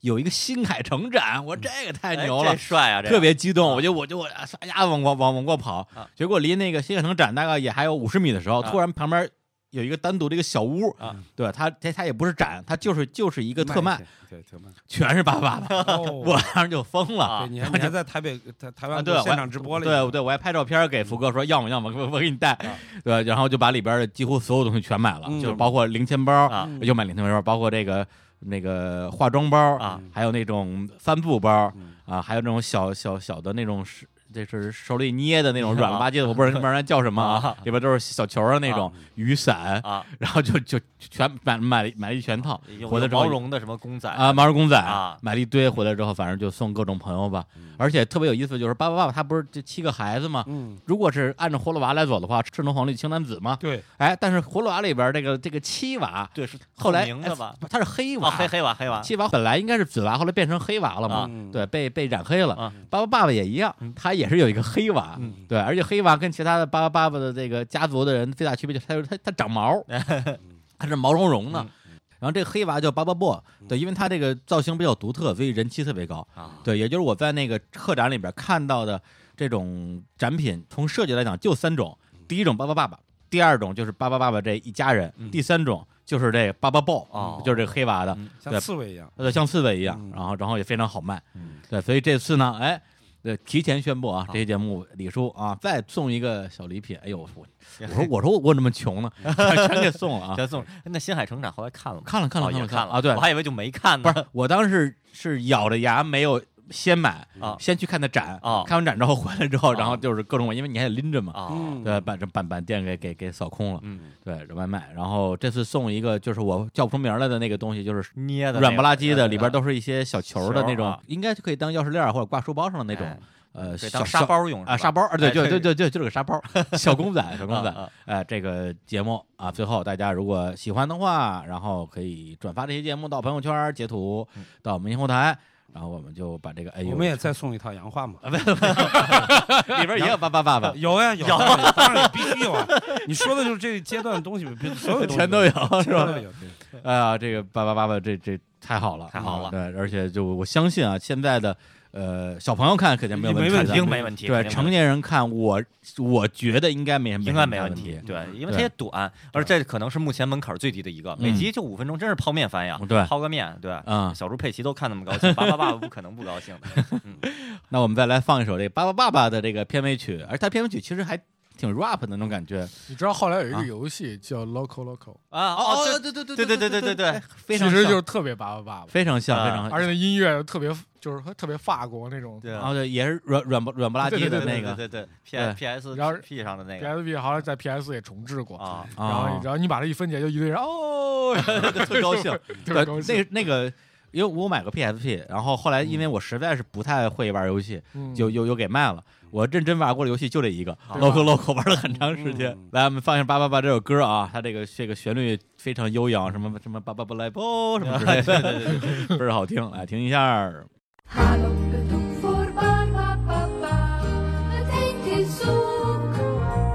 Speaker 1: 有一个新凯城展，我这个太牛了
Speaker 2: 嗯哎这。帅啊，这个
Speaker 1: 特别激动，
Speaker 2: 啊
Speaker 1: 我就我就我啊唰呀往过往往过跑
Speaker 2: 啊，
Speaker 1: 结果离那个新凯城展大概也还有五十米的时候，
Speaker 2: 啊
Speaker 1: 突然旁边有一个单独的一个小屋
Speaker 2: 啊，
Speaker 1: 对它它它也不是展，它就是就是一个特
Speaker 4: 慢
Speaker 1: 卖
Speaker 4: 一，些，对特慢。
Speaker 1: 全是爸爸的， 我
Speaker 4: 哦，
Speaker 1: 当时就疯了
Speaker 4: 对，。你还你还在台北台台
Speaker 1: 啊
Speaker 4: 湾
Speaker 1: 对我
Speaker 4: 现场直播了一下，
Speaker 1: 对对，我还拍照片给福
Speaker 2: 嗯
Speaker 1: 哥说，要么要么，我我给你带，
Speaker 2: 啊
Speaker 1: 对，然后就把里边的几乎所有东西全买了，
Speaker 4: 嗯
Speaker 1: 就包括零钱包，
Speaker 2: 啊
Speaker 1: 又买零钱包，包括这个那个化妆包
Speaker 2: 啊，
Speaker 1: 还有那种帆布包
Speaker 4: 嗯
Speaker 1: 啊，还有那种小小小的那种是。这是手里捏的那种软了吧唧的，我不知道那玩意儿叫什么啊
Speaker 2: 嗯啊，
Speaker 1: 里边都是小球的那种雨伞，
Speaker 2: 啊，
Speaker 1: 然后就就全买买了买了一全套，
Speaker 2: 有
Speaker 1: 回来
Speaker 2: 啊有
Speaker 1: 之后
Speaker 2: 毛绒的什么公仔
Speaker 1: 啊，毛绒公仔
Speaker 2: 啊嗯
Speaker 1: 买了一堆回来之后，反正就送各种朋友吧。而且特别有意思，就是爸爸爸爸他不是这七个孩子吗？
Speaker 4: 嗯，
Speaker 1: 如果是按照葫芦娃来走的话，赤橙黄绿青蓝紫嘛。
Speaker 4: 对，
Speaker 1: 哎，但是葫芦娃里边这个这个七娃，
Speaker 2: 对，是
Speaker 1: 后来
Speaker 2: 透明的吧？
Speaker 1: 哎他是黑娃，
Speaker 2: 啊，黑黑娃黑娃
Speaker 1: 七娃本来应该是紫娃，后来变成黑娃了嘛
Speaker 2: 啊？
Speaker 4: 嗯
Speaker 1: 对，被被染黑了。
Speaker 2: 啊
Speaker 1: 爸爸爸爸也一样，
Speaker 2: 嗯
Speaker 1: 他也是有一个黑娃，
Speaker 4: 嗯
Speaker 1: 对，而且黑娃跟其他的爸爸爸爸的这个家族的人最大区别就是他他他长 毛，他是毛茸茸的。
Speaker 2: 嗯
Speaker 1: 然后这个黑娃叫巴巴布，对，因为他这个造型比较独特，所以人气特别高。
Speaker 2: 啊，
Speaker 1: 对，也就是我在那个特展里边看到的这种展品，从设计来讲就三种：
Speaker 2: 嗯
Speaker 1: 第一种巴巴爸爸，第二种就是巴巴爸爸这一家人，第三种就是这个巴巴豹，
Speaker 2: 嗯哦
Speaker 1: 就是这个黑娃的，对
Speaker 4: 像刺猬一样。
Speaker 1: 呃，像刺猬一样，
Speaker 4: 嗯
Speaker 1: 然后然后也非常好卖，
Speaker 2: 嗯
Speaker 1: 对，所以这次呢，哎，对，提前宣布啊，
Speaker 2: 好
Speaker 1: 这期节目李叔啊，再送一个小礼品，哎呦，我 我说我说我那么穷呢，全给送了啊，
Speaker 2: 全送。那新海诚展后来看了吗？
Speaker 1: 看了看了
Speaker 2: 哦也
Speaker 1: 看
Speaker 2: 了
Speaker 1: 啊，对
Speaker 2: 我，还以为就没看
Speaker 1: 不
Speaker 2: 呢。
Speaker 1: 是，我当时是咬着牙没有先买
Speaker 2: 啊
Speaker 1: 先去看的展
Speaker 2: 啊
Speaker 1: 看完展之后回来之后，
Speaker 2: 啊
Speaker 1: 然后就是各种，因为你还得拎着嘛，
Speaker 2: 啊，
Speaker 4: 嗯
Speaker 1: 对，把这把把店给给给扫空了，
Speaker 2: 嗯，
Speaker 1: 对，外卖，然后这次送一个就是我叫不出名来的那个东西，就是
Speaker 2: 捏的那个
Speaker 1: 软不拉几
Speaker 2: 对
Speaker 1: 的，里边都是一些小球的那
Speaker 2: 球
Speaker 1: 种
Speaker 2: 啊，
Speaker 1: 应该就可以当钥匙链儿或者挂书包上的那种
Speaker 2: 哎，
Speaker 1: 呃，
Speaker 2: 对
Speaker 1: 小
Speaker 2: 当沙包用
Speaker 1: 小啊，沙
Speaker 2: 包
Speaker 1: 包，啊对
Speaker 2: 哎
Speaker 1: 对对
Speaker 2: 对
Speaker 1: 对对，就是个沙包， 小公仔，小公
Speaker 2: 啊
Speaker 1: 仔。哎，这个节目啊，最后大家如果喜欢的话，然后可以转发这些节目到朋友圈，截图
Speaker 2: 嗯
Speaker 1: 到我们后台，然后我们就把这个哎呦，啊
Speaker 4: 我们 也再送一套洋画嘛。
Speaker 1: 里边也有爸爸爸爸，
Speaker 4: 有呀，有
Speaker 2: 有
Speaker 4: 当然当然也必须有啊！ 你说的就是这个阶段的东西，比所有东西
Speaker 1: 全都有是
Speaker 4: 全
Speaker 1: 吧
Speaker 4: 都？有。对
Speaker 1: 哎呀，这个爸爸爸爸，这这太好了，啊
Speaker 2: 太好了
Speaker 1: 对，而且就我相信啊，现在的呃小朋友看肯定没有问
Speaker 4: 没问
Speaker 1: 题，
Speaker 4: 题
Speaker 2: 肯定没问题，
Speaker 1: 对
Speaker 2: 肯，定没问
Speaker 1: 成
Speaker 2: 题
Speaker 1: 年人看我，我觉得应该没什么
Speaker 2: 应该没
Speaker 1: 问
Speaker 2: 问
Speaker 1: 题
Speaker 2: 题。。对，因为
Speaker 1: 对
Speaker 2: 它也短，而这可能是目前门槛最低的一个，每集就五分钟，真是泡面番呀，
Speaker 1: 对
Speaker 2: 泡个面，对，
Speaker 1: 嗯
Speaker 2: 小猪佩奇都看那么 高兴，爸爸爸爸不可能不高兴的，嗯
Speaker 1: 那我们再来放一首这个《爸爸爸爸》的这个片尾曲，而它片尾曲其实还挺 rap 的那种感觉
Speaker 3: 你知道后来有一
Speaker 1: 啊
Speaker 3: 个游戏叫 Local Local，
Speaker 2: 啊，
Speaker 1: 哦
Speaker 2: 对
Speaker 1: 对对对
Speaker 2: 对对对对哎对对，
Speaker 1: 非
Speaker 3: 其
Speaker 1: 常
Speaker 3: 实
Speaker 1: 像
Speaker 3: 就是特别巴巴爸爸，
Speaker 1: 非常像，
Speaker 2: 啊
Speaker 1: 非常
Speaker 3: 而且那音乐特别就是特别法国那种。
Speaker 2: 对
Speaker 1: 然后对哦也是软软不软不拉几
Speaker 3: 对
Speaker 1: 的
Speaker 3: 对
Speaker 1: 那个
Speaker 2: 啊对对对 P S P S
Speaker 3: 然后
Speaker 2: P 上的那个
Speaker 3: PSP 好像在 PS 也重置过，
Speaker 2: 啊，
Speaker 3: 然后你
Speaker 1: 啊
Speaker 3: 知，道你把它一分解，就一堆人哦，
Speaker 1: 特高兴，
Speaker 3: 特
Speaker 1: 对
Speaker 3: 别高，
Speaker 1: 那
Speaker 3: 兴。
Speaker 1: 那个。因为我买过 PSP，然后后来因为我实在是不太会玩游戏，
Speaker 3: 嗯
Speaker 1: 就又又给卖了。我认真玩过的游戏就这一个
Speaker 2: 啊
Speaker 1: ，Loco Loco 玩了很长时间
Speaker 4: 嗯。
Speaker 1: 来，我们放一下《八八八》这首歌啊，它这个这个旋律非常悠扬，什么什么“八八八来波”什么之类的，对对对， 倍儿好听。来听一下，
Speaker 9: Haloppedoek voor papa, papa. Het heen is zoek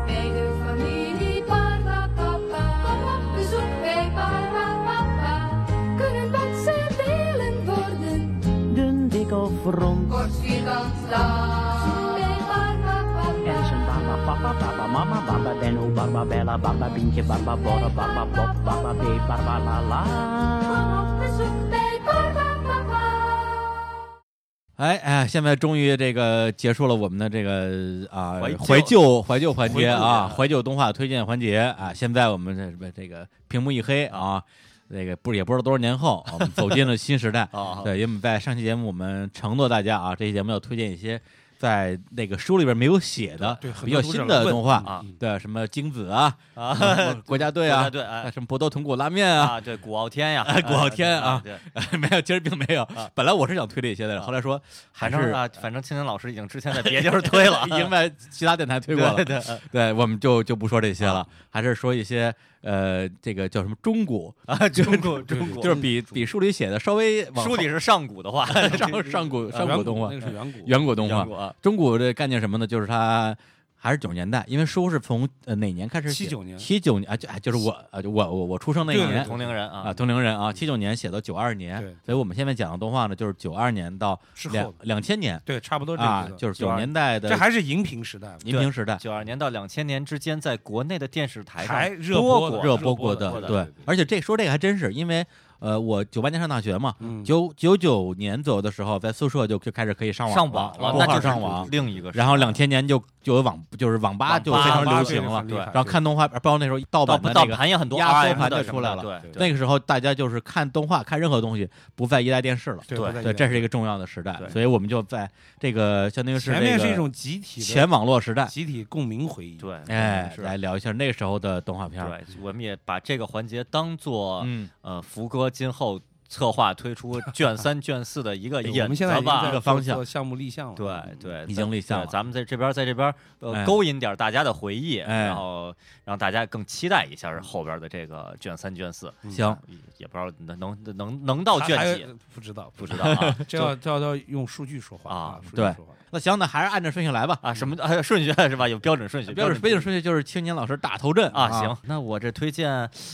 Speaker 9: bij de familie Barba, papa. Bezoek bij Barba, papa. Kunnen wat ze willen worden.
Speaker 10: dun, dik of rond.
Speaker 9: Kort vierkant lang. Bij Barba,
Speaker 10: Er is een
Speaker 9: papa.
Speaker 10: baba, papa, baba, mama, baba, Benno, baba, Bella, baba, Bientje, baba, Borre, baba, Bob, baba, B, baba, la, la.
Speaker 9: Kom op bezoek bij Barba, papa.
Speaker 1: 哎哎，现在终于这个结束了我们的这个啊
Speaker 2: 怀旧
Speaker 1: 怀旧怀旧环节
Speaker 2: 回顾
Speaker 1: 啊，
Speaker 2: 啊。
Speaker 1: 怀旧动画推荐环节啊。现在我们这这个屏幕一黑啊，那个不也不知道多少年后，啊我们走进了新时代
Speaker 2: 啊，
Speaker 1: 对，因为我们在上期节目我们承诺大家啊，这期节目要推荐一些在那个书里边没有写的
Speaker 4: 对很
Speaker 1: 比
Speaker 4: 多
Speaker 1: 较
Speaker 4: 读者
Speaker 1: 新
Speaker 4: 来
Speaker 1: 的
Speaker 4: 问
Speaker 1: 动画
Speaker 2: 啊
Speaker 1: 对，什么精子啊，
Speaker 2: 啊，
Speaker 1: 什么国家队啊，
Speaker 2: 对
Speaker 1: 啊
Speaker 2: 哎
Speaker 1: 什么搏斗豚骨拉面啊，
Speaker 2: 啊，对，古傲天呀
Speaker 1: 哎， 古傲天啊
Speaker 2: 对，
Speaker 1: 没有，其实并没有。本来我是想推这些的，
Speaker 2: 啊
Speaker 1: 后来说还
Speaker 2: 反
Speaker 1: 是，
Speaker 2: 正啊，反正青青老师已经之前在别地儿推了 啊
Speaker 1: 已经在其他电台推过了。
Speaker 2: 对对对
Speaker 1: 对，嗯啊我们就就不说这些了，还是说一些呃，这个叫什么中古啊， 就
Speaker 2: 中古中古
Speaker 1: 就是比比书里写的稍微往
Speaker 2: 书里是上古的话，
Speaker 1: 后 上上古上古动画嗯
Speaker 4: 那，个是远古，
Speaker 1: 远古动画
Speaker 2: 上。古啊，
Speaker 1: 中古这概念什么呢？就是它还是九十年代，因为书是从呃哪年开始写？
Speaker 4: 79年
Speaker 1: 七九年啊，就啊就是我啊，就我我我出生那一
Speaker 4: 对
Speaker 1: 年
Speaker 2: 同龄人啊
Speaker 1: 啊，，同龄人啊，七九年写到九二年
Speaker 4: 对，
Speaker 1: 所以我们现在讲的动画呢，就是九二年到
Speaker 4: 之后
Speaker 1: 两
Speaker 4: 的
Speaker 1: 两千年
Speaker 4: 对，差不多这
Speaker 1: 啊
Speaker 4: 个，
Speaker 1: 就是九
Speaker 4: 92
Speaker 1: 十年代的
Speaker 4: 这还是荧屏时代嘛，
Speaker 1: 银屏时代
Speaker 2: 九二年到两千年之间，在国内的电视台
Speaker 4: 还
Speaker 2: 上
Speaker 4: 热
Speaker 2: 播
Speaker 4: 播
Speaker 2: 过
Speaker 1: 热
Speaker 4: 的热播
Speaker 1: 过
Speaker 4: 的
Speaker 2: 热播的
Speaker 1: 对
Speaker 4: 对对，
Speaker 1: 而且这说这个还真是，因为呃，我九八年上大学嘛，
Speaker 4: 嗯
Speaker 1: 九九九年左右的时候，在宿舍就就开始可以上网
Speaker 2: 上
Speaker 1: 网
Speaker 2: 网
Speaker 1: 拨
Speaker 2: 了，那就
Speaker 1: 号
Speaker 2: 是
Speaker 1: 上网，
Speaker 2: 另一个时代。
Speaker 1: 然后两千年就就有网就是网吧
Speaker 2: 网吧
Speaker 1: 就非常
Speaker 4: 网吧
Speaker 1: 流行
Speaker 4: 对
Speaker 1: 了
Speaker 4: 很，厉害
Speaker 1: 然后看动画，包括那时候盗
Speaker 2: 盗
Speaker 1: 版的
Speaker 2: 盗
Speaker 1: 那个。
Speaker 2: 盘也很多，
Speaker 1: 压缩
Speaker 2: RM
Speaker 1: 盘就
Speaker 2: 的什么
Speaker 1: 出来
Speaker 2: 的
Speaker 1: 了
Speaker 2: 对
Speaker 1: 那个时候，大家就是看动画、看任何东西，不在一台电视了。
Speaker 4: 对
Speaker 2: 对
Speaker 4: 不再
Speaker 1: 对，
Speaker 4: 见
Speaker 1: 这是一个重要的时代，
Speaker 2: 对
Speaker 1: 所以我们就在这个相当于是
Speaker 4: 前
Speaker 1: 这
Speaker 4: 面
Speaker 1: 个
Speaker 4: 是一种集体的
Speaker 1: 前网络时代，
Speaker 4: 集体共鸣回忆，
Speaker 2: 对，
Speaker 1: 哎，
Speaker 2: 是
Speaker 1: 来聊一下那时候的动画片儿。
Speaker 2: 对，我们也把这个环节当做
Speaker 1: 嗯，
Speaker 2: 呃福哥今后策划推 出卷三、卷四的一个
Speaker 4: 对，
Speaker 2: 引
Speaker 4: 我们现在
Speaker 2: 子
Speaker 4: 已经在
Speaker 2: 吧
Speaker 1: 这个
Speaker 4: 做
Speaker 1: 方向
Speaker 4: 做项目立项了，
Speaker 2: 对对，
Speaker 1: 已经立项
Speaker 2: 对
Speaker 1: 了
Speaker 2: 咱们在这边，在这边呃
Speaker 1: 哎
Speaker 2: 勾引点大家的回忆，
Speaker 1: 哎
Speaker 2: 然后让大家更期待一下后边的这个卷三、卷四。
Speaker 1: 嗯行，
Speaker 2: 也也不知道能能能能到
Speaker 4: 还
Speaker 2: 卷
Speaker 4: 还
Speaker 2: 几，
Speaker 4: 不知道，
Speaker 2: 不知道啊
Speaker 4: 这要这要要用数据说话
Speaker 2: 啊
Speaker 4: 啊，数据
Speaker 1: 对
Speaker 4: 说话
Speaker 1: 那行，那还是按照顺序来吧。
Speaker 2: 啊什么啊顺序是吧？有标准顺序，
Speaker 1: 标准
Speaker 2: 标
Speaker 1: 背景顺序就是青年老师大头阵
Speaker 2: 啊，行，那我这推荐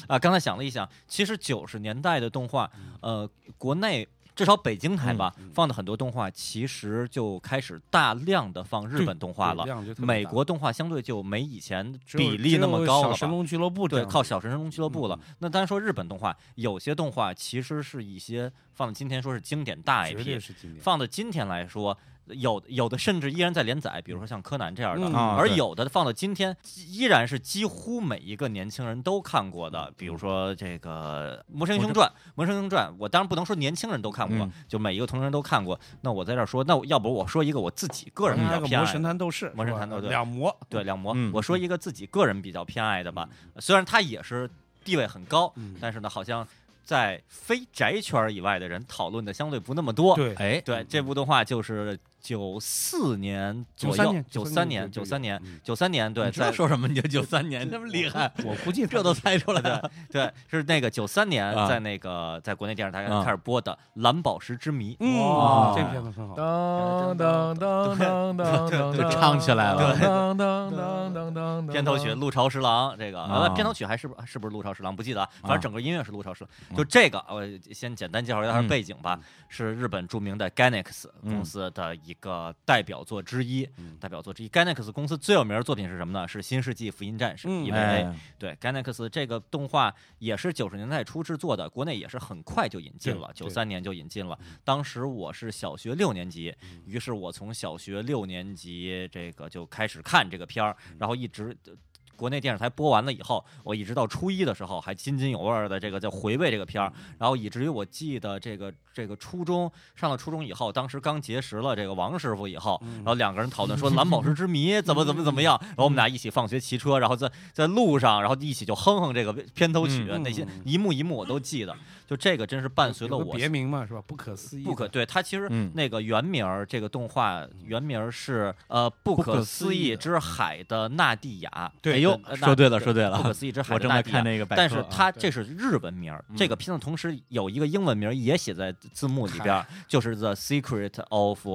Speaker 2: 啊，刚才想了一想，其实九十年代的动画，呃，国内至少北京台
Speaker 4: 嗯
Speaker 2: 吧、放的很多动画，其实就开始大量的放日本动画了。，美国动画相对就没以前比例那么高了
Speaker 4: 神
Speaker 2: 吧？
Speaker 4: 龙俱乐部
Speaker 2: 对，靠小神龙俱乐部了。
Speaker 4: 嗯
Speaker 2: 那当然说日本动画，有些动画其实是一些放到今天说是经典大
Speaker 4: 绝对
Speaker 2: IP，
Speaker 4: 是经典。
Speaker 2: 放到今天来说，有有的甚至依然在连载，比如说像柯南这样的，
Speaker 4: 嗯
Speaker 1: 啊
Speaker 2: 而
Speaker 1: 对
Speaker 2: 有的放到今天依然是几乎每一个年轻人都看过的，比如说这个《魔神英雄传》，《魔神英雄传》，我当然不能说年轻人都看过，
Speaker 1: 嗯
Speaker 2: 就每一个同龄人都看过。那我在这儿说，那我要不我说一个我自己个人比
Speaker 4: 嗯那
Speaker 2: 较
Speaker 4: 个
Speaker 2: 偏
Speaker 4: 魔
Speaker 2: 爱
Speaker 4: 神
Speaker 2: 的。
Speaker 4: 坛斗士，
Speaker 2: 魔神坛斗士
Speaker 4: 两魔，
Speaker 2: 对两魔，
Speaker 1: 嗯
Speaker 2: 我说一个自己个人比较偏爱的吧，虽然他也是地位很高，
Speaker 4: 嗯
Speaker 2: 但是呢，好像在非宅圈儿以外的人讨论的相对不那么多。
Speaker 4: 对，
Speaker 1: 哎，
Speaker 2: 对，这部动画就是九四年左
Speaker 4: 93
Speaker 2: 右
Speaker 4: 年，
Speaker 2: 九
Speaker 4: 93
Speaker 2: 年，
Speaker 4: 年
Speaker 2: 九
Speaker 4: 就
Speaker 2: 三年
Speaker 4: 有嗯，
Speaker 2: 九三年，对，
Speaker 1: 你知道
Speaker 2: 在
Speaker 1: 说什么？你就九三年，这么厉害，
Speaker 4: 我估计
Speaker 1: 这都猜出来了。
Speaker 2: 对是那个九三年
Speaker 1: 啊，
Speaker 2: 在那个在国内电视台
Speaker 1: 啊
Speaker 2: 开始播的《蓝宝石之谜》。
Speaker 4: 嗯
Speaker 2: 哦
Speaker 1: 哇，
Speaker 4: 这片子很好，
Speaker 3: 当当当当当当，
Speaker 1: 就唱起来了
Speaker 3: 当当当当当，
Speaker 2: 片头曲陆潮十郎这个
Speaker 1: 啊
Speaker 2: 啊，片头曲还是不是不是陆潮十郎不记得啊，反
Speaker 1: 啊
Speaker 2: 正整个音乐是陆潮十郎。就这个，我先简单介绍一下它
Speaker 1: 嗯
Speaker 2: 的背景吧，是日本著名的 Gainax
Speaker 1: 嗯
Speaker 2: 公司的一个代表作之一
Speaker 4: 嗯。
Speaker 2: 代表作之一，Gainax 公司最有名的作品是什么呢？是《新世纪福音战士》
Speaker 4: 嗯
Speaker 2: EVA
Speaker 1: 哎。，
Speaker 2: 对，Gainax 这个动画也是九十年代初制作的，国内也是很快就引进
Speaker 4: 对
Speaker 2: 了，
Speaker 4: 对嗯
Speaker 2: 九三年就引进了。当时我是小学六年级，于是我从小学六年级这个就开始看这个片儿，
Speaker 4: 嗯
Speaker 2: 然后一直。呃国内电视台播完了以后，我一直到初一的时候还津津有味儿的这个在回味这个片儿，然后以至于我记得这个这个初中上了初中以后，当时刚结识了这个王师傅以后，然后两个人讨论说蓝宝石之 谜怎么怎么怎么样，然后我们俩一起放学骑车，然后在在路上，然后一起就哼哼这个片头曲，
Speaker 4: 嗯
Speaker 2: 那些一幕一幕我都记得，就这个真是伴随了
Speaker 4: 有个
Speaker 2: 我
Speaker 4: 别名嘛，是吧？不可思议，
Speaker 2: 不可，对它其实
Speaker 1: 嗯
Speaker 2: 那个原名儿，这个动画原名儿是呃《不
Speaker 1: 不可
Speaker 2: 可
Speaker 1: 思
Speaker 2: 思
Speaker 1: 议
Speaker 2: 议
Speaker 1: 的
Speaker 2: 之海的纳蒂亚》。
Speaker 1: 哎
Speaker 2: 对
Speaker 1: 呦
Speaker 2: 呃，纳
Speaker 1: 说对了，
Speaker 2: 对
Speaker 1: 说对
Speaker 2: 不可
Speaker 1: 了，
Speaker 2: 思议之海
Speaker 1: 我
Speaker 2: 的
Speaker 1: 正
Speaker 2: 纳
Speaker 1: 在
Speaker 2: 蒂
Speaker 1: 看
Speaker 2: 亚。
Speaker 1: 那个百科啊，
Speaker 2: 但是它这是日文名儿，
Speaker 3: 嗯
Speaker 2: 这个片子同时有一个英文名儿也写在字幕里边儿，就是《The Secret of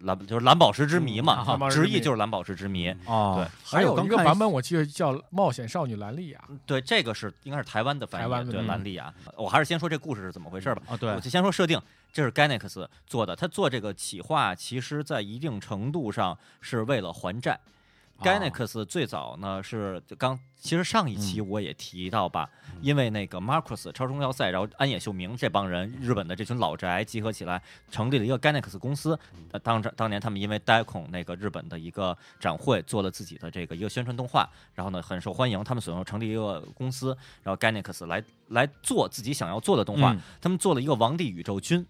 Speaker 2: 蓝》，就是蓝宝石之谜嘛，
Speaker 3: 嗯啊
Speaker 2: 啊
Speaker 3: 蓝宝石
Speaker 2: 直
Speaker 3: 之谜嗯
Speaker 2: 译就是蓝宝石之谜。
Speaker 1: 哦，
Speaker 3: 还有
Speaker 1: 而
Speaker 3: 一个
Speaker 1: 且我刚看
Speaker 3: 版本，我记得叫《冒险少女兰莉亚
Speaker 2: 对，这个是应该是台湾的翻
Speaker 3: 台湾
Speaker 2: 译，
Speaker 3: 的
Speaker 2: 对
Speaker 3: 嗯
Speaker 2: 兰莉亚。我还是先说这故事是怎么回事吧。
Speaker 1: 哦，对
Speaker 2: 我，就先说设定，这是 Gainax 做的，他做这个企划，其实在一定程度上是为了还债。
Speaker 1: 哦
Speaker 2: 盖内克斯最早呢是刚，其实上
Speaker 1: 嗯
Speaker 2: 一期我也提到吧，因为那个 Marcus 超冲要塞，然后安野秀明这帮人，日本的这群老宅集合起来，成立了一个盖内克斯公司。呃
Speaker 1: 嗯
Speaker 2: 当当年他们因为 d a c o n 那个日本的一个展会，做了自己的这个一个宣传动画，然后呢很受欢迎，他们所用成立一个公司，然后 g a n e x 来来做自己想要做的动画，
Speaker 1: 嗯
Speaker 2: 他们做了一个《王帝宇宙军》，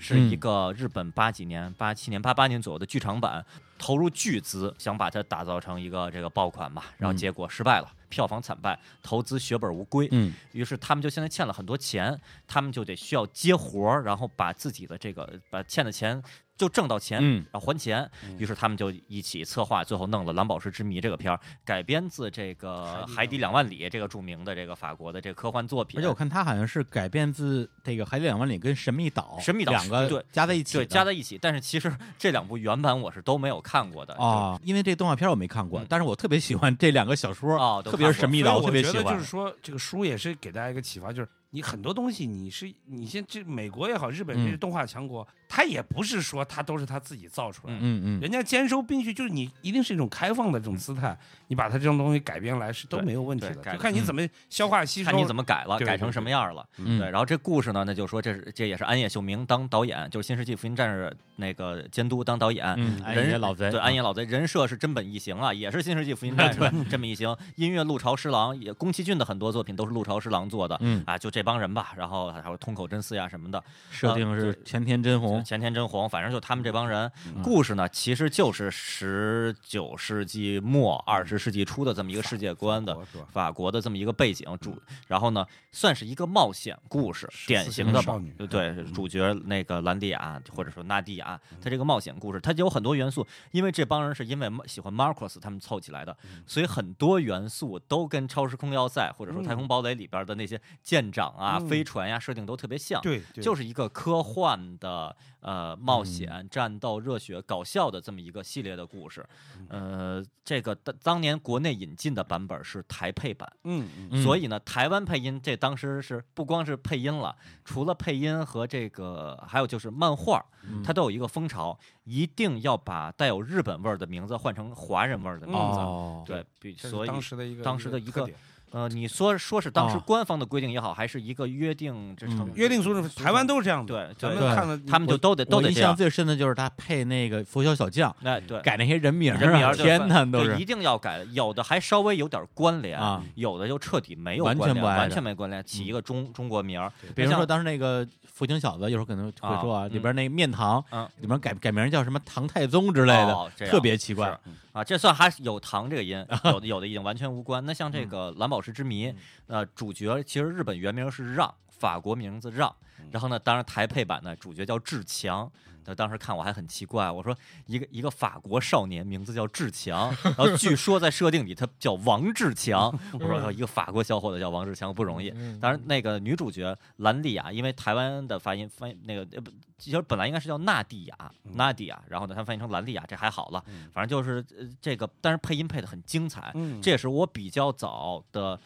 Speaker 2: 是一个日本八几年、八七年、八八年左右的剧场版，投入巨资想把它打造成一个这个爆款吧，然后
Speaker 1: 嗯
Speaker 2: 结果失败了，票房惨败，投资血本无归。
Speaker 1: 嗯
Speaker 2: 于是他们就现在欠了很多钱，他们就得需要接活儿，然后把自己的这个把欠的钱就挣到钱，
Speaker 1: 嗯
Speaker 2: 然后还钱。于是他们就一起策划，最后弄了《蓝宝石之谜》这个片儿，改编自这个《海底两万里》这个著名的这个法国的这个科幻作品。
Speaker 1: 而且我看他好像是改编自这个《海底两万里》跟《神秘岛》
Speaker 2: 神秘岛
Speaker 1: 两个
Speaker 2: 对
Speaker 1: 加在一起的，
Speaker 2: 对加在一起，但是其实 这两部原版我是都没有看过的
Speaker 1: 啊，因为这动画片我没看过
Speaker 2: 嗯，
Speaker 1: 但是我特别喜欢这两个小说
Speaker 2: 哦都
Speaker 1: 特别是《
Speaker 2: 看过
Speaker 1: 神秘
Speaker 4: 所以
Speaker 1: 岛》，我特
Speaker 4: 我
Speaker 1: 别
Speaker 4: 觉
Speaker 1: 喜
Speaker 4: 得
Speaker 1: 欢
Speaker 4: 就是。说，这个书也是给大家一个启发，就是你很多东西，你是你现这美国也好，日本这些
Speaker 1: 嗯
Speaker 4: 动画强国，它也不是说它都是它自己造出来的。
Speaker 1: 嗯嗯，
Speaker 4: 人家兼收并蓄，就是你一定是一种开放的这种姿态，你把它这种东西改编来是都
Speaker 2: 嗯对
Speaker 4: 没有问题
Speaker 2: 对改
Speaker 4: 的，就看你怎么消化吸收。
Speaker 2: 看你怎么改了，
Speaker 4: 对
Speaker 2: 改成什么样了。
Speaker 1: 嗯
Speaker 2: 对，然后这故事呢，那就说这是这也是安野秀明当导演，就是《新世纪福音战士》那个监督当导演。
Speaker 1: 嗯，安野
Speaker 2: 人
Speaker 1: 老贼，
Speaker 2: 对安野老贼人设是真本一行啊，也是《新世纪福音战士》 真本一行。音乐陆潮师郎也宫崎骏的很多作品都是陆潮师郎做的。
Speaker 1: 嗯
Speaker 2: 啊，就这帮人吧，然后还有通口真司呀什么的，
Speaker 1: 设
Speaker 2: 呃
Speaker 1: 定是前田真
Speaker 2: 就
Speaker 4: 哦
Speaker 1: 红，
Speaker 2: 前田真弘，反正就他们这帮人。
Speaker 4: 嗯
Speaker 2: 故事呢，其实就是十九世纪末二十世纪初的这么一个世界观的
Speaker 4: 法国是吧
Speaker 2: 法国的这么一个背景主，然后呢，算是一个冒险故事，典型的啊
Speaker 4: 少女
Speaker 2: 对对，
Speaker 4: 嗯
Speaker 2: 主角那个兰迪亚或者说纳迪亚，他这个冒险故事，它有很多元素，因为这帮人是因为喜欢 Marcus 他们凑起来的，
Speaker 4: 嗯
Speaker 2: 所以很多元素都跟《超时空要塞》或者说《太空堡垒》里边的那些舰长啊、
Speaker 4: 嗯
Speaker 2: 飞船呀、设定都特别像。
Speaker 4: 对，对嗯
Speaker 2: 就是一个科幻的呃冒险、战斗、热血、搞笑的这么一个系列的故事。
Speaker 4: 嗯
Speaker 2: 呃，这个当当年国内引进的版本是台配版，
Speaker 4: 嗯嗯，
Speaker 1: 嗯
Speaker 2: 所以呢，台湾配音这当时是不光是配音了，除了配音和这个，还有就是漫画，
Speaker 4: 嗯
Speaker 2: 它都有一个风潮，一定要把带有日本味儿的名字换成华人味儿的名字。
Speaker 1: 哦，
Speaker 2: 嗯对，比
Speaker 4: 这是
Speaker 2: 所以
Speaker 4: 当时的一个
Speaker 2: 当时的一
Speaker 4: 特
Speaker 2: 个
Speaker 4: 点
Speaker 2: 呃，你说说是当时
Speaker 1: 哦
Speaker 2: 官方的规定也好，还是一个约定这成
Speaker 1: 嗯
Speaker 4: 约定俗成，台湾都是这样的。
Speaker 2: 对
Speaker 4: 咱
Speaker 1: 对
Speaker 4: 们看了
Speaker 2: 他们就都得都
Speaker 1: 我
Speaker 2: 得
Speaker 1: 印
Speaker 2: 这
Speaker 1: 象
Speaker 2: 样。
Speaker 1: 最深的就是他配那个拂晓小将，
Speaker 2: 哎，对，
Speaker 1: 改那些人名儿啊
Speaker 2: 人名儿就
Speaker 1: 天
Speaker 2: 分
Speaker 1: 哪，都
Speaker 2: 对
Speaker 1: 是
Speaker 2: 一定要改的，有的还稍微有点关联
Speaker 1: 啊，
Speaker 2: 有的就彻底没有
Speaker 1: 完
Speaker 2: 关
Speaker 1: 全
Speaker 2: 联，
Speaker 1: 不挨
Speaker 2: 完
Speaker 1: 着嗯
Speaker 2: 全没关联，起一个中中国名儿，
Speaker 1: 比如
Speaker 2: 像
Speaker 1: 说当时那个福清小子，有时候可能会说啊，
Speaker 2: 啊
Speaker 1: 里边那面堂
Speaker 2: 嗯，
Speaker 1: 里边改改名叫什么唐太宗之类
Speaker 2: 哦这
Speaker 1: 的，
Speaker 2: 样
Speaker 1: 特别奇怪。
Speaker 2: 啊，这算还是有糖这个音，有的有的已经完全无关。那像这个《蓝宝石之谜》，呃，主角其实日本原名是让，法国名字让，然后呢，当然台配版呢，主角叫志强。那当时看我还很奇怪，我说一个一个法国少年名字叫志强，然后据说在设定里他叫王志强，我说一个法国小伙子叫王志强不容易。
Speaker 3: 嗯
Speaker 2: 当然，那个女主角兰蒂亚，因为台湾的发音翻译那个呃不，其实本来应该是叫纳蒂亚，
Speaker 4: 嗯
Speaker 2: 纳蒂亚，然后呢，她翻译成兰蒂亚，这还好了。反正就是呃这个，但是配音配的很精彩，
Speaker 4: 嗯
Speaker 2: 这也是我比较早的。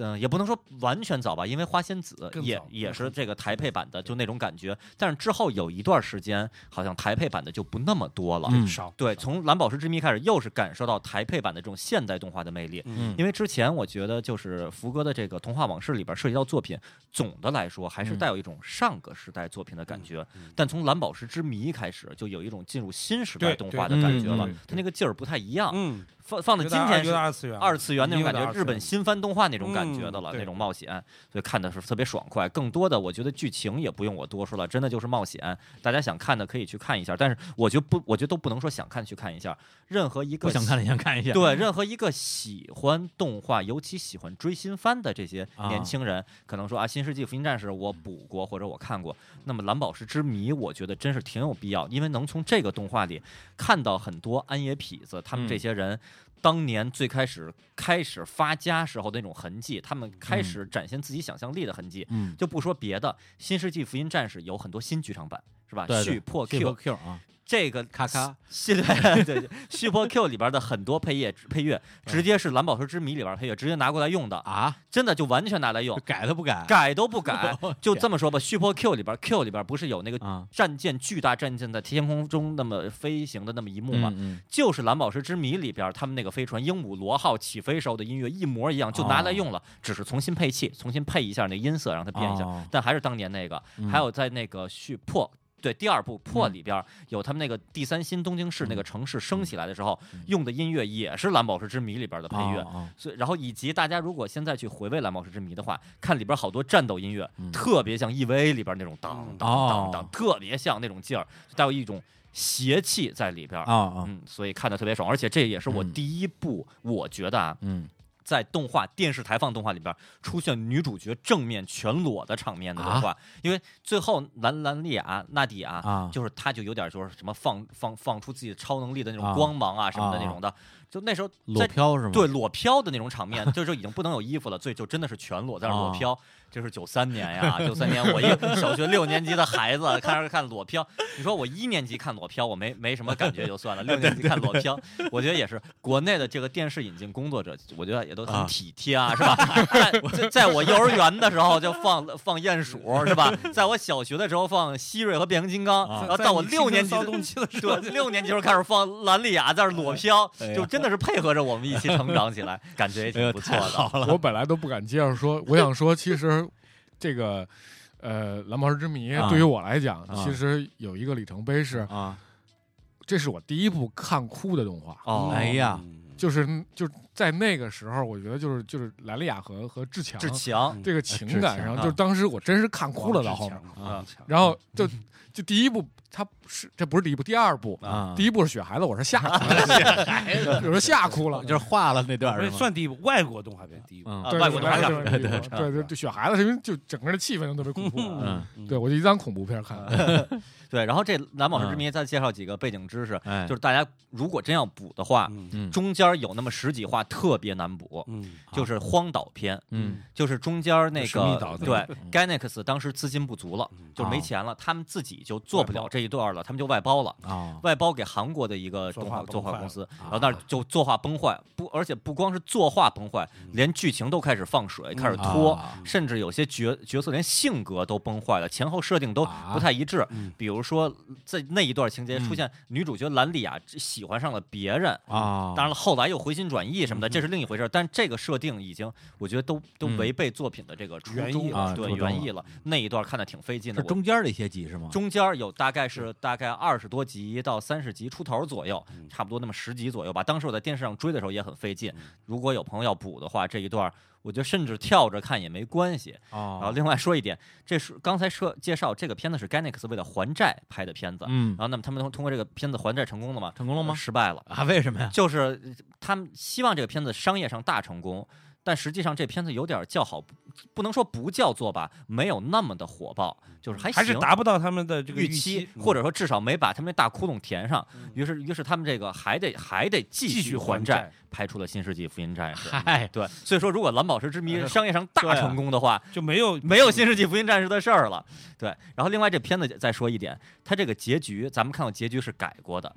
Speaker 2: 嗯，也不能说完全早吧，因为花仙子
Speaker 4: 更
Speaker 2: 也
Speaker 4: 早
Speaker 2: 也是这个台配版的，就那种感觉。但是之后有一段时间，好像台配版的就不那么多了。
Speaker 1: 嗯
Speaker 4: 少
Speaker 2: 对，从《蓝宝石之谜》开始，又是感受到台配版的这种现代动画的魅力。
Speaker 1: 嗯
Speaker 2: 因为之前我觉得就是福哥的这个《童话往事》里边涉及到作品，总的来说还是
Speaker 1: 嗯
Speaker 2: 带有一种上个时代作品的感觉。但从《蓝宝石之谜》开始，就有一种进入新时代
Speaker 4: 对
Speaker 2: 动画的
Speaker 1: 对
Speaker 2: 感
Speaker 1: 嗯
Speaker 2: 觉了
Speaker 1: 嗯，
Speaker 2: 它那个劲儿不太一样。
Speaker 4: 嗯，
Speaker 2: 放放到今天
Speaker 4: 觉
Speaker 2: 是
Speaker 4: 得二次元了，
Speaker 2: 二次元那种感
Speaker 4: 已经有
Speaker 2: 觉，
Speaker 4: 点
Speaker 2: 日本新番动画那种感觉的了，
Speaker 4: 嗯对
Speaker 2: 那种冒险，所以看的是特别爽快。更多的，我觉得剧情也不用我多说了，真的就是冒险。大家想看的可以去看一下，但是我觉得不，我觉得都不能说想看去看一下，任何一个
Speaker 1: 不想看的
Speaker 2: 喜。
Speaker 1: 想看一下。
Speaker 2: 对，任何一个喜欢动画，尤其喜欢追新番的这些
Speaker 1: 啊
Speaker 2: 年轻人，可能说啊，《新世纪福音战士》我补过或者我看过，那么《蓝宝石之谜》我觉得真是挺有必要，因为能从这个动画里看到很多安野痞子他们
Speaker 1: 嗯
Speaker 2: 这些人。当年最开始开始发家时候的那种痕迹，他们开始展现自己想象力的痕迹，
Speaker 1: 嗯，
Speaker 2: 就不说别的，《新世纪福音战士》有很多新剧场版，是吧？
Speaker 1: 对对
Speaker 2: 续破
Speaker 1: 去
Speaker 2: Q，
Speaker 1: Q 啊，
Speaker 2: 这个
Speaker 1: 咔咔
Speaker 2: 系列对《Super Q》里边的很多配乐配乐，直接是《蓝宝石之谜》里边配乐，直接拿过来用的，
Speaker 1: 啊，
Speaker 2: 真的就完全拿来用，
Speaker 1: 改都不改
Speaker 2: 改都不改
Speaker 1: 我。
Speaker 2: 就这么说吧，《Super Q》里边 Q 里边不是有那个
Speaker 1: 啊，
Speaker 2: 战舰巨大战舰在天空中那么飞行的那么一幕吗？
Speaker 1: 嗯
Speaker 2: 就是《蓝宝石之谜》里边他们那个飞船鹦鹉螺号起飞时候的音乐一模一样，就拿来用了，只是重新配器，重新配一下那个音色，让它变一下，
Speaker 1: 哦
Speaker 2: 但还是当年那个。
Speaker 1: 嗯
Speaker 2: 还有在那个续破。对，第二部《破》里边儿有他们那个第三新东京市那个城市升起来的时候
Speaker 1: 嗯
Speaker 2: 用的音乐，也是《蓝宝石之谜》里边的配乐。
Speaker 1: 哦哦
Speaker 2: 所以，然后以及大家如果现在去回味《蓝宝石之谜》的话，看里边好多战斗音乐，
Speaker 1: 嗯
Speaker 2: 特别像 EVA 里边那种当当当当，
Speaker 1: 哦
Speaker 2: 特别像那种劲儿，带有一种邪气在里边儿。
Speaker 1: 啊啊，
Speaker 2: 嗯，所以看的特别爽，而且这也是我
Speaker 1: 嗯
Speaker 2: 第一部，我觉得啊，
Speaker 1: 嗯
Speaker 2: 在动画电视台放动画里边出现女主角正面全裸的场面的动画，因为最后兰兰丽亚纳迪亚、
Speaker 1: 啊
Speaker 2: 就是她就有点就是什么放放放出自己的超能力的那
Speaker 1: 啊
Speaker 2: 种光芒啊什么的那种的，就那时候
Speaker 1: 裸
Speaker 2: 在
Speaker 1: 漂是吗？
Speaker 2: 对裸飘的那种场面，就是已经不能有衣服了，所以就真的是全裸在那儿裸
Speaker 1: 啊
Speaker 2: 飘。这是九三年呀，九三年我一个小学六年级的孩子看着看裸飘，你说我一年级看裸飘，我没没什么感觉就算了，六年级看裸飘，我觉得也是国内的这个电视引进工作者，我觉得也都很
Speaker 1: 啊
Speaker 2: 体贴啊，是吧？在在在我幼儿园的时候就放放鼹鼠，是吧？在我小学的时候放希瑞和变形金刚，
Speaker 1: 啊
Speaker 2: 然后到我六年级
Speaker 4: 骚
Speaker 2: 的
Speaker 4: 动期的时 候，
Speaker 2: 对，六年级时候开始放兰丽雅在那儿裸飘
Speaker 1: 哎呀，
Speaker 2: 就真的是配合着我们一起成长起来，感觉也挺不错的。
Speaker 3: 我本来都不敢接着说，我想说，其实这个呃《蓝宝石之谜
Speaker 1: 啊》
Speaker 3: 对于我来讲，
Speaker 1: 啊
Speaker 3: 其实有一个里程碑是，
Speaker 1: 啊，
Speaker 3: 这是我第一部看哭的动画。
Speaker 4: 嗯
Speaker 2: 哦，
Speaker 1: 哎呀，
Speaker 3: 就是就是在那个时候，我觉得就是就是莱利亚和和志强
Speaker 2: 志强，
Speaker 3: 这个情感上，
Speaker 2: 志强啊
Speaker 3: 就是当时我真是看哭了到后面。嗯然后就就第一部，他是这不是第一部，第二部，
Speaker 1: 啊，
Speaker 3: 第一部是雪孩子，我是吓哭了，有时候吓哭了，
Speaker 1: 就是画了那段
Speaker 4: 而
Speaker 1: 儿
Speaker 4: 且
Speaker 1: 是吗？
Speaker 4: 算第一部外国动画片第一部，
Speaker 1: 嗯
Speaker 2: 啊
Speaker 3: 对
Speaker 2: 外国
Speaker 3: 雪孩
Speaker 2: 男
Speaker 3: 子
Speaker 2: 孩
Speaker 3: 就是第一部对对对，雪孩子是因为就整个的气氛都特别恐怖嘛，
Speaker 1: 嗯，
Speaker 3: 对我就一当恐怖片看，
Speaker 2: 对。然后这《蓝宝石之谜》再介绍几个背景知识，
Speaker 1: 哎，
Speaker 2: 就是大家如果真要补的话，
Speaker 4: 嗯
Speaker 1: 嗯
Speaker 2: 中间有那么十几话特别难补，
Speaker 4: 嗯，
Speaker 2: 就是荒岛篇，
Speaker 1: 嗯
Speaker 2: 就是中间那
Speaker 4: 神秘
Speaker 2: 个
Speaker 4: 岛的
Speaker 2: 对 Ganex 当时资金不足了，就没钱了，他们自己就做不了这一段了，他们就外包了。
Speaker 1: 啊
Speaker 2: 外包给韩国的一个动画
Speaker 4: 作
Speaker 2: 作
Speaker 4: 画
Speaker 2: 画
Speaker 4: 崩坏了
Speaker 2: 公司，然后那儿就作画崩坏，不，而且不光是作画崩坏，连剧情都开始放水，开始拖，
Speaker 1: 嗯啊
Speaker 2: 甚至有些角角色连性格都崩坏了，前后设定都
Speaker 1: 啊嗯
Speaker 2: 不太一致
Speaker 4: 嗯。
Speaker 2: 比如说，在那一段情节出现女主角兰丽亚喜欢上了别人。
Speaker 1: 啊，
Speaker 2: 当然了，后来又回心转意什么的，这是另一回事儿。但这个设定已经，我觉得都都
Speaker 1: 嗯
Speaker 2: 违背作品的这个初
Speaker 4: 原
Speaker 2: 衷
Speaker 4: 意
Speaker 1: 了
Speaker 2: 对
Speaker 1: 初衷
Speaker 2: 原
Speaker 1: 了嗯
Speaker 2: 意了。那一段看的挺费劲的，
Speaker 1: 是
Speaker 2: 我
Speaker 1: 中间儿的一些集是吗？
Speaker 2: 中间儿有大概是大概二十多集到三十集出头左右，
Speaker 1: 嗯
Speaker 2: 差不多那么十集左右吧。当时我在电视上追的时候也很费劲，如果有朋友要补的话，这一段儿我觉得甚至跳着看也没关系。然后
Speaker 1: 啊，
Speaker 2: 另外说一点，这是刚才说介绍这个片子是 Ganex 为了还债拍的片子，
Speaker 1: 嗯
Speaker 2: 然，后那么他们通通过这个片子还债成功了吗？
Speaker 1: 成功了吗？
Speaker 2: 失败了，
Speaker 1: 啊，为什么呀？
Speaker 2: 就是呃他们希望这个片子商业上大成功。但实际上，这片子有点叫好，不能说不叫座吧，没有那么的火爆，就是
Speaker 1: 嗯
Speaker 2: 还
Speaker 4: 还是
Speaker 2: 行
Speaker 4: 达不到他们的这个
Speaker 2: 预
Speaker 4: 期
Speaker 2: 期，，
Speaker 4: 嗯
Speaker 2: 或
Speaker 4: 者
Speaker 2: 者说至少没把他们那大窟窿填上。于是，于是他们这个还得还得继续
Speaker 4: 继续
Speaker 2: 还
Speaker 4: 还
Speaker 2: 债
Speaker 4: 债，
Speaker 2: 拍出了《新世纪福音战士》。
Speaker 1: 嗨，
Speaker 2: 对，所以说如果《蓝宝石之谜
Speaker 4: 哎》
Speaker 2: 商业上大成功的话，
Speaker 4: 就没有
Speaker 2: 没有《新世纪福音战士》的事儿了。对，然后另外这片子再说一点，它这个结局，咱们看到结局是改过的。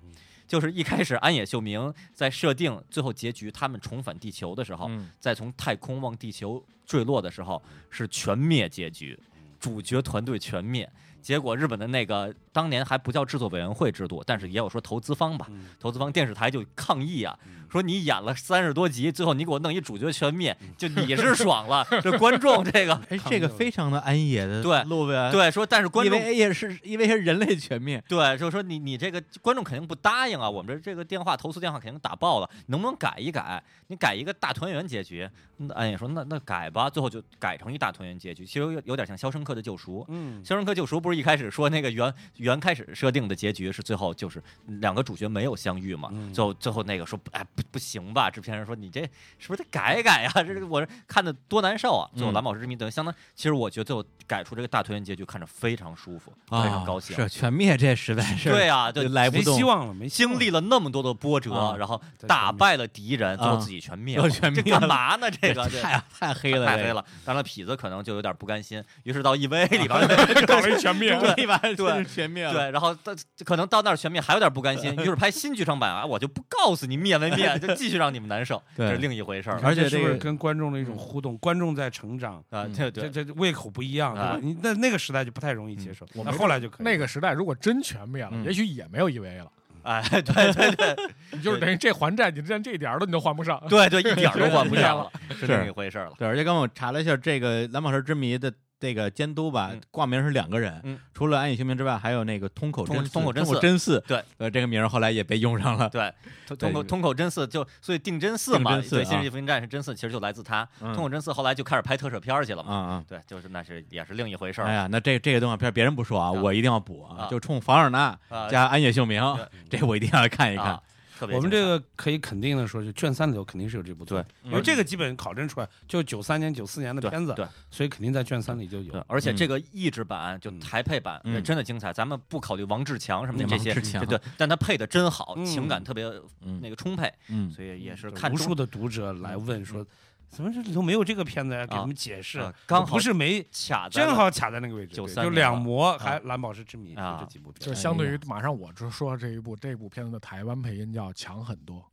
Speaker 2: 就是一开始安野秀明在设定最后结局，他们重返地球的时候，
Speaker 1: 嗯
Speaker 2: 在从太空往地球坠落的时候是全灭结局，
Speaker 1: 嗯
Speaker 2: 主角团队全灭。结果日本的那个当年还不叫制作委员会制度，但是也有说投资方吧，
Speaker 1: 嗯
Speaker 2: 投资方电视台就抗议啊，说你演了三十多集，最后你给我弄一主角全
Speaker 1: 嗯
Speaker 2: 灭，就你是爽 了，这观众这个
Speaker 1: 哎，这个非常的安野的
Speaker 2: 对
Speaker 1: 路呗，，
Speaker 2: 对说，但是观
Speaker 1: 因
Speaker 2: 众
Speaker 1: 为也是因为是人类全灭，
Speaker 2: 对，就是说你你这个观众肯定不答应啊，我们这这个电话投诉电话肯定打爆了，能不能改一改？你改一个大团圆结局？那安也说那那改吧，最后就改成一大团圆结局，其实有有点像《肖申克的救赎》。
Speaker 4: 嗯
Speaker 2: 《肖申克救赎》不是一开始说那个原原开始设定的结局是最后就是两个主角没有相遇嘛？
Speaker 4: 嗯
Speaker 2: 最后最后那个说哎不不行吧，制片人说你这是不是得改一改呀、 这是我看的多难受啊！最后
Speaker 1: 嗯
Speaker 2: 《蓝宝石之谜》等于相当，其实我觉得最后改出这个大团圆结局看着非常舒服，非常
Speaker 1: 啊，
Speaker 2: 高兴。
Speaker 1: 是全灭，这实在是
Speaker 2: 对啊，对，
Speaker 1: 来不
Speaker 4: 没
Speaker 1: 动
Speaker 4: 希，望了，没希望
Speaker 2: 经
Speaker 4: 了
Speaker 2: 历了那么多的波折，
Speaker 1: 啊
Speaker 2: 然后
Speaker 4: 在
Speaker 2: 打
Speaker 4: 全灭
Speaker 2: 败了敌人，最后
Speaker 1: 啊
Speaker 2: 自己全灭
Speaker 1: 又
Speaker 2: 了，
Speaker 1: 全
Speaker 2: 这
Speaker 1: 灭
Speaker 2: 干
Speaker 1: 了
Speaker 2: 嘛 呢？这个
Speaker 1: 太太黑了，
Speaker 2: 太
Speaker 1: 这
Speaker 2: 黑
Speaker 1: 个啊
Speaker 2: 了。当然，痞子可能就有点不甘心，于是到 EVA E 里边儿
Speaker 4: 搞了一全
Speaker 3: 灭
Speaker 2: 对
Speaker 1: 一把
Speaker 2: 对
Speaker 1: 全灭了。
Speaker 2: 对，然后到可能到那儿全灭还有点不甘心，于是拍新剧场版啊，我就不告诉你灭没灭，就继续让你们难受，
Speaker 1: 对
Speaker 2: 这是另一回事儿了
Speaker 1: 而且
Speaker 4: 是
Speaker 1: 这
Speaker 4: 不是
Speaker 1: 个
Speaker 4: 跟观众的一种互动？观众在成长，
Speaker 2: 啊。
Speaker 1: 嗯
Speaker 2: 对
Speaker 4: 这
Speaker 2: 对，
Speaker 4: 这这胃口不一样，对
Speaker 2: 啊嗯
Speaker 4: 吧？你那那个时代就不太容易接受，
Speaker 3: 我
Speaker 4: 那
Speaker 3: 没
Speaker 4: 后来就可以。
Speaker 3: 那个时代如果真全灭了，
Speaker 1: 嗯
Speaker 3: 也许也没有 EVA 了，
Speaker 2: 哎，对对对
Speaker 3: 你就是等于这还债，你连这一点儿都你都还不上。
Speaker 2: 对对，一点儿都管不上了，是
Speaker 1: 是
Speaker 2: 另一回事儿了。
Speaker 1: 对，而且刚刚我查了一下这个《蓝宝石之谜》的这个监督吧
Speaker 2: 嗯，
Speaker 1: 挂名是两个人
Speaker 2: 嗯，
Speaker 1: 除了安野秀明之外，还有那个通口
Speaker 2: 通
Speaker 1: 真司
Speaker 2: 通口真
Speaker 1: 通口
Speaker 2: 司
Speaker 1: 真司，
Speaker 2: 对，
Speaker 1: 呃，这个名儿后来也被用 上了。
Speaker 2: 对，通通口
Speaker 1: 对
Speaker 2: 通口真嗣就所以定真嗣嘛，
Speaker 1: 定真嗣
Speaker 2: 对，
Speaker 1: 啊
Speaker 2: 新世纪福音战士真嗣其实就来自他。
Speaker 1: 嗯
Speaker 2: 通口真嗣后来就开始拍特摄片儿去了
Speaker 1: 啊
Speaker 2: 嘛。
Speaker 1: 啊！
Speaker 2: 对，就是那是也是另一回事儿
Speaker 1: 哎
Speaker 2: 了。
Speaker 1: 呀，那这这个动画片别人不说啊，
Speaker 2: 啊
Speaker 1: 我一定要补啊
Speaker 2: 啊，
Speaker 1: 就冲凡尔纳
Speaker 2: 啊
Speaker 1: 加安野秀明，这我一定要看一看
Speaker 2: 啊。，特别
Speaker 4: 我们
Speaker 2: 精
Speaker 4: 这
Speaker 2: 彩
Speaker 4: 个可以肯定的说，就卷三里头肯定是有这部作品，
Speaker 1: 嗯
Speaker 4: 因为这个基本考证出来，就九三年、九四年的
Speaker 2: 嗯对
Speaker 4: 片子，
Speaker 2: 对
Speaker 4: 所以肯定在卷三里就有
Speaker 2: 对，。而且
Speaker 1: 嗯
Speaker 2: 这个译制版就
Speaker 4: 嗯
Speaker 2: 台配版
Speaker 1: 嗯
Speaker 2: 也真的精彩，咱们不考虑王志强什么的
Speaker 1: 嗯
Speaker 2: 这些，
Speaker 1: 王志强
Speaker 2: 对，对但他配的真好，
Speaker 4: 嗯
Speaker 2: 情感特别
Speaker 1: 嗯
Speaker 2: 那个充沛，
Speaker 1: 嗯，
Speaker 2: 所以也是
Speaker 4: 就
Speaker 2: 看
Speaker 4: 无
Speaker 2: 中嗯
Speaker 4: 数的读者来问说，怎么这里头没有这个片子呀？给他们解释
Speaker 2: 啊，刚好
Speaker 4: 不是没，
Speaker 2: 卡在
Speaker 4: 正
Speaker 2: 了
Speaker 4: 好卡在那个位置，
Speaker 2: 93
Speaker 4: 对就
Speaker 2: 年
Speaker 4: 两
Speaker 2: 了
Speaker 4: 魔
Speaker 2: 啊
Speaker 4: 还蓝宝石之谜就
Speaker 2: 啊
Speaker 4: 这几部片
Speaker 3: 就。相对于马上我就说这一部这部片子的台湾配音要强很多。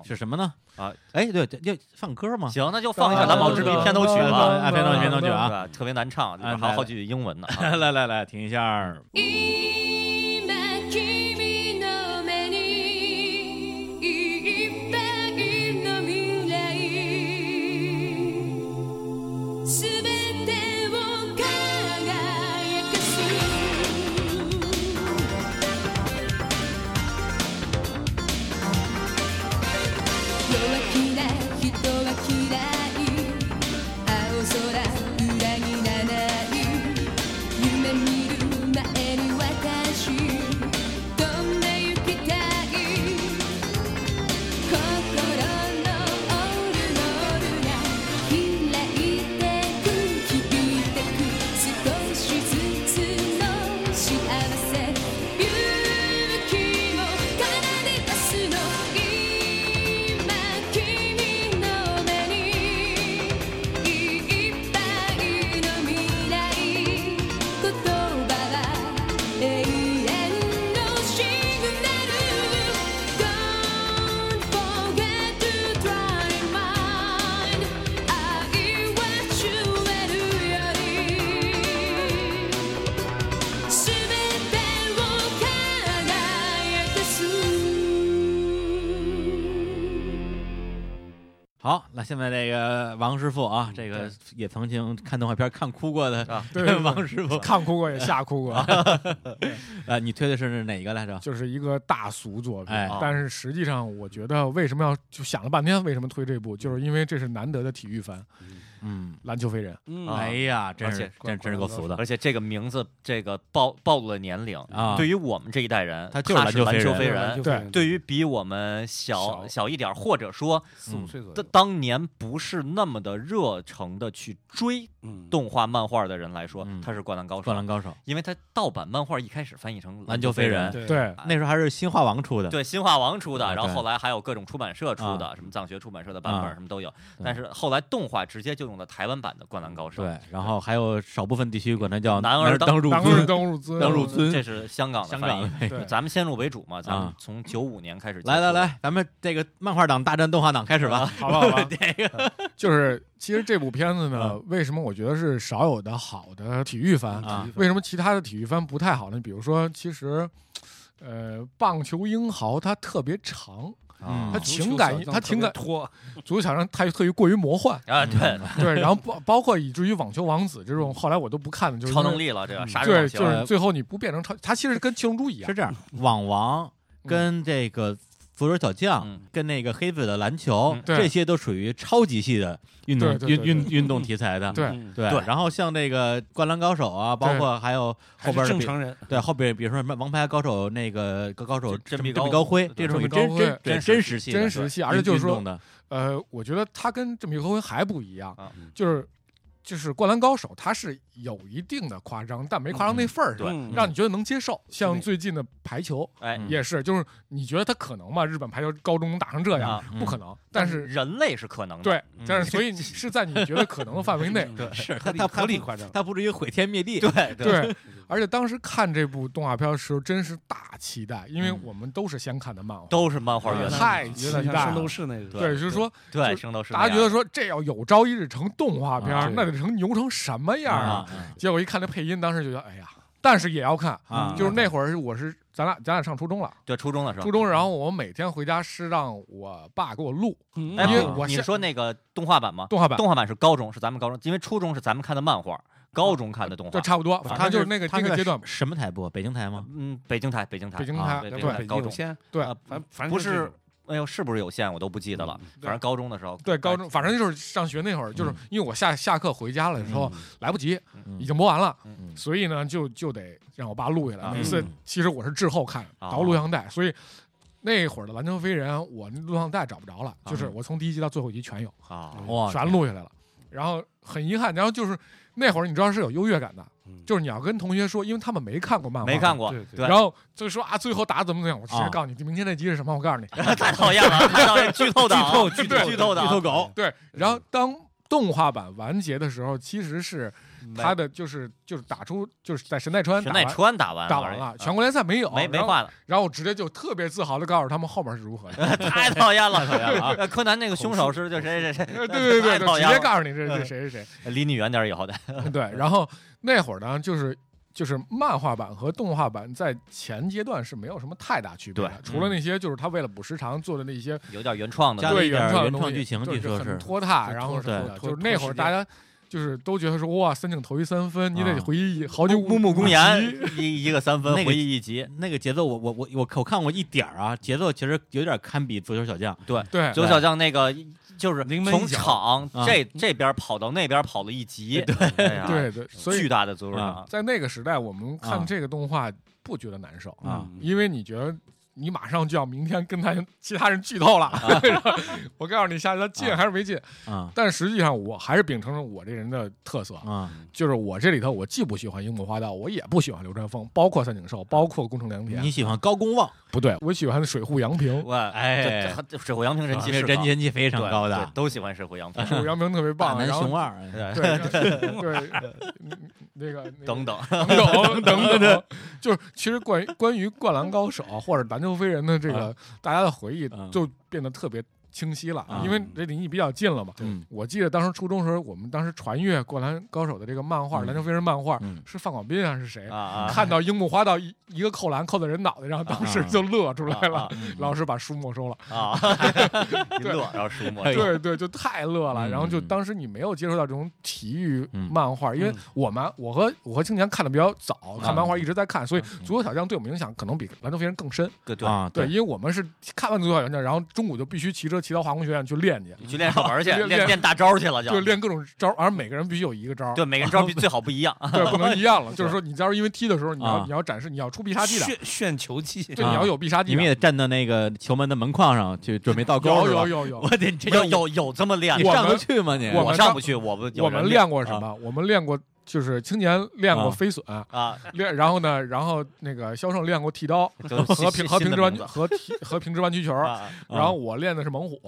Speaker 1: 嗯，是什么呢？
Speaker 2: 啊，
Speaker 1: 哎，对，这要放歌吗？
Speaker 2: 行，那就放一下《蓝宝之谜》片头曲
Speaker 1: 啊
Speaker 2: 吧，
Speaker 1: 啊，片头曲，片头曲
Speaker 2: 对
Speaker 1: 啊，
Speaker 2: 吧？特别难唱，里边还有好几句英文呢。啊
Speaker 1: 来来来，听一下。
Speaker 9: 今君の目にいっぱいの未来すべてを輝かす「夜はきら人はきらい」「青空裏切らない」「夢見る前に私飛んで行きたい」「心のオルノールが開いてく響いてく」「少しずつの幸せ」「勇気を奏で出すの今君の目にいっぱいの未来」「言葉は永遠のシグナル」「Don't forget to try mine」「愛は終えるより」「すべてを輝かす」
Speaker 1: 好，那现在这个王师傅啊，这个也曾经看动画片看哭过的
Speaker 2: 啊
Speaker 3: 对对对
Speaker 1: 王师傅，
Speaker 3: 看哭过也吓哭过，
Speaker 1: 呃，你推的是哪一个来着？
Speaker 3: 就是一个大俗作品
Speaker 1: 哎。
Speaker 3: 但是实际上，我觉得为什么要就想了半天为什么推这部，就是因为这是难得的体育番，《
Speaker 1: 嗯，
Speaker 3: 篮球飞人》。
Speaker 4: 嗯
Speaker 2: 啊
Speaker 1: 哎呀，真
Speaker 2: 而
Speaker 1: 是
Speaker 2: 且
Speaker 1: 真真是够俗的
Speaker 2: 而且这个名字，这个暴暴露了年龄
Speaker 1: 啊
Speaker 2: 对于我们这一代人，
Speaker 1: 他
Speaker 2: 他
Speaker 1: 就是
Speaker 2: 是
Speaker 1: 篮
Speaker 2: 篮
Speaker 1: 球
Speaker 2: 球
Speaker 1: 飞
Speaker 2: 飞
Speaker 1: 人
Speaker 2: 人。
Speaker 3: 对
Speaker 2: 对于比我们小
Speaker 4: 小
Speaker 2: 小一点儿，或者说
Speaker 4: 四五岁左
Speaker 2: 当
Speaker 4: 右，
Speaker 2: 当年不是那么的热诚的去追
Speaker 4: 嗯，
Speaker 2: 动画漫画的人来说
Speaker 1: 嗯，
Speaker 2: 他是《灌篮高
Speaker 1: 《
Speaker 2: 手
Speaker 1: 灌》，篮高手》，
Speaker 2: 因为他盗版漫画一开始翻译成《
Speaker 1: 篮
Speaker 2: 篮
Speaker 1: 球
Speaker 2: 球
Speaker 1: 飞
Speaker 2: 飞
Speaker 1: 人
Speaker 2: 人》，
Speaker 4: 对
Speaker 3: 对，
Speaker 2: 啊
Speaker 1: 那时候还是新画王出的。
Speaker 2: 对，新画王出的，
Speaker 1: 啊
Speaker 2: 然后
Speaker 1: 对
Speaker 2: 后来还有各种出版社出
Speaker 1: 啊
Speaker 2: 的，什么藏学出版社的版
Speaker 1: 啊
Speaker 2: 本什么都有。
Speaker 1: 对
Speaker 2: 但是后来动画直接就用了台湾版的《灌篮高手》，
Speaker 1: 对，然后还有少部分地区管它叫
Speaker 2: 男儿
Speaker 1: 儿
Speaker 2: 当
Speaker 1: 当入
Speaker 3: 当时
Speaker 1: 樽，
Speaker 3: 登入资，
Speaker 1: 当入
Speaker 3: 资。
Speaker 2: 这
Speaker 1: 樽。
Speaker 2: 是香港的
Speaker 1: 香
Speaker 2: 翻
Speaker 1: 港的
Speaker 2: 译。
Speaker 3: 对
Speaker 2: 咱们先入为主嘛，咱们
Speaker 1: 啊
Speaker 2: 从九五年开始接触
Speaker 1: 来
Speaker 2: 的。，
Speaker 1: 来来，咱们这个漫画党大战动画党开始吧。
Speaker 3: 好吧，好吧，
Speaker 1: 这个
Speaker 3: 就是其实这部片子呢，为什么我觉得是少有的好的体育番？
Speaker 1: 啊
Speaker 3: 为什么其他的体育番不太好呢？比如说，其实，呃，棒球英豪它特别长，
Speaker 1: 嗯
Speaker 3: 他
Speaker 4: 足
Speaker 3: 情
Speaker 4: 球
Speaker 3: 感
Speaker 4: 小
Speaker 3: 一
Speaker 4: 将
Speaker 3: 他
Speaker 4: 特
Speaker 3: 情
Speaker 4: 别
Speaker 3: 感
Speaker 4: 拖，
Speaker 3: 足球场上太特于过于魔幻
Speaker 2: 啊，对，
Speaker 3: 对，然后包包括以至于网球王子这种，后来我都不看的，就是因
Speaker 2: 超
Speaker 3: 为
Speaker 2: 能。力了，这个杀人
Speaker 3: 嗯对，
Speaker 2: 网球
Speaker 3: 就
Speaker 1: 呃
Speaker 3: 是最后你不变成超，它其实跟七龙珠一样
Speaker 1: 是，这样，网王跟这个足球小将
Speaker 2: 嗯，
Speaker 1: 跟那个黑子的篮球，
Speaker 2: 嗯
Speaker 3: 对
Speaker 1: 这些都属于超级系的运动
Speaker 3: 对对
Speaker 1: 运
Speaker 3: 对
Speaker 1: 运
Speaker 3: 对
Speaker 1: 运动题材的。
Speaker 3: 对
Speaker 4: 嗯
Speaker 1: 对
Speaker 2: 对
Speaker 1: 然后像这个《灌篮高手》啊，包括还有后
Speaker 4: 还是
Speaker 1: 边的
Speaker 4: 正
Speaker 1: 比
Speaker 4: 常人，
Speaker 1: 对后边，比如说什么《王牌高手》那个高高手
Speaker 2: 真
Speaker 1: 真
Speaker 2: 真
Speaker 1: 真
Speaker 2: 比
Speaker 1: 高
Speaker 2: 高
Speaker 1: 辉，这
Speaker 2: 对
Speaker 1: 种
Speaker 3: 真比
Speaker 1: 真
Speaker 3: 高
Speaker 1: 真
Speaker 3: 辉
Speaker 1: 对
Speaker 2: 真
Speaker 1: 真
Speaker 2: 实
Speaker 1: 实系的
Speaker 3: 真实系，
Speaker 1: 对
Speaker 3: 而且就是
Speaker 1: 运
Speaker 3: 说
Speaker 1: 动，的
Speaker 3: 呃，我觉得它跟《这么一回合》还不一样，
Speaker 2: 啊
Speaker 3: 就是就是《灌篮高手》，它是有一定的夸张，但没夸张那份儿
Speaker 2: 对
Speaker 3: 上，
Speaker 4: 嗯
Speaker 3: 让你觉得能接受。像
Speaker 4: 那
Speaker 3: 最近的排球
Speaker 2: 哎
Speaker 1: 嗯。
Speaker 3: 也是，就是你觉得它可能吗？日本排球高中能打成这样
Speaker 2: 啊，
Speaker 1: 嗯
Speaker 3: 不可能。但是
Speaker 2: 人类是可能的，
Speaker 3: 对，
Speaker 1: 嗯
Speaker 3: 但是所以 是在你觉得可能的范围内。
Speaker 4: 对，
Speaker 1: 是
Speaker 4: 合
Speaker 1: 他
Speaker 4: 理
Speaker 1: 他
Speaker 4: 合理夸张，
Speaker 1: 他不至于毁天灭地，啊
Speaker 2: 对对
Speaker 3: 对，而且当时看这部动画片的时候，真是大期待，因为
Speaker 2: 嗯
Speaker 3: 我们都是先看的漫画，
Speaker 2: 都是漫画原
Speaker 4: 嗯
Speaker 2: 来，
Speaker 3: 太
Speaker 4: 有
Speaker 3: 期
Speaker 4: 点像
Speaker 3: 待
Speaker 4: 圣
Speaker 3: 了
Speaker 4: 斗。士那个。
Speaker 3: 对，就是说，
Speaker 2: 对，
Speaker 3: 就
Speaker 2: 圣斗士
Speaker 3: 大家觉得说这要有朝一日成动画片
Speaker 4: 啊
Speaker 3: 儿
Speaker 4: 对，
Speaker 3: 那得成牛成什么样
Speaker 2: 那样
Speaker 3: 啊？
Speaker 2: 啊，啊
Speaker 3: 结果一看这配音，当时觉得哎呀，但是也要看
Speaker 2: 啊
Speaker 3: 就是那会儿是我是咱俩咱俩上初中了，
Speaker 2: 对，初中的时候，
Speaker 3: 初中，然后我每天回家是让我爸给我录
Speaker 4: 嗯
Speaker 2: 哎，
Speaker 3: 因为
Speaker 2: 不
Speaker 3: 我
Speaker 2: 你
Speaker 3: 是
Speaker 2: 说那个动画版吗？
Speaker 3: 动画版，
Speaker 2: 动画版是高中，是咱们高中，因为初中是咱们看的漫画，高中看的动画
Speaker 3: 就。差不多，反正就是那个
Speaker 1: 他
Speaker 3: 那个
Speaker 1: 在
Speaker 3: 阶段嘛。
Speaker 1: 什么台播？北京台吗？
Speaker 2: 嗯，北京台，北京台，
Speaker 3: 北京
Speaker 2: 啊
Speaker 3: 台
Speaker 2: 对北
Speaker 3: 对
Speaker 2: 京
Speaker 4: 对，
Speaker 2: 台
Speaker 4: 北
Speaker 2: 高
Speaker 4: 京有
Speaker 2: 中。
Speaker 4: 线，
Speaker 3: 对
Speaker 2: 啊
Speaker 4: 反反正
Speaker 2: 不
Speaker 4: 就这
Speaker 2: 是
Speaker 4: 种，
Speaker 2: 哎呦，是不是有线我都不记得了，反正高中的时候，
Speaker 3: 嗯对，高中反正就是上学那会儿，就是因为我下下课回家了之后来不及，
Speaker 1: 嗯
Speaker 3: 已经播完了
Speaker 2: 嗯，
Speaker 1: 嗯
Speaker 3: 所以呢就就得让我爸录下来。
Speaker 2: 啊
Speaker 3: 每次
Speaker 1: 嗯
Speaker 3: 其实我是滞后看，
Speaker 2: 啊
Speaker 3: 倒录像带，所以那会儿的《篮球飞人》我那录像带找不着了，
Speaker 2: 啊
Speaker 3: 就是我从第一集到最后一集全有，
Speaker 2: 啊，
Speaker 1: 哇，
Speaker 3: 全录下来了。然后很遗憾，然后就是那会儿你知道是有优越感的，
Speaker 4: 嗯
Speaker 3: 就是你要跟同学说，因为他们没看过漫画，
Speaker 2: 没看。过，
Speaker 4: 对对
Speaker 2: 对哦
Speaker 3: 然后就说啊，最后打得怎么怎么样，我直接
Speaker 1: 啊
Speaker 3: 告诉你，明天那集是什么，我 告诉你。
Speaker 2: 太讨厌了，太讨厌剧透的啊，剧透剧透的啊，
Speaker 1: 狗，哎
Speaker 3: 对，然
Speaker 2: 嗯
Speaker 3: 后当动画版完结的时候，其实是他的就是就是打出就是在神奈川
Speaker 2: 神
Speaker 3: 打
Speaker 2: 奈
Speaker 3: 完
Speaker 2: 川打完
Speaker 3: 打完
Speaker 2: 了啊
Speaker 3: 了，全国联赛没有，
Speaker 2: 没没
Speaker 3: 然后。
Speaker 2: 画了，
Speaker 3: 然后我直接就特别自豪的告诉他们后面是 如何的，
Speaker 2: 太讨厌了，太讨厌了啊！柯南那个凶手是就谁 谁谁，
Speaker 3: 对对
Speaker 2: 太
Speaker 3: 对
Speaker 2: 讨
Speaker 3: 对，直
Speaker 2: 厌
Speaker 3: 接
Speaker 2: 了，嗯
Speaker 3: 告诉你这这谁谁
Speaker 2: 离你远点以后的，
Speaker 3: 谁，对。然后那会儿呢，就是就是漫画版和动画版在前阶段是没有什么太大区别
Speaker 2: 对
Speaker 3: 的，除了那些就是他为了补时长做的那些
Speaker 2: 有点原创的
Speaker 1: 加
Speaker 2: 那
Speaker 1: 了
Speaker 2: 种，
Speaker 3: 对
Speaker 1: 嗯一点
Speaker 3: 原创的
Speaker 1: 原
Speaker 3: 东
Speaker 1: 创
Speaker 3: 西
Speaker 1: 剧情，
Speaker 3: 就
Speaker 1: 据
Speaker 3: 是
Speaker 1: 说
Speaker 3: 很
Speaker 1: 是
Speaker 3: 拖沓，
Speaker 4: 就
Speaker 3: 然后
Speaker 4: 拖
Speaker 3: 什么
Speaker 4: 对
Speaker 3: 的，
Speaker 4: 拖
Speaker 3: 就是那
Speaker 4: 拖
Speaker 3: 会儿
Speaker 4: 时
Speaker 3: 大家就是都觉得说哇，三井投一三分，你得
Speaker 1: 啊
Speaker 3: 回忆好久
Speaker 2: 木木公园一一个三分
Speaker 1: 那个
Speaker 2: 回忆一集，
Speaker 1: 那个节奏我，我我我我看过一点儿啊，节奏其实有点堪比足球小将，
Speaker 3: 对，
Speaker 2: 左小将那个就是
Speaker 4: 临门一
Speaker 2: 从
Speaker 4: 脚
Speaker 2: 场
Speaker 1: 啊
Speaker 2: 这这边跑到那边跑了一集， 对呀
Speaker 3: 对对，所
Speaker 2: 巨
Speaker 3: 以
Speaker 2: 大的足球场
Speaker 1: 啊，
Speaker 3: 在那个时代，我们
Speaker 1: 啊
Speaker 3: 看这个动画不觉得难受，
Speaker 1: 啊
Speaker 4: 嗯
Speaker 3: 因为你觉得你马上就要明天跟他 其他人剧透了， 我告诉你下一他进
Speaker 1: 啊
Speaker 3: 还是没进，
Speaker 1: 啊
Speaker 3: 但实际上我还是秉承着我这人的特色，
Speaker 1: 啊
Speaker 3: 就是我这里头我既不喜欢樱木花道，我也不喜欢流川枫，包括三井寿，包括宫城良
Speaker 1: 你
Speaker 3: 田，
Speaker 1: 喜欢高公望，
Speaker 3: 不对，我喜欢水户 洋平。
Speaker 2: 哇，
Speaker 1: 哎
Speaker 2: 这，这水户洋平人气
Speaker 1: 啊
Speaker 2: 是
Speaker 1: 人人气非
Speaker 2: 非
Speaker 1: 常高的
Speaker 2: 都喜欢水户洋平，
Speaker 3: 水户洋平特别
Speaker 1: 大
Speaker 3: 棒，啊
Speaker 1: 男
Speaker 3: 然后
Speaker 1: 熊二，啊
Speaker 2: 对
Speaker 3: 对对，嗯那个那个
Speaker 2: 等等，
Speaker 3: 等等等等，就是其实关于关于《灌篮高手》啊或者《篮球飞人》的这个大家的回忆
Speaker 1: 嗯
Speaker 3: 就变得特别清晰了
Speaker 1: 啊，
Speaker 3: 因为这离你比较近了嘛。
Speaker 1: 嗯
Speaker 3: 我记得当时初中时候，我们当时传阅《灌篮高手》的这个漫画，
Speaker 1: 嗯
Speaker 3: 《篮球飞人》漫画
Speaker 1: 嗯
Speaker 3: 是范广斌还是谁
Speaker 2: 啊？啊，
Speaker 3: 哎 看到樱木花道一一个扣篮扣在人脑袋上，当时就乐出来
Speaker 2: 啊
Speaker 3: 了。
Speaker 1: 嗯
Speaker 3: 老师把书没收了，
Speaker 2: 啊， 一乐然后书墨，
Speaker 1: 哎呦
Speaker 3: 对对，就太乐了。
Speaker 1: 嗯
Speaker 3: 然后就
Speaker 1: 嗯
Speaker 3: 当时你没有接触到这种体育
Speaker 1: 嗯啊
Speaker 3: 漫画，因为我们我和我和青年看的比较早，看漫画一直在看，所以
Speaker 1: 嗯
Speaker 3: 《足球小将》对我们影响可能比《篮球飞人》更深。
Speaker 2: 对对，
Speaker 1: 啊，
Speaker 3: 对，因为我们是看完《足球小将》，然后中午就必须骑车骑到化工学院去练去，
Speaker 2: 你去练手门去，
Speaker 3: 练
Speaker 2: 练
Speaker 3: 练
Speaker 2: 练大招去了，
Speaker 3: 就练各种招儿，而每个人必须有一个招儿，
Speaker 2: 对，每个人招必最好不一样，
Speaker 3: 对，不 能一样了。就是说，你招因为踢的时候，你
Speaker 1: 啊
Speaker 3: 要你要展示，你要出必杀技的，
Speaker 4: 炫炫球技，
Speaker 3: 对，你要有必杀技
Speaker 1: 你们
Speaker 3: 的。
Speaker 1: 也站到那个球门的门框上去准备倒钩，
Speaker 3: 有
Speaker 1: 是吧
Speaker 3: 有有有
Speaker 1: 我，得这
Speaker 2: 有
Speaker 1: 叫
Speaker 2: 有啊有这么练
Speaker 1: 你
Speaker 2: 的，
Speaker 3: 我
Speaker 1: 上得
Speaker 3: 们
Speaker 1: 去吗你？
Speaker 3: 我
Speaker 2: 我
Speaker 3: 们
Speaker 2: 上
Speaker 3: 上
Speaker 2: 不去，我不 有
Speaker 3: 我
Speaker 2: 人
Speaker 3: 们练过什么？我们练过就是青年练过
Speaker 1: 啊
Speaker 3: 飞隼。
Speaker 2: 啊，
Speaker 3: 练，然后呢，然后那个肖胜练过剃刀
Speaker 2: 就
Speaker 3: 和
Speaker 2: 新
Speaker 3: 平和
Speaker 2: 新
Speaker 3: 平
Speaker 2: 的
Speaker 3: 直弯
Speaker 2: 名字
Speaker 3: 和踢 和平直弯曲球，
Speaker 2: 啊
Speaker 3: 然后我练的是 猛虎，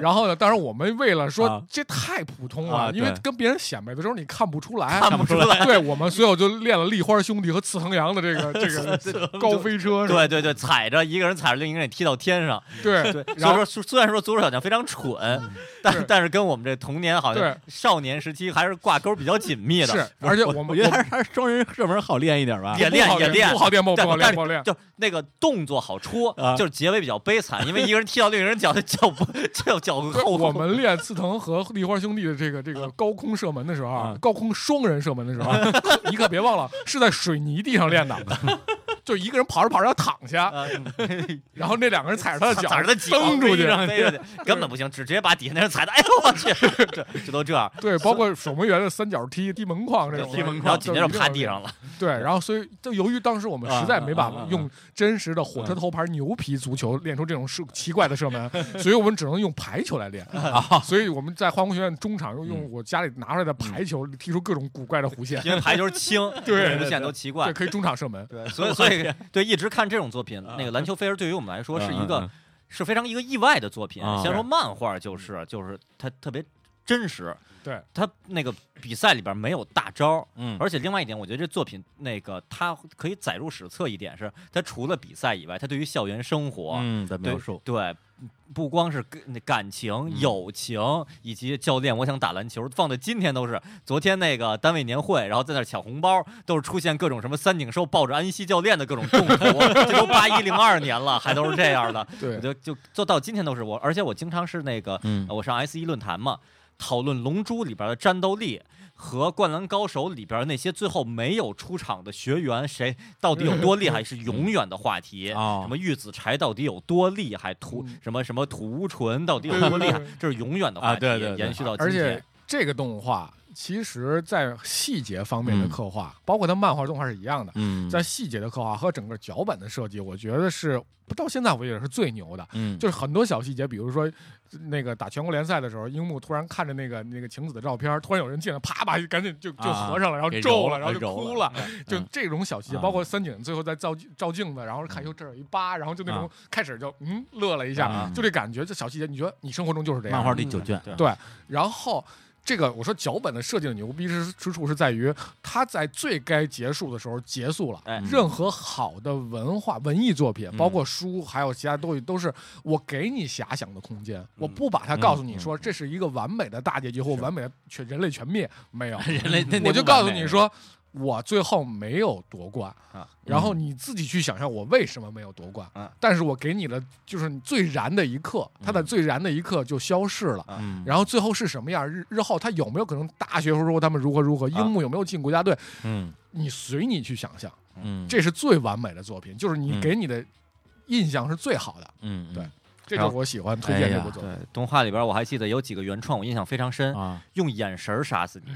Speaker 3: 然后呢，当然我们为了
Speaker 1: 啊
Speaker 3: 说这太普通
Speaker 1: 啊
Speaker 3: 了，因为
Speaker 1: 对
Speaker 3: 跟别人显摆的时候你看不出来，
Speaker 2: 看不出来。
Speaker 3: 对我们所有就练了立花兄弟和刺藤阳的这个 这个高飞车，是吧
Speaker 2: 对对对，踩着一个人踩着另一个人踢到天上，
Speaker 3: 对，
Speaker 2: 所
Speaker 3: 然
Speaker 2: 以
Speaker 3: 后
Speaker 2: 说虽虽然说足球小将非常蠢，但
Speaker 3: 对
Speaker 2: 但是跟我们这童年好像
Speaker 3: 对
Speaker 2: 少年时期还是挂钩比较紧密的，
Speaker 3: 是，而且我
Speaker 1: 我
Speaker 3: 们
Speaker 1: 觉得还是还是双人射门好练一点吧。
Speaker 2: 也
Speaker 3: 不好
Speaker 2: 练也练
Speaker 3: 不，好练不好
Speaker 2: 但
Speaker 3: 练
Speaker 2: 但
Speaker 3: 不好练不好练，
Speaker 2: 就那个动作好出
Speaker 1: 啊，
Speaker 2: 就是结尾比较悲惨，因为一个人踢到另一个人脚的脚不脚脚
Speaker 3: 对
Speaker 2: 后嗯
Speaker 3: 我们练刺藤和立花兄弟的这个这个高空射门的时候啊
Speaker 1: 嗯，
Speaker 3: 高空双人射门的时候啊，
Speaker 2: 嗯
Speaker 3: 你可别忘了是在水泥地上练的， 就一个人跑着跑着要躺下，
Speaker 2: 啊
Speaker 3: 然后那两个人踩着他的 脚
Speaker 2: 踩着他脚
Speaker 3: 蹬出
Speaker 2: 飞
Speaker 3: 去。
Speaker 2: 上飞上去，根本不行，只直接把底下那人踩到，哎呦我去，这这都这样，
Speaker 3: 对，包括守门员的三角踢、 踢门框这种，
Speaker 2: 然后紧接着趴地上
Speaker 3: 了。
Speaker 2: 了，
Speaker 3: 对，然后所以就由于当时我们实在没办法用真实的火车头牌牛皮足球练出这种射奇怪的射门，所以我们只能用排球来练。啊所以我们在化工学院中场又用我家里拿出来的排球踢出各种古怪的弧线，
Speaker 2: 因为排球轻，
Speaker 3: 对
Speaker 2: 路线都奇怪
Speaker 3: 对，，可以中场射门。
Speaker 2: 对， 所以所以对一直看这种作品，
Speaker 1: 啊
Speaker 2: 那个篮球飞儿对于我们来说是一
Speaker 1: 嗯嗯
Speaker 2: 个
Speaker 1: 嗯
Speaker 2: 是非常一个意外的作品
Speaker 1: 啊。
Speaker 2: 先说漫画，就是就是它特别真实，
Speaker 3: 对，
Speaker 2: 他那个比赛里边没有大招，
Speaker 1: 嗯，
Speaker 2: 而且另外一点，我觉得这作品那个它可以载入史册一点是，它除了比赛以外，它对于校园生活，
Speaker 1: 嗯的
Speaker 2: 对
Speaker 1: 描述，
Speaker 2: 对，不光是感感情、友情以及教练，我想打篮球，放到今天都是。昨天那个单位年会，然后在那儿抢红包，都是出现各种什么三井寿抱着安西教练的各种动图，这都八一零二年了，还都是这样的。我
Speaker 3: 对，
Speaker 2: 就就做到今天都是我，而且我经常是那个，
Speaker 1: 嗯
Speaker 2: 呃我上 S 一论坛嘛，讨论《龙珠》里边的战斗力和《灌篮高手》里边那些最后没有出场的学员，谁到底有多厉害，是永远的 话题。
Speaker 1: 哦
Speaker 2: 什么玉子柴到底有多厉害，土
Speaker 3: 嗯
Speaker 2: 什么什么土屋纯到底有多厉害
Speaker 3: 对对对，
Speaker 2: 这是永远的话题，
Speaker 1: 啊对对对
Speaker 2: 延续到今
Speaker 3: 而且
Speaker 2: 天。
Speaker 3: 这个动画其实在细节方面的
Speaker 1: 嗯
Speaker 3: 刻画，包括它漫画动画是一样的，
Speaker 1: 嗯，
Speaker 3: 在细节的刻画和整个脚本的设计，我觉得是到现在为止是最牛的。
Speaker 1: 嗯
Speaker 3: 就是很多小细节，比如说那个打全国联赛的时候，樱木突然看着那个那个晴子的照片，突然有人进来，啪把赶紧就就
Speaker 1: 啊
Speaker 3: 合上了，然后
Speaker 1: 给揉
Speaker 3: 皱
Speaker 1: 了
Speaker 3: 了，然后
Speaker 1: 揉
Speaker 3: 就哭
Speaker 1: 了
Speaker 3: 了，就这种小细节，
Speaker 1: 啊
Speaker 3: 包括三井最后在照镜照镜子，然
Speaker 1: 嗯
Speaker 3: 后看哟这儿有一疤，然后就那种
Speaker 1: 啊
Speaker 3: 开始就嗯乐了一下
Speaker 1: 啊，
Speaker 3: 就这感觉，这小细节，你觉得你生活中
Speaker 2: 啊
Speaker 3: 就是这
Speaker 1: 漫
Speaker 3: 样
Speaker 1: 画
Speaker 3: 的。
Speaker 1: 第
Speaker 2: 嗯
Speaker 1: 九卷，
Speaker 3: 对，然后这个我说脚本的设计的牛逼之之处是在于，它在最该结束的时候结束了。
Speaker 1: 嗯
Speaker 2: 哎，
Speaker 3: 任何好的文化文艺作品，包括书，还有其他东西，都是我给你遐想的空间，我不把它告诉你说这是一个完美的大结局或完美的全人类全灭，没有，
Speaker 1: 人类那
Speaker 3: 我就告诉你，说。我最后没有夺冠
Speaker 2: 啊，
Speaker 3: 然后你自己去想象我为什么没有夺冠
Speaker 2: 啊。
Speaker 3: 但是我给你的就是你最燃的一刻，它在最燃的一刻就消逝了。
Speaker 1: 嗯
Speaker 3: 然后最后是什么样？日日后他有没有可能大学时候他们如何如何？樱木有没有进国家队？
Speaker 1: 嗯
Speaker 3: 你随你去想象，
Speaker 1: 嗯，
Speaker 3: 这是最完美的作品，就是你
Speaker 1: 嗯
Speaker 3: 给你的印象是最好的。
Speaker 1: 嗯
Speaker 3: 对这就是我喜欢推
Speaker 1: 哎
Speaker 3: 荐
Speaker 1: 呀
Speaker 3: 这部作品。
Speaker 2: 动画里边我还记得有几个原创，我印象非常深。
Speaker 1: 啊，
Speaker 2: 用眼神儿 杀死你，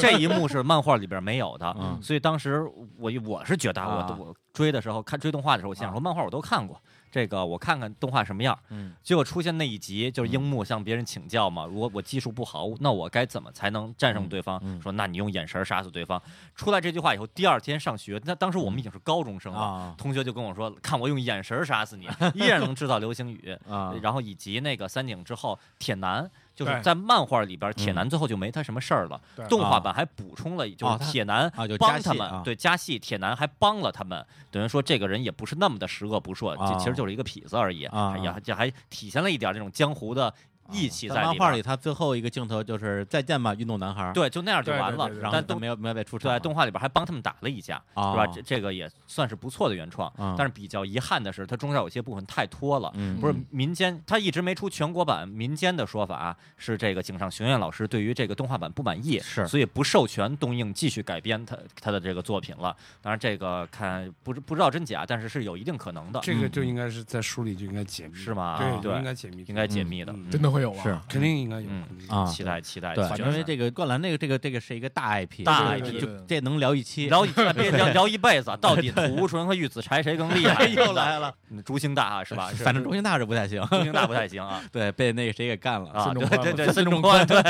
Speaker 2: 这一幕是漫画里边没有的，
Speaker 1: 嗯
Speaker 2: 所以当时我我是觉得我、
Speaker 1: 啊
Speaker 2: 我追的时候看追动画的时候，我心想说漫画我都看过，这个我看看动画什么样。
Speaker 1: 嗯
Speaker 2: 结果出现那一集就是樱木向别人请教嘛，如果我技术不好，那我该怎么才能战胜对方？
Speaker 1: 嗯嗯
Speaker 2: 说那你用眼神儿杀死对方。出来这句话以后，第二天上学，那当时我们已经是高中生了，
Speaker 1: 嗯啊
Speaker 2: 同学就跟我说，看我用眼神儿杀死 你，依然能制造流星雨。
Speaker 1: 啊，
Speaker 2: 然后以及那个三井之后，铁男就是
Speaker 3: 对
Speaker 2: 在漫画里边，
Speaker 1: 嗯
Speaker 2: 铁男最后就没他什么事儿了。
Speaker 3: 对
Speaker 2: 动画版还补充了，就
Speaker 1: 啊
Speaker 2: 是
Speaker 1: 他
Speaker 2: 铁男
Speaker 1: 啊就加
Speaker 2: 帮
Speaker 1: 戏
Speaker 2: 他们，
Speaker 1: 啊
Speaker 2: 对加戏，铁男还帮了他们，等于说这个人也不是那么的十恶不赦，
Speaker 1: 啊
Speaker 2: 这其实就是一个痞子而已，
Speaker 1: 啊
Speaker 2: 也这还体现了一点这种江湖的义气在
Speaker 1: 漫
Speaker 2: 里
Speaker 1: 画
Speaker 2: 边。
Speaker 1: 里，他最后一个镜头就是再见吧，运动男孩。，
Speaker 2: 对，就那样就
Speaker 3: 对对
Speaker 2: 完了
Speaker 3: 对对。
Speaker 1: 然后
Speaker 2: 但
Speaker 1: 他
Speaker 2: 动
Speaker 1: 没有没有被出场嘛。
Speaker 2: 对啊动画里边还帮他们打了一架，
Speaker 1: 啊
Speaker 2: 是吧？这这个也算是不错的原创
Speaker 1: 嗯，
Speaker 2: 但是比较遗憾的是，它中间有些部分太拖了。
Speaker 1: 嗯
Speaker 2: 不是民间，他一直没出全国版。民间的说法、啊、是，这个井上雄彦老师对于这个动画版不满意，
Speaker 1: 是
Speaker 2: 所以不授权东映继续改编他他的这个作品了。当然，这个看不知不知道真假，但是是有一定可能的，
Speaker 4: 这个就应该是在书里就应该解密，
Speaker 2: 是？吗？
Speaker 4: 对，
Speaker 2: 对，
Speaker 4: 应该解密，
Speaker 2: 应该解密的，
Speaker 4: 嗯
Speaker 2: 嗯
Speaker 3: 真的会有啊吗？
Speaker 1: 是
Speaker 4: 肯定应该有
Speaker 2: 嗯
Speaker 4: 肯定
Speaker 1: 啊
Speaker 2: 期待期待。
Speaker 1: 对，
Speaker 2: 期待
Speaker 1: 因为这个灌篮那个这个这个是一个大 IP，
Speaker 2: 大
Speaker 1: 这个
Speaker 2: IP
Speaker 1: 就这能聊一期。
Speaker 2: 聊一 别聊聊一辈子，到底土屋纯和玉子柴谁更厉害？
Speaker 1: 又来了，
Speaker 2: 竹星大啊，是吧？是
Speaker 1: 反正中心大是不太行，
Speaker 2: 竹星大不太行啊
Speaker 1: 对，被那个谁给干了。
Speaker 2: 啊！
Speaker 3: 孙中
Speaker 2: 对
Speaker 3: 宽
Speaker 2: 对对，
Speaker 1: 嘛
Speaker 2: 孙中宽对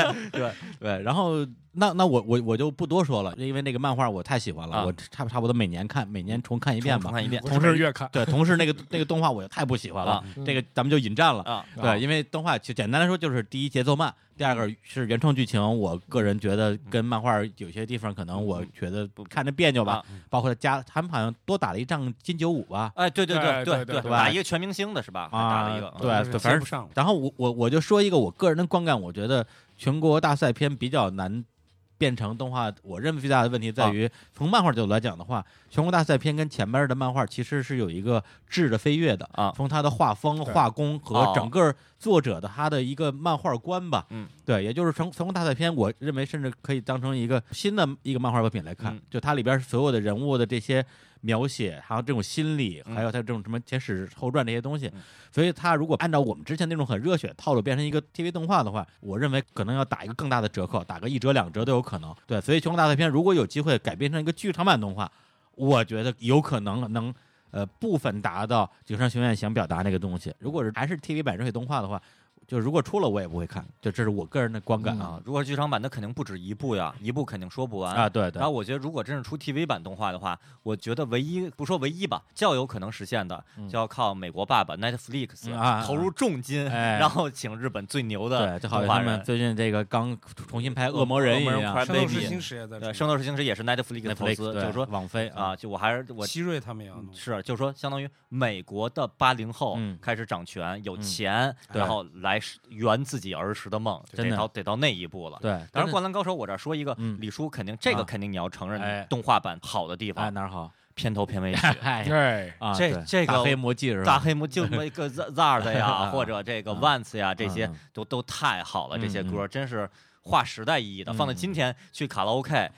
Speaker 1: 对，然后那那我我我就不多说了，因为那个漫画我太喜欢了，
Speaker 2: 啊
Speaker 1: 我差不差不多每年看，每年重看一遍吧
Speaker 2: 重。看一遍
Speaker 3: 我 是每月看，
Speaker 1: 对，同时那个那个动画我也太不喜欢了
Speaker 2: 啊，
Speaker 1: 这个咱们就引战了。
Speaker 2: 啊！
Speaker 1: 对，因为动画就简单来说就是第一节奏慢，第二个是原创剧情，我个人觉得跟漫画有些地方可能我觉得
Speaker 2: 嗯
Speaker 1: 看着别扭吧，
Speaker 2: 啊
Speaker 1: 包括他加他们好像多打了一仗金九五吧。
Speaker 2: 哎，对对
Speaker 3: 对
Speaker 2: 对
Speaker 3: 对
Speaker 2: 对，
Speaker 3: 对
Speaker 2: 打一个全明星的是吧？还打了一个
Speaker 1: 啊
Speaker 2: 嗯
Speaker 1: 对，对反
Speaker 4: 接
Speaker 1: 正
Speaker 4: 不上了
Speaker 1: 然后我我我就说一个我个人的观感，我觉得全国大赛篇比较难变成动画。我认为最大的问题
Speaker 2: 啊
Speaker 1: 在于，从漫画角度来讲的话，全国大赛篇跟前面的漫画其实是有一个质的飞跃的
Speaker 2: 啊
Speaker 1: 从它的画风、
Speaker 3: 对
Speaker 1: 画工和
Speaker 2: 哦
Speaker 1: 整个作者的他的一个漫画观吧，
Speaker 2: 嗯，
Speaker 1: 对，也就是全全国大赛篇，我认为甚至可以当成一个新的一个漫画作品来看，
Speaker 2: 嗯
Speaker 1: 就它里边所有的人物的这些描写，还有这种心理，
Speaker 2: 嗯
Speaker 1: 还有它这种什么前史后传这些东西，
Speaker 2: 嗯
Speaker 1: 所以它如果按照我们之前那种很热血套路变成一个 TV 动画的话，我认为可能要打一个更大的折扣，打个一折两折都有可能。对，所以《全国大赛篇》如果有机会改编成一个剧场版动画，我觉得有可能能。呃，部分达到井上雄彦想表达那个东西。如果是还是 TV 版热血动画的话，就如果出了我也不会看，就这是我个人的观感啊
Speaker 2: 啊，如果是剧场版，那肯定不止一部呀，一部肯定说不完
Speaker 1: 啊，。对对
Speaker 2: 然后我觉得，如果真是出 TV 版动画的话，我觉得唯一不说唯一吧，较有可能实现的，就要靠美国爸爸 Netflix、
Speaker 1: 嗯啊
Speaker 2: 投入重金，
Speaker 1: 哎
Speaker 2: 然后请日本最牛
Speaker 1: 对，
Speaker 2: 的
Speaker 1: 就好
Speaker 2: 呃动
Speaker 1: 像
Speaker 2: 画
Speaker 1: 他们
Speaker 2: 人。
Speaker 1: 最近这个刚重新拍《恶魔人》
Speaker 2: 恶魔
Speaker 1: 一
Speaker 2: 人
Speaker 1: 样
Speaker 2: 快，
Speaker 4: 圣斗士
Speaker 2: Baby
Speaker 4: 星矢也在
Speaker 2: 对，《
Speaker 4: 中
Speaker 2: 圣斗士星矢》也是 Netflix 投
Speaker 1: Netflix
Speaker 2: 资，
Speaker 1: 对
Speaker 2: 就是说
Speaker 1: 网飞啊，
Speaker 2: 啊，就我还是我
Speaker 4: 国希瑞他们也要弄，
Speaker 2: 是，就是说，相当于美国的八零后
Speaker 1: 嗯
Speaker 2: 开始掌权，有
Speaker 1: 嗯
Speaker 2: 钱，
Speaker 1: 对
Speaker 2: 然后来实圆自己儿时的梦，就
Speaker 1: 真
Speaker 2: 得
Speaker 1: 的
Speaker 2: 到得到那一步了。
Speaker 1: 对，
Speaker 2: 当
Speaker 1: 但
Speaker 2: 然，《
Speaker 1: 是
Speaker 2: 灌篮高手》我这儿说一个，
Speaker 1: 嗯
Speaker 2: 李叔肯定这
Speaker 1: 啊
Speaker 2: 个肯定你要承
Speaker 1: 哎
Speaker 2: 认，动画版好的地
Speaker 1: 哎
Speaker 2: 方，
Speaker 1: 哪儿好？
Speaker 2: 片头片尾曲
Speaker 1: 哎
Speaker 3: 哎，
Speaker 1: 啊，
Speaker 2: 这
Speaker 1: 对
Speaker 2: 这个
Speaker 1: 大黑魔记是吧？
Speaker 2: 大黑幕就那个 Z Zar 的
Speaker 1: 啊
Speaker 2: 呀，或者这个
Speaker 1: 啊
Speaker 2: Once 呀，这些
Speaker 1: 嗯
Speaker 2: 都都太好了，这些
Speaker 1: 嗯嗯
Speaker 2: 歌真是划时代意义的。放在
Speaker 1: 嗯
Speaker 2: 今天去卡拉 OK，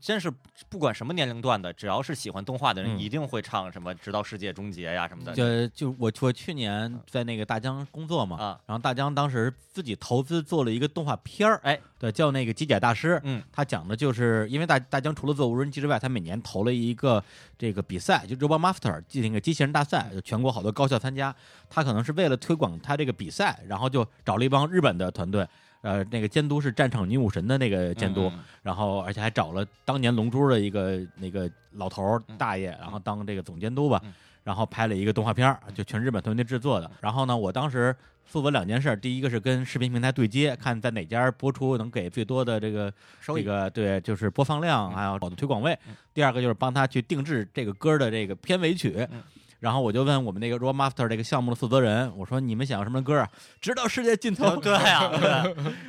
Speaker 2: 真是不管什么年龄段的，只要是喜欢动画的人，
Speaker 1: 嗯
Speaker 2: 一定会唱什么“直到世界终结”呀什么的。
Speaker 1: 就就我我去
Speaker 2: 嗯
Speaker 1: 年在那个大疆工作嘛，
Speaker 2: 啊
Speaker 1: 然后大疆当时自己投资做了一个动画片儿，
Speaker 2: 哎，
Speaker 1: 对，叫那个《机甲大师》，
Speaker 2: 嗯，
Speaker 1: 他讲的就是因为大大疆除了做无人机之外，他每年投了一个这个比赛，就 Robot Master 进那个机器人大赛，就全国好多高校参加，他可能是为了推广他这个比赛，然后就找了一帮日本的团队。呃，那个监督是战场女武神的那个监督，
Speaker 2: 嗯
Speaker 1: 然后而且还找了当年《龙珠》的一个那个老头儿
Speaker 2: 嗯
Speaker 1: 大爷，然后当这个总监督吧
Speaker 2: 嗯，
Speaker 1: 然后拍了一个动画片儿，就全日本团队制作的。然后呢，我当时负责两件事儿，第一个是跟视频平台对接，看在哪家播出能给最多的这个
Speaker 2: 收
Speaker 1: 这
Speaker 2: 益
Speaker 1: 个对，就是播放量，
Speaker 2: 嗯
Speaker 1: 还有好的推广位。第二个就是帮他去定制这个歌的这个片尾曲
Speaker 2: 嗯。
Speaker 1: 然后我就问我们那个 Raw Master 这个项目的负责人，我说你们想要什么歌啊？直到世界尽 头。
Speaker 2: 对啊，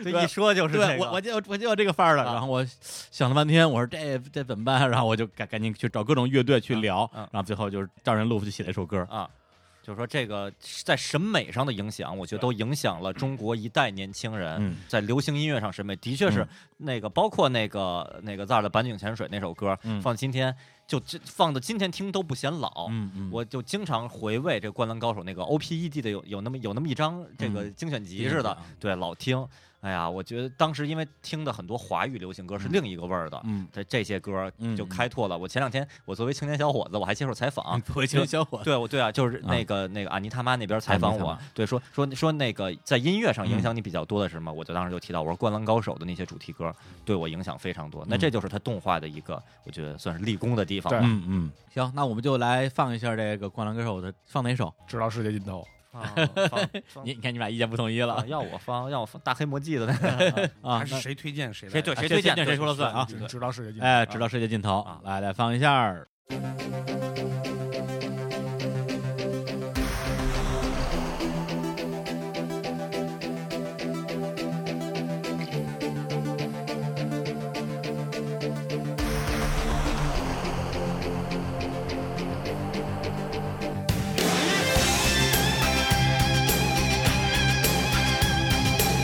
Speaker 2: 对，这一说就是这
Speaker 1: 对
Speaker 2: 个
Speaker 1: 我我就我就要这个范儿了。
Speaker 2: 啊
Speaker 1: 然后我想了半天，我说这这怎么办？啊然后我就赶赶紧去找各种乐队去聊
Speaker 2: 嗯嗯，
Speaker 1: 然后最后就是照人路去写了一首歌。
Speaker 2: 啊。就是说，这个在审美上的影响，我觉得都影响了中国一代年轻人。
Speaker 1: 嗯
Speaker 2: 在流行音乐上审美，的确是
Speaker 1: 嗯
Speaker 2: 那个，包括那个那个 ZAR 的《板井潜水》那首歌，
Speaker 1: 嗯
Speaker 2: 放今天就这放到今天听都不显老。
Speaker 1: 嗯嗯，
Speaker 2: 哦我就经常回味这《灌篮高手》那个 O P E D 的有有那么有那么一张这个精选集似的，
Speaker 1: 嗯精选集啊
Speaker 2: 对，老听。哎呀，我觉得当时因为听的很多华语流行歌是另一个味儿的，
Speaker 1: 嗯
Speaker 2: 这这些歌
Speaker 1: 嗯
Speaker 2: 就开拓了。我前两天我作为青年小伙子，我还接受采访，
Speaker 1: 回去小伙子
Speaker 2: 对，我对啊，就是那个、那个安妮他妈那边采
Speaker 1: 嗯
Speaker 2: 访
Speaker 1: 安妮嗯
Speaker 2: 我
Speaker 1: 他，
Speaker 2: 对，说说说那个在音乐上影响你比较多的是什么？我就当时就提到，我说《灌篮高手》的那些主题歌对我影响非常多。那这就是它动画的一个，我觉得算是立功的地方吧。
Speaker 1: 嗯嗯，行，那我们就来放一下这个《灌篮高手》的，放哪首？
Speaker 3: 直到世界尽头。
Speaker 2: 啊放
Speaker 1: 你你看，你们俩意见不统一了
Speaker 2: 啊 要我放，要我放大黑魔记的那个
Speaker 1: 啊
Speaker 4: 还？是谁推荐谁来？
Speaker 2: 谁对
Speaker 1: 谁
Speaker 2: 谁
Speaker 1: 推
Speaker 2: 推
Speaker 1: 荐
Speaker 2: 荐
Speaker 1: 啊谁说了算啊
Speaker 2: 对
Speaker 3: 直到世界尽头。
Speaker 1: 哎，直到世界尽头
Speaker 2: 啊，
Speaker 1: 来来放一下。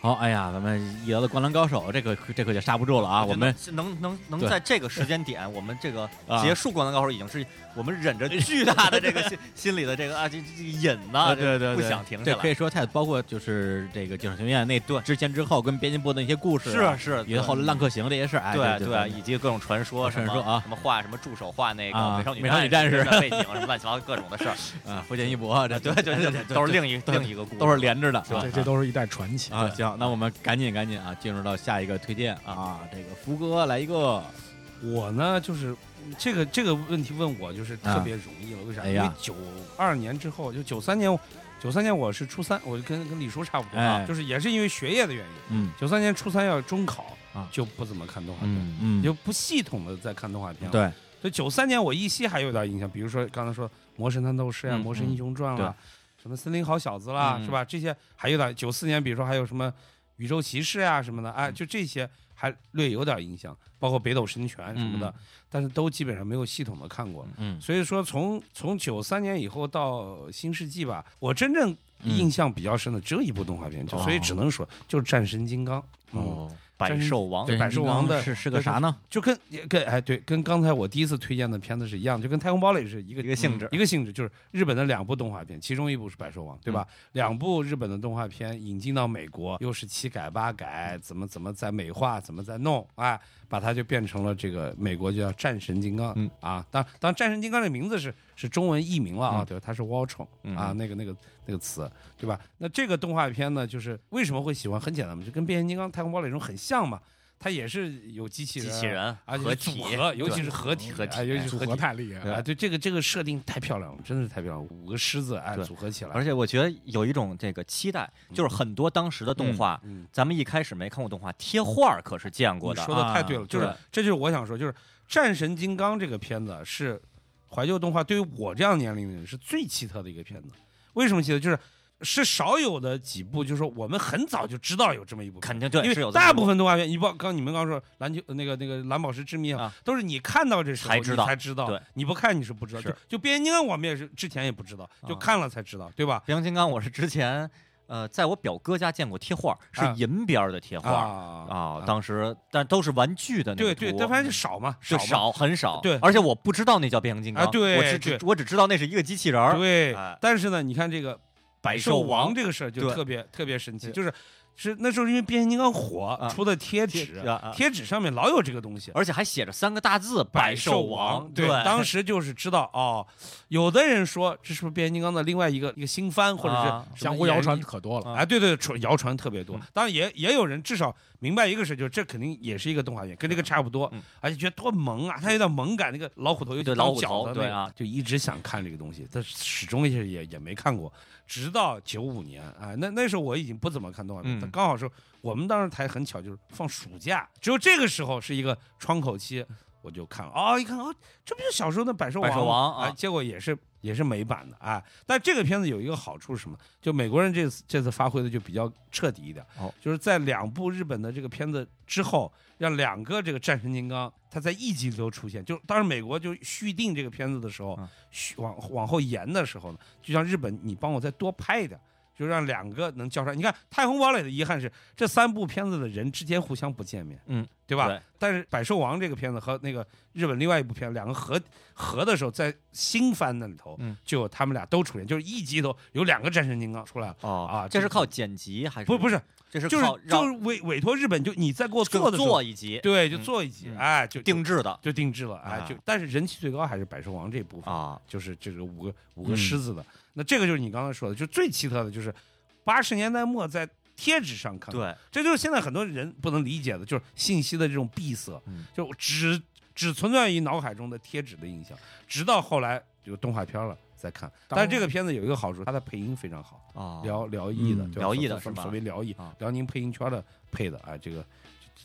Speaker 1: 哎呀，咱们一聊到《灌篮高手》，这个这可就刹不住了啊！我
Speaker 2: 觉得
Speaker 1: 们
Speaker 2: 能能能
Speaker 1: 对
Speaker 2: 在这个时间点，我们这个
Speaker 1: 啊
Speaker 2: 结束《灌篮高手》已经是我们忍着巨大的这个心 心里的这个啊，这这这瘾呐，这
Speaker 1: 对对对，
Speaker 2: 不想停
Speaker 1: 这
Speaker 2: 下
Speaker 1: 可
Speaker 2: 来
Speaker 1: 以。说太包括就是这个《警察学院》那对之前之后跟编辑部的一些故事啊，
Speaker 2: 是嗯是，
Speaker 1: 以后
Speaker 2: 对
Speaker 1: 浪客行这些事儿，哎，
Speaker 2: 对啊
Speaker 1: 就就
Speaker 2: 对，以及各种传说，
Speaker 1: 传
Speaker 2: 什么
Speaker 1: 说啊
Speaker 2: 什么画什么助手画那
Speaker 1: 啊
Speaker 2: 个美少
Speaker 1: 美少女
Speaker 2: 女
Speaker 1: 战士
Speaker 2: 的背景，什么乱七八糟各种的 事儿，
Speaker 1: 啊，福建一博，这
Speaker 2: 对对对，对，都是另一
Speaker 1: 对
Speaker 2: 另一个故事，
Speaker 1: 都是连着的，啊
Speaker 3: 这这都是一代传奇
Speaker 1: 啊，行，那我们赶紧赶紧啊，进入到下一个推荐啊，这个福哥来一个，
Speaker 4: 我呢，就是这个这个问题问我就是特别容易了，为啥？
Speaker 1: 哎
Speaker 4: 因
Speaker 1: 呀
Speaker 4: 为九二年之后，就九三年，九三年我是初三，我就跟跟李叔差不多
Speaker 1: 哎
Speaker 4: 啊，就是也是因为学业的原因，
Speaker 1: 嗯
Speaker 4: 九三年初三要中考
Speaker 1: 啊
Speaker 4: 就不怎么看动画片，
Speaker 1: 嗯嗯，
Speaker 4: 就不系统的在看动画片了。
Speaker 1: 对，
Speaker 4: 所以九三年我依稀还有点印象，比如说刚才说《魔神战斗士》啊，
Speaker 1: 嗯
Speaker 4: 魔神英雄传》啦，什么《森林好小子》啦，
Speaker 2: 嗯
Speaker 4: 是吧？这些还有点。九四年，比如说还有什么《宇宙骑士》啊什么的，
Speaker 1: 嗯
Speaker 4: 哎，就这些还略有点印象，包括《北斗神拳》什么的，但是都基本上没有系统的看过。
Speaker 1: 嗯
Speaker 4: 所以说从，从九三年以后到新世纪吧，我真正
Speaker 1: 嗯
Speaker 4: 印象比较深的只有一部动画片，就
Speaker 1: 哦
Speaker 4: 所以只能说就是《战神金刚》。嗯，
Speaker 2: 哦，百兽王
Speaker 1: 对，
Speaker 4: 百兽王的
Speaker 1: 是是个啥呢？
Speaker 4: 就跟也跟哎对，跟刚才我第一次推荐的片子是一样，就跟《太空堡垒》是一个嗯
Speaker 2: 一个性质
Speaker 4: 一个性质，就是日本的两部动画片，其中一部是《百兽王》，对吧？
Speaker 2: 嗯
Speaker 4: 两部日本的动画片引进到美国，又是七改八改，怎么怎么在美化，怎么在弄啊，把它就变成了这个美国就叫战神金刚、
Speaker 2: 嗯
Speaker 4: 啊。当当战神金刚这名字是是中文译名了啊，
Speaker 2: 嗯
Speaker 4: 对吧？它是 Waltron
Speaker 2: 嗯
Speaker 4: 啊，那个那个那个词，啊对吧？那这个动画片呢，就是为什么会喜欢？很简单嘛，就跟变形金刚、太空堡垒这种很像嘛。它也是有机器
Speaker 2: 机
Speaker 4: 人啊，
Speaker 2: 器人
Speaker 4: 而且
Speaker 2: 合
Speaker 4: 是
Speaker 2: 体
Speaker 4: 组合，尤其
Speaker 2: 对
Speaker 4: 是合体，
Speaker 2: 合体
Speaker 4: 哎尤其
Speaker 2: 哎
Speaker 4: 是
Speaker 3: 组
Speaker 4: 合
Speaker 3: 合
Speaker 4: 体。
Speaker 3: 太厉害了。
Speaker 4: 啊，对这个这个设定太漂亮了，真的是太漂亮了，五个狮子哎
Speaker 2: 对
Speaker 4: 组合起来，
Speaker 2: 而且我觉得有一种这个期待，就是很多当时的动画，
Speaker 4: 嗯嗯
Speaker 2: 咱们一开始没看过动画，贴画儿可是见过
Speaker 4: 你
Speaker 2: 的。啊
Speaker 4: 说的太对了，就是
Speaker 2: 对
Speaker 4: 这就是我想说，就是《战神金刚》这个片子是怀旧动画对于我这样年龄的人是最奇特的一个片子。为什么奇特？就是是少有的几部，就是说我们很早就知道有这么一部片
Speaker 2: 肯
Speaker 4: 子。
Speaker 2: 定对，
Speaker 4: 因
Speaker 2: 是有
Speaker 4: 为
Speaker 2: 这
Speaker 4: 大
Speaker 2: 么
Speaker 4: 部分动画片，你包刚你们刚说篮球那个那个蓝宝石之谜
Speaker 2: 啊，
Speaker 4: 都是你看到这时候
Speaker 2: 才
Speaker 4: 你
Speaker 2: 知道
Speaker 4: 才知道，
Speaker 2: 对
Speaker 4: 你不看你是不知道。
Speaker 2: 是
Speaker 4: 就就变形金刚我们也是之前也不知道，就
Speaker 2: 啊
Speaker 4: 看了才知道，对吧？
Speaker 2: 变形金刚，我是之前呃，在我表哥家见过贴画儿，是
Speaker 4: 啊
Speaker 2: 银边儿的贴画儿
Speaker 4: 啊
Speaker 2: 啊。当时但都是玩具的那
Speaker 4: 对
Speaker 2: 个
Speaker 4: 对，
Speaker 2: 图嗯
Speaker 4: 但反正就少嘛，
Speaker 2: 就
Speaker 4: 嘛
Speaker 2: 少很少，
Speaker 4: 对
Speaker 2: 啊而且我不知道那叫变形金刚，
Speaker 4: 啊对
Speaker 2: 我只只
Speaker 4: 对
Speaker 2: 我只知道那是一个机器人儿，
Speaker 4: 对
Speaker 2: 哎，
Speaker 4: 但是呢，你看这个
Speaker 2: 百
Speaker 4: 百兽
Speaker 2: 王
Speaker 4: 王这个事儿就
Speaker 2: 对
Speaker 4: 特别特别神奇，
Speaker 2: 对
Speaker 4: 就是是那时候因为变形金刚火
Speaker 2: 啊
Speaker 4: 出的贴纸
Speaker 2: 贴啊啊，
Speaker 4: 贴纸上面老有这个东西。
Speaker 2: 而且还写着三个大字“
Speaker 4: 百
Speaker 2: 兽
Speaker 4: 兽王，
Speaker 2: 对，
Speaker 4: 当时就是知道哦，有的人说这是不是变形金刚的另外一个一个新番，或者是
Speaker 2: 啊
Speaker 4: 什么
Speaker 3: 江湖谣传
Speaker 4: 演绎
Speaker 3: 可多了，
Speaker 4: 啊，对对，传谣传特别多
Speaker 2: 嗯。
Speaker 4: 当然也也有人至少明白一个事，就是这肯定也是一个动画片，跟这个差不多
Speaker 2: 嗯，
Speaker 4: 而且觉得多萌啊，它有点萌感，那个老虎头有
Speaker 2: 对
Speaker 4: 点
Speaker 2: 老虎头
Speaker 4: 角的那个
Speaker 2: 对啊
Speaker 4: 就一直想看这个东西，但是始终也也也没看过，直到九五年啊，那那时候我已经不怎么看动画片，
Speaker 2: 嗯
Speaker 4: 但刚好是我们当时台很巧，就是放暑假，只有这个时候是一个窗口期。我就看了，哦，一看哦，这不就小时候的百兽王
Speaker 2: 百
Speaker 4: 吗？
Speaker 2: 兽王啊
Speaker 4: 哎结果也是也是美版的啊。但这个片子有一个好处是什么？就美国人这次这次发挥的就比较彻底一点，
Speaker 2: 哦
Speaker 4: 就是在两部日本的这个片子之后，让两个这个战神金刚它在一集里头出现。就当时美国就续订这个片子的时候，
Speaker 2: 嗯
Speaker 4: 续往往后延的时候呢，就像日本，你帮我再多拍一点。就让两个能交叉。你看《太空堡垒》的遗憾是，这三部片子的人之间互相不见面，
Speaker 2: 嗯，
Speaker 4: 对吧？
Speaker 2: 对
Speaker 4: 但是《百兽王》这个片子和那个日本另外一部片，两个合合的时候，在新番那里头，
Speaker 2: 嗯
Speaker 4: 就有他们俩都出现，就是一集头有两个战神金刚出来了。
Speaker 2: 哦
Speaker 4: 啊
Speaker 2: 这
Speaker 4: 这
Speaker 2: 是
Speaker 4: 个
Speaker 2: 靠剪辑还是
Speaker 4: 不，不是，
Speaker 2: 这是
Speaker 4: 就是
Speaker 2: 靠让
Speaker 4: 就是委委托日本，就你再给我
Speaker 2: 给
Speaker 4: 做
Speaker 2: 我
Speaker 4: 的时候
Speaker 2: 做，一集，
Speaker 4: 对，就
Speaker 2: 嗯
Speaker 4: 做一集
Speaker 2: 嗯，
Speaker 4: 哎，就
Speaker 2: 定制的
Speaker 4: 就定制了，哎
Speaker 2: 啊，
Speaker 4: 就但是人气最高还是《百兽王》这部分，
Speaker 2: 啊，嗯
Speaker 4: 就是这个五个五个狮子的。那这个就是你刚才说的，就最奇特的就是八十年代末在贴纸上看，，
Speaker 2: 对，
Speaker 4: 这就是现在很多人不能理解的，就是信息的这种闭塞，
Speaker 2: 嗯
Speaker 4: 就只只存在于脑海中的贴纸的印象，直到后来有动画片了再看。但是这个片子有一个好处，它的配音非常好。
Speaker 2: 啊，
Speaker 4: 辽辽艺的，
Speaker 1: 嗯
Speaker 4: 对吧
Speaker 2: 辽艺的
Speaker 4: 所
Speaker 2: 是吧
Speaker 4: 所谓辽艺
Speaker 2: 啊，
Speaker 4: 辽宁配音圈的配的，哎，这个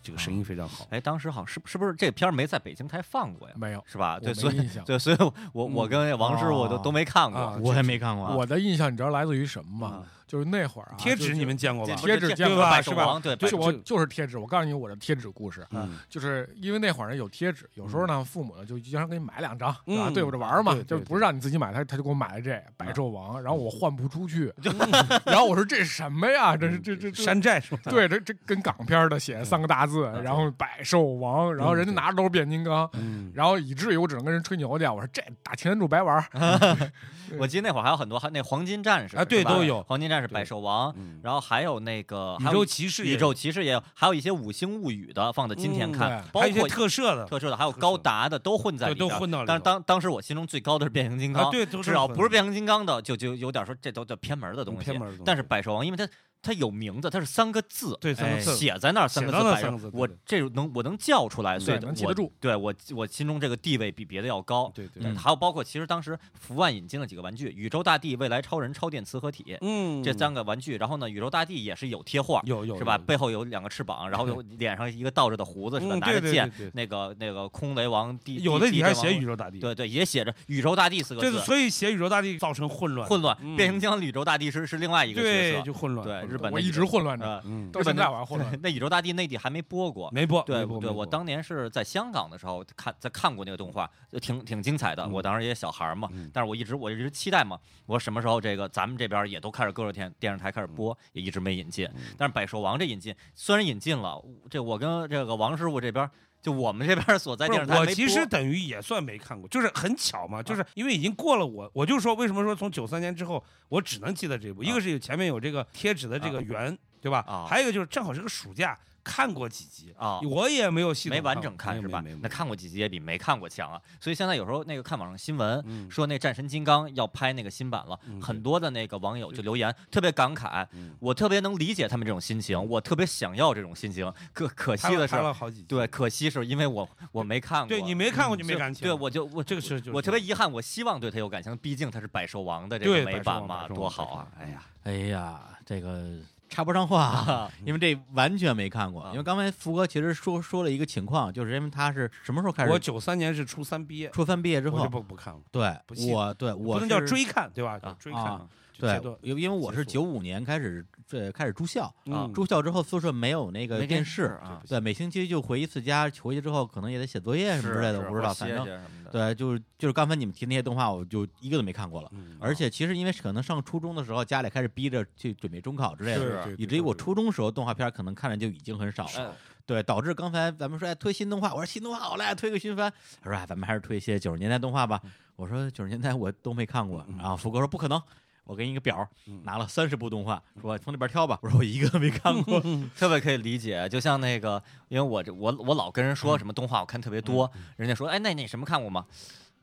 Speaker 4: 这个声音非常好。
Speaker 2: 哎，当时好像是是不是这片儿没在北京台放
Speaker 4: 嗯
Speaker 2: 过呀？
Speaker 3: 没有，
Speaker 2: 是吧？啊对，
Speaker 3: 我
Speaker 2: 所
Speaker 3: 没
Speaker 2: 以
Speaker 3: 印象。
Speaker 2: 对，所以我我我跟王师傅我都
Speaker 1: 哦
Speaker 2: 都没看过
Speaker 4: 啊
Speaker 1: 我也没看过，
Speaker 3: 我的印象你知道来自于什么吗？就是那会儿啊，
Speaker 4: 贴
Speaker 3: 就
Speaker 4: 纸
Speaker 3: 是
Speaker 4: 你们见过吧？
Speaker 3: 贴纸见过
Speaker 4: 吧
Speaker 2: 吧？
Speaker 4: 是吧
Speaker 2: 对，
Speaker 3: 就
Speaker 4: 就
Speaker 3: 我就是贴纸，我告诉你我的贴纸故事，
Speaker 4: 呃
Speaker 3: 啊
Speaker 4: 嗯
Speaker 3: 就是因为那会儿有贴纸，有时候呢父母呢就经常给你买两张，
Speaker 4: 嗯
Speaker 3: 对吧？对付着玩儿嘛
Speaker 4: 对，对
Speaker 3: 就
Speaker 4: 对嗯
Speaker 3: 不是让你自己买，他他就给我买了这百兽王，然后我换不出去， 然后我说这是什么呀？这是这这这
Speaker 4: 嗯山嗯寨是吧？
Speaker 3: 对，这这跟港片儿的写三个大字，然后百兽王，然后人家拿着都是变形金刚，
Speaker 4: 嗯，
Speaker 3: 然后以至于我只能跟人吹牛去，我说这打擎天柱白玩儿，
Speaker 2: 我记得那会儿还有很多，还那黄金战士
Speaker 4: 啊对
Speaker 2: 是吧
Speaker 4: 都有
Speaker 2: 黄金战士、百兽王
Speaker 4: 嗯，
Speaker 2: 然后还有那个
Speaker 4: 宇
Speaker 2: 还有
Speaker 4: 宙骑士也有
Speaker 2: 宇宙骑士也有，还有一些五星物语的放在今天
Speaker 4: 嗯
Speaker 2: 看，包
Speaker 4: 还有一些
Speaker 2: 括
Speaker 4: 特摄的，
Speaker 2: 特摄的，还有高达的都混在
Speaker 4: 对
Speaker 2: 里边，
Speaker 4: 都混到里
Speaker 2: 但是
Speaker 4: 头
Speaker 2: 当当时我心中最高的是变形金
Speaker 4: 啊
Speaker 2: 刚，
Speaker 4: 对都是
Speaker 2: 至少
Speaker 4: 混嗯
Speaker 2: 不是变形金刚的，就就有点说这都叫偏门的东西。
Speaker 4: 偏门的东西
Speaker 2: 但是百兽王，因为它它有名字，它是三个字，哎
Speaker 4: 对三个字
Speaker 2: 写在那儿三个字，
Speaker 4: 写到那
Speaker 2: 百
Speaker 4: 三
Speaker 2: 兽
Speaker 4: 个字对
Speaker 2: 我
Speaker 4: 对
Speaker 2: 这能我能叫出来，所以
Speaker 3: 对能
Speaker 2: 我
Speaker 3: 记得住。
Speaker 2: 对我我心中这个地位比别的要高。嗯
Speaker 4: 对对
Speaker 2: 还有包括其实当时福万引进了几个玩具，宇宙大帝、未来超人、超电磁合体。
Speaker 4: 嗯，
Speaker 2: 这三个玩具，然后呢，宇宙大帝也是有贴画，
Speaker 4: 有有
Speaker 2: 是吧？
Speaker 4: 有
Speaker 2: 背后有两个翅膀，然后有脸上一个倒着的胡子，是吧？
Speaker 4: 嗯
Speaker 2: 拿
Speaker 4: 对
Speaker 2: 着
Speaker 4: 对
Speaker 2: 剑
Speaker 4: 对对，
Speaker 2: 那个那个空雷王地，
Speaker 4: 有的
Speaker 2: 地
Speaker 4: 你还
Speaker 2: 地震
Speaker 4: 写
Speaker 2: 王
Speaker 4: 宇宙大帝，，
Speaker 2: 对对，也写着宇宙大帝四个
Speaker 4: 这
Speaker 2: 字
Speaker 4: 是，所以写宇宙大帝造成混乱，
Speaker 2: 混乱。
Speaker 4: 嗯
Speaker 2: 变形金刚的宇宙大帝是是另外一个角
Speaker 4: 对，
Speaker 2: 色，
Speaker 4: 就混乱，
Speaker 2: 对
Speaker 4: 混
Speaker 2: 日
Speaker 4: 乱
Speaker 2: 本
Speaker 3: 我
Speaker 2: 的
Speaker 3: 一直混乱着，
Speaker 2: 呃，
Speaker 4: 嗯，
Speaker 3: 到现在我还混 乱 着。
Speaker 2: 那宇宙大帝内地还没播过，
Speaker 4: 没播，
Speaker 2: 对
Speaker 4: 没播
Speaker 2: 对，
Speaker 4: 没
Speaker 2: 我
Speaker 4: 播
Speaker 2: 当年是在香港的时候看，在看过那个动画，呃挺挺精彩的。我当时也小孩儿嘛
Speaker 4: 嗯，
Speaker 2: 但是我一直我一直期待嘛，我什么时候这个咱们这边儿也都开始各个电电视台开
Speaker 4: 嗯
Speaker 2: 始播，也一直没引进。但是百兽王这引进虽然引进了，这我跟这个王师傅这边儿，就我们这边儿所在
Speaker 4: 不
Speaker 2: 电
Speaker 4: 是
Speaker 2: 视台
Speaker 4: 我
Speaker 2: 没
Speaker 4: 其
Speaker 2: 播啊
Speaker 4: 实等于也算没看过，就是很巧嘛，就是因为已经过了我，我就说为什么说从九三年之后，我只能记得这部，一个是有前面有这个贴纸的这个圆，对吧
Speaker 2: 啊？
Speaker 4: 还有一个就是正好是个暑假看过几集，
Speaker 2: 啊，
Speaker 4: 我也没有系统
Speaker 2: 没完整
Speaker 4: 过没
Speaker 2: 看
Speaker 4: 有
Speaker 2: 是
Speaker 4: 没
Speaker 2: 吧
Speaker 4: 有没有？
Speaker 2: 那看过几集也比没看过强啊。所以现在有时候那个看网上新闻、
Speaker 4: 嗯
Speaker 2: 说那战神金刚要拍那个新版了，
Speaker 4: 嗯
Speaker 2: 很多的那个网友就留言特别感慨，
Speaker 4: 嗯
Speaker 2: 我特别能理解他们这种心情，我特别想要这种心情。可可
Speaker 4: 拍
Speaker 2: 惜
Speaker 4: 了
Speaker 2: 的是
Speaker 4: 拍，了好几集，
Speaker 2: 对，可惜是因为我我没看过，
Speaker 4: 对你没看过就没
Speaker 2: 所以
Speaker 4: 感情，
Speaker 2: 对，我就我
Speaker 4: 这个是就是
Speaker 2: 我特别遗憾，我希望对他有感情，毕竟他是百兽王的这
Speaker 4: 对
Speaker 2: 个美
Speaker 4: 百兽
Speaker 2: 版
Speaker 4: 王
Speaker 2: 嘛，
Speaker 4: 百兽
Speaker 2: 多
Speaker 4: 王
Speaker 2: 好
Speaker 4: 百
Speaker 2: 啊！
Speaker 4: 兽王
Speaker 2: 哎 呀，
Speaker 1: 哎呀，这个插不上话啊，因为这完全没看过。
Speaker 2: 啊
Speaker 1: 因为刚才福哥其实说说了一个情况，就是因为他是什么时候开
Speaker 4: 我
Speaker 1: 始？
Speaker 4: 九三年是初三毕业，
Speaker 1: 初三毕业之
Speaker 4: 我就
Speaker 1: 后，
Speaker 4: 不不看了，
Speaker 1: 对
Speaker 4: 不信
Speaker 1: 我对我
Speaker 4: 不能叫
Speaker 1: 是
Speaker 4: 追看，对吧？
Speaker 2: 啊
Speaker 4: 追看
Speaker 1: 啊，
Speaker 4: 就
Speaker 1: 对
Speaker 4: 阶段，
Speaker 1: 因因为我是
Speaker 4: 结
Speaker 1: 九
Speaker 4: 束
Speaker 1: 五年开始这开始住校，
Speaker 2: 啊
Speaker 4: 嗯
Speaker 1: 住校之后宿舍没有那个
Speaker 2: 没
Speaker 1: 电
Speaker 2: 电
Speaker 1: 视
Speaker 2: 视啊
Speaker 1: 对，每星期就回一次家，回去之后可能也得写作业什么之类的，
Speaker 2: 是
Speaker 1: 我不知道，
Speaker 2: 或
Speaker 1: 反
Speaker 2: 歇
Speaker 1: 正
Speaker 2: 歇什么的
Speaker 1: 对，就是就是刚才你们提那些动画，我就一个都没看过了。
Speaker 4: 嗯
Speaker 1: 而且其实因为可能上初中的时候，家里开始逼着去准备中考之类
Speaker 4: 啊是
Speaker 1: 的
Speaker 4: 对，
Speaker 1: 以
Speaker 4: 对
Speaker 1: 至于我
Speaker 4: 对
Speaker 1: 初中时候动画片可能看的就已经很少了
Speaker 2: 哎。
Speaker 1: 对，导致刚才咱们说哎推新动画，我说新动画好嘞，推个新番。他说哎，咱们还是推一些九十年代动画吧。我说九十年代我都没看过。然后福哥说不可能。我给你一个表儿，拿了三十部动画，说哎从里边挑吧。我说我一个都没看过，
Speaker 2: 特别可以理解，就像那个，因为我这我我老跟人
Speaker 1: 嗯
Speaker 2: 说什么动画我看特别多，人家说哎那那什么看过吗？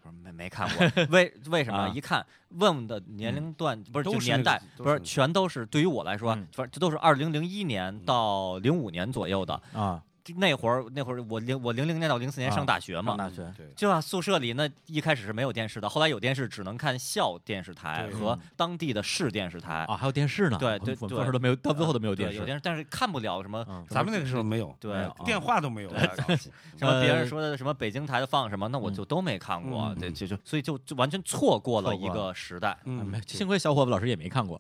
Speaker 2: 我说没没看 过，为为什么？
Speaker 1: 啊
Speaker 2: 一看问问的年龄段不是
Speaker 4: 都
Speaker 2: 就是年代
Speaker 4: 那个都是
Speaker 2: 不是全都是对于我来说
Speaker 1: 嗯，
Speaker 2: 反正这都是二零零一年到零五年左右的
Speaker 1: 啊，
Speaker 2: 那会儿，那会儿我零我零零年到零四年
Speaker 1: 啊
Speaker 2: 上大学嘛
Speaker 1: 上，大学，
Speaker 4: 嗯对
Speaker 2: 就啊，宿舍里那一开始是没有电视的，后来有电视只能看校电视台
Speaker 4: 对
Speaker 1: 嗯
Speaker 2: 和当地的市电视台
Speaker 1: 啊，，还有电视呢，
Speaker 2: 对
Speaker 1: 我们我们
Speaker 2: 对对
Speaker 1: 到时候都没有，到最后都没有
Speaker 2: 对
Speaker 1: 电视
Speaker 2: 有，电视，但是看不了什么
Speaker 1: 嗯
Speaker 4: 咱们那个时候没有，
Speaker 2: 对
Speaker 1: 没有
Speaker 2: 啊
Speaker 4: 电话都没有，
Speaker 2: 什么别
Speaker 1: 呃嗯
Speaker 2: 人说的什么北京台的放什么，那我就都没看过，对，就就所以就就完全错过了
Speaker 1: 错过
Speaker 2: 一个时代。
Speaker 1: 啊没
Speaker 4: 嗯，
Speaker 1: 幸亏小伙子老师也没看 过，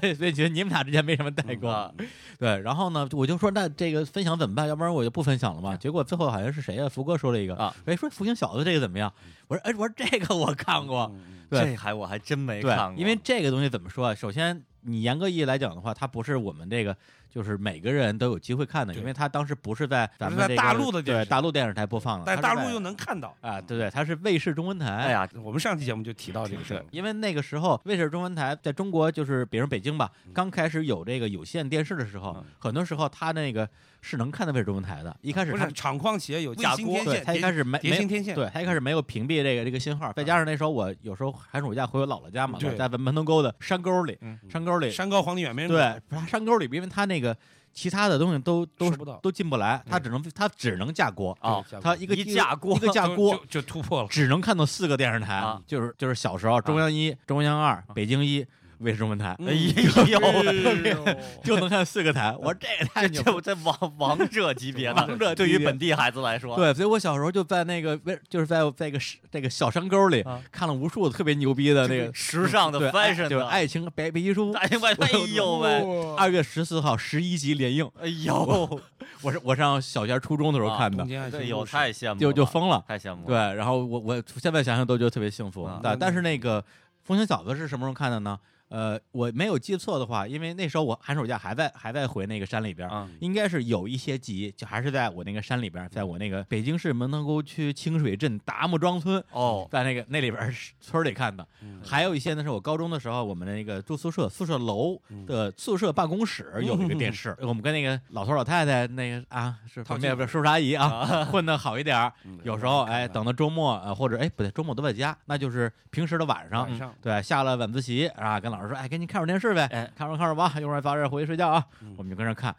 Speaker 1: 所以所以觉得你们俩之间没什么代沟。
Speaker 2: 啊
Speaker 1: 对，然后呢，我就说那这个分享怎么办？要不然我就不分享了嘛。结果最后好像是谁呀、福哥说了一个
Speaker 2: 啊，
Speaker 1: 哎，说福星小子这个怎么样？我说，哎，我说这个我看
Speaker 4: 嗯
Speaker 1: 过，对
Speaker 2: 嗯这还我还真没
Speaker 1: 对
Speaker 2: 看，过，
Speaker 1: 因为这个东西怎么说啊？首先，你严格意义来讲的话，它不是我们这个就是每个人都有机会看的，
Speaker 4: 对
Speaker 1: 因为它当时不是在咱们、
Speaker 4: 不
Speaker 1: 这
Speaker 4: 是在
Speaker 1: 个、
Speaker 4: 大陆的电视
Speaker 1: 对大陆电视台播放的，
Speaker 4: 但
Speaker 1: 它
Speaker 4: 大
Speaker 1: 啊是
Speaker 4: 陆
Speaker 1: 在
Speaker 4: 又能看到。
Speaker 1: 啊，对对，它是卫视中文台。
Speaker 2: 哎呀，
Speaker 4: 我们上期节目就提到这个事
Speaker 1: 对
Speaker 4: 儿，，
Speaker 1: 因为那个时候卫视中文台在中国就是，比如北京吧，
Speaker 4: 嗯
Speaker 1: 刚开始有这个有线电视的时候，很多时候它那个是能看到卫视中文台的。一开始
Speaker 4: 不
Speaker 1: 它
Speaker 4: 是厂矿企业有卫星啊天
Speaker 1: 对，
Speaker 4: 线，
Speaker 1: 它一开始没
Speaker 4: 叠
Speaker 1: 没
Speaker 4: 星天线，
Speaker 1: 对，它一开始没有屏蔽这个这个信号，再加上那时候我有时候寒暑假回我姥姥家嘛，
Speaker 4: 对
Speaker 1: 我在门头沟的山沟里，山沟里，
Speaker 4: 嗯山高皇帝远没人管
Speaker 1: 对，它山沟里，因为它那个其他的东西都都
Speaker 4: 收不到嗯
Speaker 1: 都进不来，它只能它只能架锅
Speaker 2: 啊
Speaker 4: 对架锅
Speaker 1: 它一个
Speaker 2: 一架锅哎
Speaker 1: 一个架
Speaker 4: 就
Speaker 1: 锅
Speaker 4: 就就突破了。
Speaker 1: 只能看到四个电视台，
Speaker 2: 啊
Speaker 1: 啊嗯就是就是小时候中央一、中央二、北京一。卫视中文台，
Speaker 2: 哎呦，
Speaker 1: 哎 就能看四个台，我说这也太牛
Speaker 2: 这这我这王王者 级别的，
Speaker 1: 王者级别
Speaker 2: 对于本地孩子来说，
Speaker 1: 对，所以我小时候就在那个卫，就是在在一个是这个小山沟里、
Speaker 2: 啊
Speaker 1: 看了无数特别牛逼的那个
Speaker 2: 时尚的
Speaker 1: 对爱
Speaker 2: fashion
Speaker 1: 就是
Speaker 2: 的，
Speaker 1: 爱情白白皮书，
Speaker 2: 哎 呦喂，哎呦喂，
Speaker 3: 哇
Speaker 1: 二月十四号十一集连映，
Speaker 2: 哎呦，
Speaker 1: 我是我上小学初啊中的时候看的，
Speaker 4: 中间还
Speaker 2: 这
Speaker 4: 行
Speaker 2: 有哎太羡慕了，
Speaker 1: 就就疯了。
Speaker 2: 太羡慕
Speaker 1: 对，
Speaker 2: 了，
Speaker 1: 然后我我现在想想都觉得特别幸福
Speaker 2: 啊。
Speaker 1: 但、但是那个《风情小子》是什么时候看的呢？呃，我没有记错的话，因为那时候我寒暑假还在还在回那个山里边儿，
Speaker 2: 啊
Speaker 1: 应该是有一些集就还是在我那个山里边儿，在我那个北京市门头沟区清水镇达木庄村，
Speaker 2: 哦，
Speaker 1: 在那个那里边儿是村儿里看的。
Speaker 4: 嗯
Speaker 1: 还有一些呢，是我高中的时候，我们那个住宿舍，宿舍楼的宿舍办公室有一个电视， 我们跟那个老头老太太那个啊，是旁边不是叔叔阿姨啊，混的好一点儿。
Speaker 4: 嗯
Speaker 1: 有时候哎，等到周末呃，或者哎不对，周末都在家，那就是平时的晚上，
Speaker 4: 晚上
Speaker 1: 对，下了晚自习啊，跟老师说哎，赶紧看会儿电视呗，
Speaker 2: 哎
Speaker 1: 看会儿看会儿吧，一会儿早点回去睡觉啊。我们就跟着看，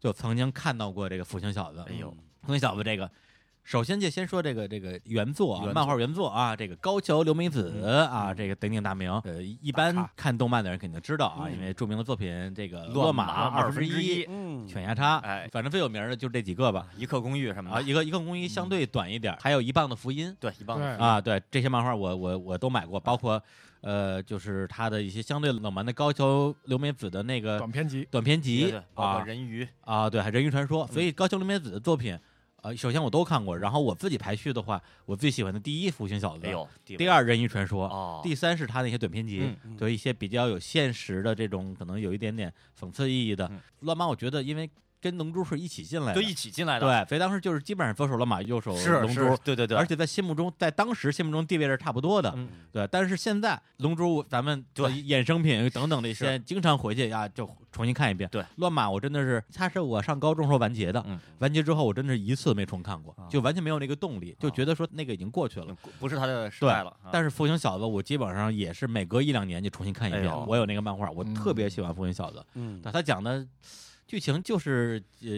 Speaker 1: 就曾经看到过这个《福星小子》。哎呦，《福星小子》这个首先就先说这个这个原作啊，漫画原作啊，这个高桥留美子啊，这个鼎鼎大名，呃，一般看动漫的人肯定知道啊，因为著名的作品这个《
Speaker 2: 乱
Speaker 1: 马
Speaker 2: 马
Speaker 1: 二
Speaker 2: 分之
Speaker 1: 一》
Speaker 2: 一
Speaker 1: 《
Speaker 4: 嗯，
Speaker 1: 犬牙叉》，
Speaker 2: 哎
Speaker 1: 反正最有名的就这几个吧。
Speaker 2: 一刻公寓什么
Speaker 1: 啊，
Speaker 2: 的，
Speaker 1: 一个一个公益相对短一点，还有一棒的福音
Speaker 2: 对，一帮
Speaker 3: 对
Speaker 1: 啊，对这些漫画我我我都买过，包括呃，就是他的一些相对冷门的高桥留美子的那个
Speaker 3: 短篇集，
Speaker 1: 短篇集
Speaker 2: 对对，包括
Speaker 1: 啊，
Speaker 2: 人嗯鱼，
Speaker 1: 啊，对，还《人鱼传说》，所以高桥留美子的作品，呃，首先我都看过，然后我自己排序的话，我最喜欢的第一《福星小子
Speaker 2: 哎》，呦，
Speaker 1: 第二《人鱼传说》
Speaker 2: 哦
Speaker 1: 第三是他那些短篇集
Speaker 2: 嗯，
Speaker 1: 就一些比较有现实的这种，可能有一点点讽刺意义的。
Speaker 2: 嗯
Speaker 1: 乱马，我觉得因为跟龙珠是一起进来的，
Speaker 2: 就一起进来的，
Speaker 1: 对，所以当时就是基本上左手乱马，右手
Speaker 2: 是
Speaker 1: 龙珠
Speaker 2: 是，。对对对，
Speaker 1: 而且在心目中，在当时心目中地位是差不多的，
Speaker 2: 嗯
Speaker 1: 对。但是现在《龙珠》，咱们
Speaker 2: 对
Speaker 1: 衍生品等等这些，
Speaker 2: 是
Speaker 1: 经常回去呀、就重新看一遍。
Speaker 2: 对
Speaker 1: 《乱马》，我真的是，它是我上高中时候完结的，
Speaker 2: 嗯
Speaker 1: 完结之后我真的是一次没重看过，
Speaker 2: 啊
Speaker 1: 就完全没有那个动力，就觉得说那个已经过去了。
Speaker 2: 不是他的时
Speaker 1: 对
Speaker 2: 代了，啊，
Speaker 1: 但是《复兴小子》，我基本上也是每隔一两年就重新看一遍。
Speaker 2: 哎呦
Speaker 1: 我有那个漫画，我
Speaker 3: 嗯
Speaker 1: 特别喜欢《复兴小子》
Speaker 4: 嗯，
Speaker 1: 那他讲的剧情就是呃，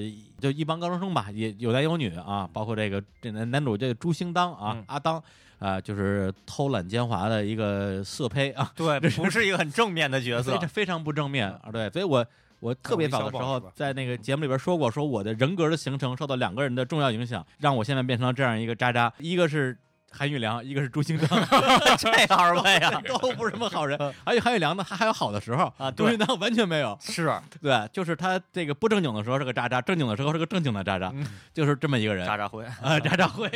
Speaker 1: 就一帮高中生吧，也有男有女啊，包括这个这男男主这个朱兴当啊，
Speaker 2: 嗯
Speaker 1: 阿当啊、就是偷懒奸猾的一个色胚啊，
Speaker 2: 对，不是一个很正面的角
Speaker 1: 所以
Speaker 2: 色 嗯
Speaker 1: 这，非常不正面啊。对，所以我我特别早的时
Speaker 4: 看过
Speaker 1: 候
Speaker 4: 一小宝是吧
Speaker 1: 在那个节目里边说过，说我的人格的形成受到两个人的重要影响，让我现在变成了这样一个渣渣，一个是。韩玉良，一个是朱兴当，，
Speaker 2: 这二位啊
Speaker 1: 都不是什么好人。
Speaker 2: 嗯
Speaker 1: 而且韩玉良呢，他还有好的时候
Speaker 2: 啊
Speaker 1: 朱
Speaker 2: 对
Speaker 1: 兴当完全没有。
Speaker 2: 是
Speaker 1: 对，就是他这个不正经的时候是个渣渣，正经的时候是个正经的渣渣，
Speaker 2: 嗯
Speaker 1: 就是这么一个人
Speaker 2: 渣渣辉，
Speaker 1: 啊，渣渣 会，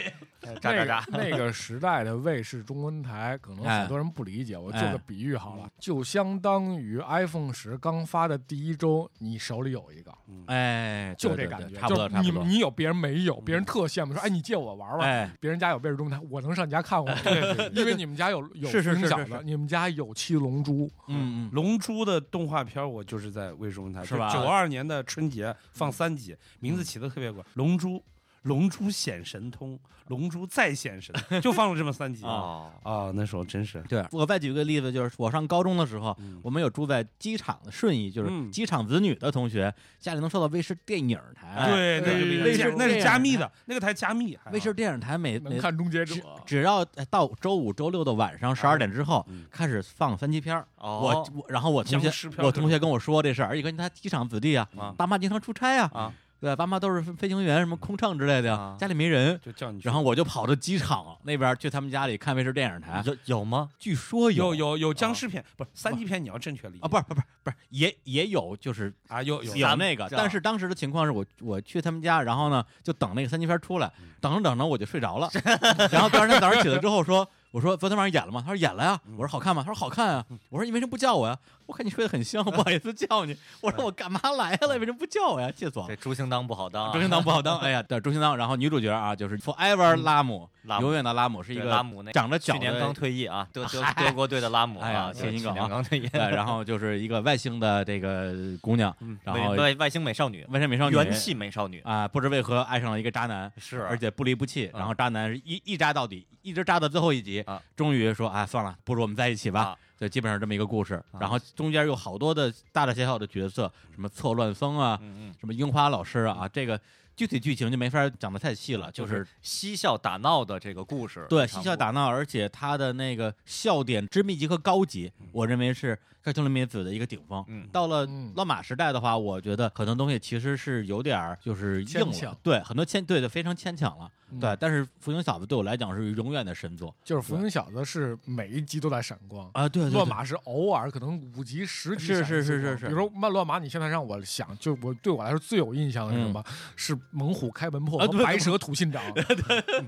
Speaker 2: 渣渣渣，
Speaker 3: 那个那个时代的卫视中文台，可能
Speaker 1: 哎
Speaker 3: 好多人不理解。我做
Speaker 1: 哎
Speaker 3: 个比喻好了，就相当于 iPhone 十刚发的第一周，你手里有一个，
Speaker 1: 哎，
Speaker 3: 就
Speaker 1: 对
Speaker 3: 这
Speaker 1: 对
Speaker 3: 感
Speaker 1: 对
Speaker 3: 觉，
Speaker 1: 差不多，
Speaker 3: 就
Speaker 1: 差
Speaker 3: 是
Speaker 1: 不多。
Speaker 3: 你
Speaker 1: 嗯
Speaker 3: 你有，别人没有，别人特羡慕，说：“哎，你借我玩玩。”
Speaker 1: 哎，
Speaker 3: 别人家有卫视中文台，我能上你家看 看吗，因为你们家有有
Speaker 1: 是是是
Speaker 3: 风小
Speaker 1: 是
Speaker 3: 子，你们家有七龙珠，
Speaker 1: 嗯嗯，
Speaker 4: 龙珠的动画片儿我就是在卫视中文台，
Speaker 1: 是吧
Speaker 4: 九二年的春节放三集，名字起的特别怪，《龙珠》《龙珠显神通》《龙珠再显神》，就放了这么三集啊
Speaker 2: 哦，
Speaker 4: 啊！那时候真是
Speaker 1: 对。我再举个例子，就是我上高中的时候，
Speaker 4: 嗯
Speaker 1: 我们有住在机场的顺义，就是
Speaker 4: 嗯
Speaker 1: 机场子女的同学，家里能收到卫视电影台，
Speaker 3: 哎
Speaker 4: 对，哎那是
Speaker 1: 卫
Speaker 4: 卫
Speaker 1: 视
Speaker 4: 视，那
Speaker 1: 电
Speaker 4: 是
Speaker 1: 影
Speaker 4: 加密的，那个台加密，还好
Speaker 1: 卫视电影台每
Speaker 3: 能
Speaker 1: 每
Speaker 3: 看《终结者
Speaker 1: 只》。只要到周五、周六的晚上十二点之后
Speaker 4: 嗯
Speaker 1: 开始放三级片儿，
Speaker 2: 哦
Speaker 1: 我我然后我同
Speaker 4: 僵
Speaker 1: 学
Speaker 4: 尸片儿
Speaker 1: 我同学跟我说这事儿，而且跟他机场子弟啊
Speaker 2: 啊，
Speaker 1: 爸妈经常出差啊，
Speaker 2: 啊，
Speaker 1: 对，爸妈都是飞行员、什么空乘之类的，
Speaker 2: 啊
Speaker 1: 家里没人。
Speaker 4: 就叫你去，
Speaker 1: 然后我就跑到机场那边去他们家里看卫视电影台，
Speaker 2: 有有吗？
Speaker 1: 据说
Speaker 4: 有啊
Speaker 1: 有
Speaker 4: 有有僵尸片，不是三级片，你要正确理解
Speaker 1: 啊，不是不是不是，也也有就是
Speaker 4: 啊，有有
Speaker 1: 有那个，
Speaker 2: 咱们
Speaker 1: 但是当时的情况是我我去他们家，然后呢就等那个三级片出来，
Speaker 2: 嗯
Speaker 1: 等着等着我就睡 着了，然后第二天早上起来之后说。我说昨天晚上演了吗？他说演了呀。
Speaker 2: 嗯
Speaker 1: 我说好看吗？他说好看啊。我说你为什么不叫我呀？我看你睡得很香，不好意思叫你。我说我干嘛来了？为什么不叫我呀？气死我了
Speaker 2: 这！朱兴当不好当啊，
Speaker 1: 中兴当不好当，哎呀，对，中兴当，然后女主角啊，就是 Forever 拉姆，
Speaker 2: 拉姆
Speaker 1: 永远的拉姆是一
Speaker 2: 嗯对
Speaker 1: 个
Speaker 2: 拉姆那
Speaker 1: 长着脚
Speaker 2: 去
Speaker 1: 的
Speaker 2: 年刚退役 啊，德德德国队的拉姆
Speaker 1: 哎呀
Speaker 2: 啊，
Speaker 1: 谐音梗啊
Speaker 2: 去年刚退役，
Speaker 1: 对，然后就是一个外星的这个姑娘，嗯然后
Speaker 2: 外外外星美少女，
Speaker 1: 外星美少女
Speaker 2: 元气美少女，
Speaker 1: 啊，不知为何爱上了一个渣男，
Speaker 2: 是
Speaker 1: 而且不离不弃，
Speaker 2: 嗯
Speaker 1: 然后渣男是一一渣到底，一直渣到最后一集
Speaker 2: 啊，
Speaker 1: 终于说啊，算了，不如我们在一起吧
Speaker 2: 啊。
Speaker 1: 就基本上这么一个故事，然后中间有好多的大大小小的角色，什么错乱风啊，
Speaker 2: 嗯嗯，
Speaker 1: 什么樱花老师啊，啊这个具体剧情就没法讲的太细了，就
Speaker 2: 就是是嬉笑打闹的这个故事。
Speaker 1: 对
Speaker 2: 差
Speaker 1: 嬉
Speaker 2: 不
Speaker 1: 笑
Speaker 2: 多
Speaker 1: 打闹，而且它的那个笑点之密集和高级，我认为是开胸林美子的一个顶峰。
Speaker 2: 嗯
Speaker 1: 到了
Speaker 3: 嗯
Speaker 1: 乱马时代的话，我觉得很多东西其实是有点儿就是硬
Speaker 3: 牵
Speaker 1: 了
Speaker 3: 强，
Speaker 1: 对，很多牵对的非常牵强了。
Speaker 3: 嗯
Speaker 1: 对，但是《福星小子》对我来讲是永远的神作
Speaker 3: 就是《福星小子》是每一集都在闪光。
Speaker 1: 啊！对，对
Speaker 3: 乱马是偶尔可能五集十集
Speaker 1: 是是
Speaker 3: 闪一次
Speaker 1: 是是
Speaker 3: 光
Speaker 1: 是
Speaker 3: 比如说慢乱马，你现在让我想，就我对我来说最有印象的是什么？是猛虎开门破
Speaker 1: 啊 对
Speaker 3: 和白蛇吐信长，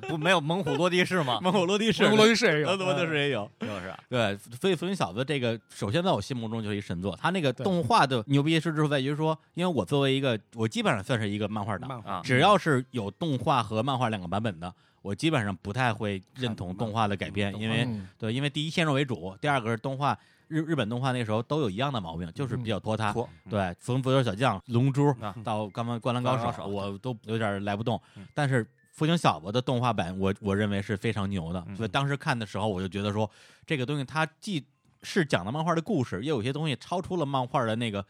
Speaker 2: 不没有猛虎落地式 吗？
Speaker 1: 蒙古落地式，
Speaker 3: 蒙古罗辑士
Speaker 1: 蒙
Speaker 3: 也有嗯
Speaker 1: 古。罗辑士也有。
Speaker 2: 就是啊
Speaker 1: 对，所以《福星小子》这个，首先在我心目中就是一神作。他那个
Speaker 3: 对
Speaker 1: 动画的牛逼之处在于说，因为我作为一个，我基本上算是一个漫画党，
Speaker 4: 漫
Speaker 2: 啊
Speaker 4: 画，
Speaker 1: 只要是有动画和漫画两个版本的，我基本上不太会认同动画的改编，因为
Speaker 3: 嗯
Speaker 1: 对，因为第一先入为主，第二个是动画日日本动画那时候都有一样的毛病，就是比较拖沓。
Speaker 2: 拖
Speaker 4: 嗯
Speaker 1: 对，从《足球小将》《龙珠》
Speaker 2: 啊
Speaker 1: 到《刚刚灌篮高
Speaker 2: 灌篮
Speaker 1: 手
Speaker 2: 高》，手
Speaker 1: 我都有点来不动
Speaker 2: 嗯。
Speaker 1: 但是《福星小子》的动画版，我我认为是非常牛的。
Speaker 2: 嗯
Speaker 1: 所以当时看的时候，我就觉得说，这个东西它既是讲的漫画的故事，又有些东西超出了漫画的那个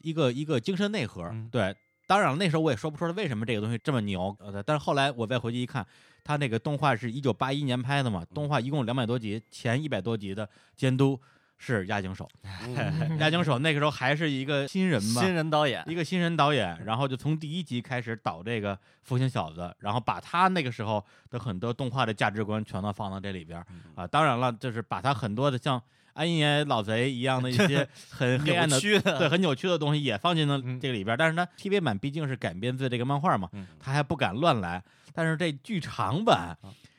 Speaker 1: 一个一个精神内核。
Speaker 2: 嗯
Speaker 1: 对，当然了，那时候我也说不出来为什么这个东西这么牛。呃，但是后来我再回去一看，它那个动画是一九八一年拍的嘛，
Speaker 2: 嗯
Speaker 1: 动画一共两百多集，前一百多集的监督是押井 守。
Speaker 4: 嗯
Speaker 1: 押井守那个时候还是一个新人吧，
Speaker 2: 新人导演
Speaker 1: 一个新人导演，然后就从第一集开始导这个《福星小子》，然后把他那个时候的很多动画的价值观全都放到这里边儿
Speaker 2: 嗯
Speaker 1: 啊。当然了，就是把他很多的像安野老贼一样的 一些很黑暗的
Speaker 2: 扭曲的
Speaker 1: 对很扭曲的东西也放进了
Speaker 2: 嗯
Speaker 1: 这个里边儿。但是呢，TV 版毕竟是改编自这个漫画嘛
Speaker 2: 嗯，
Speaker 1: 他还不敢乱来。但是这剧场版，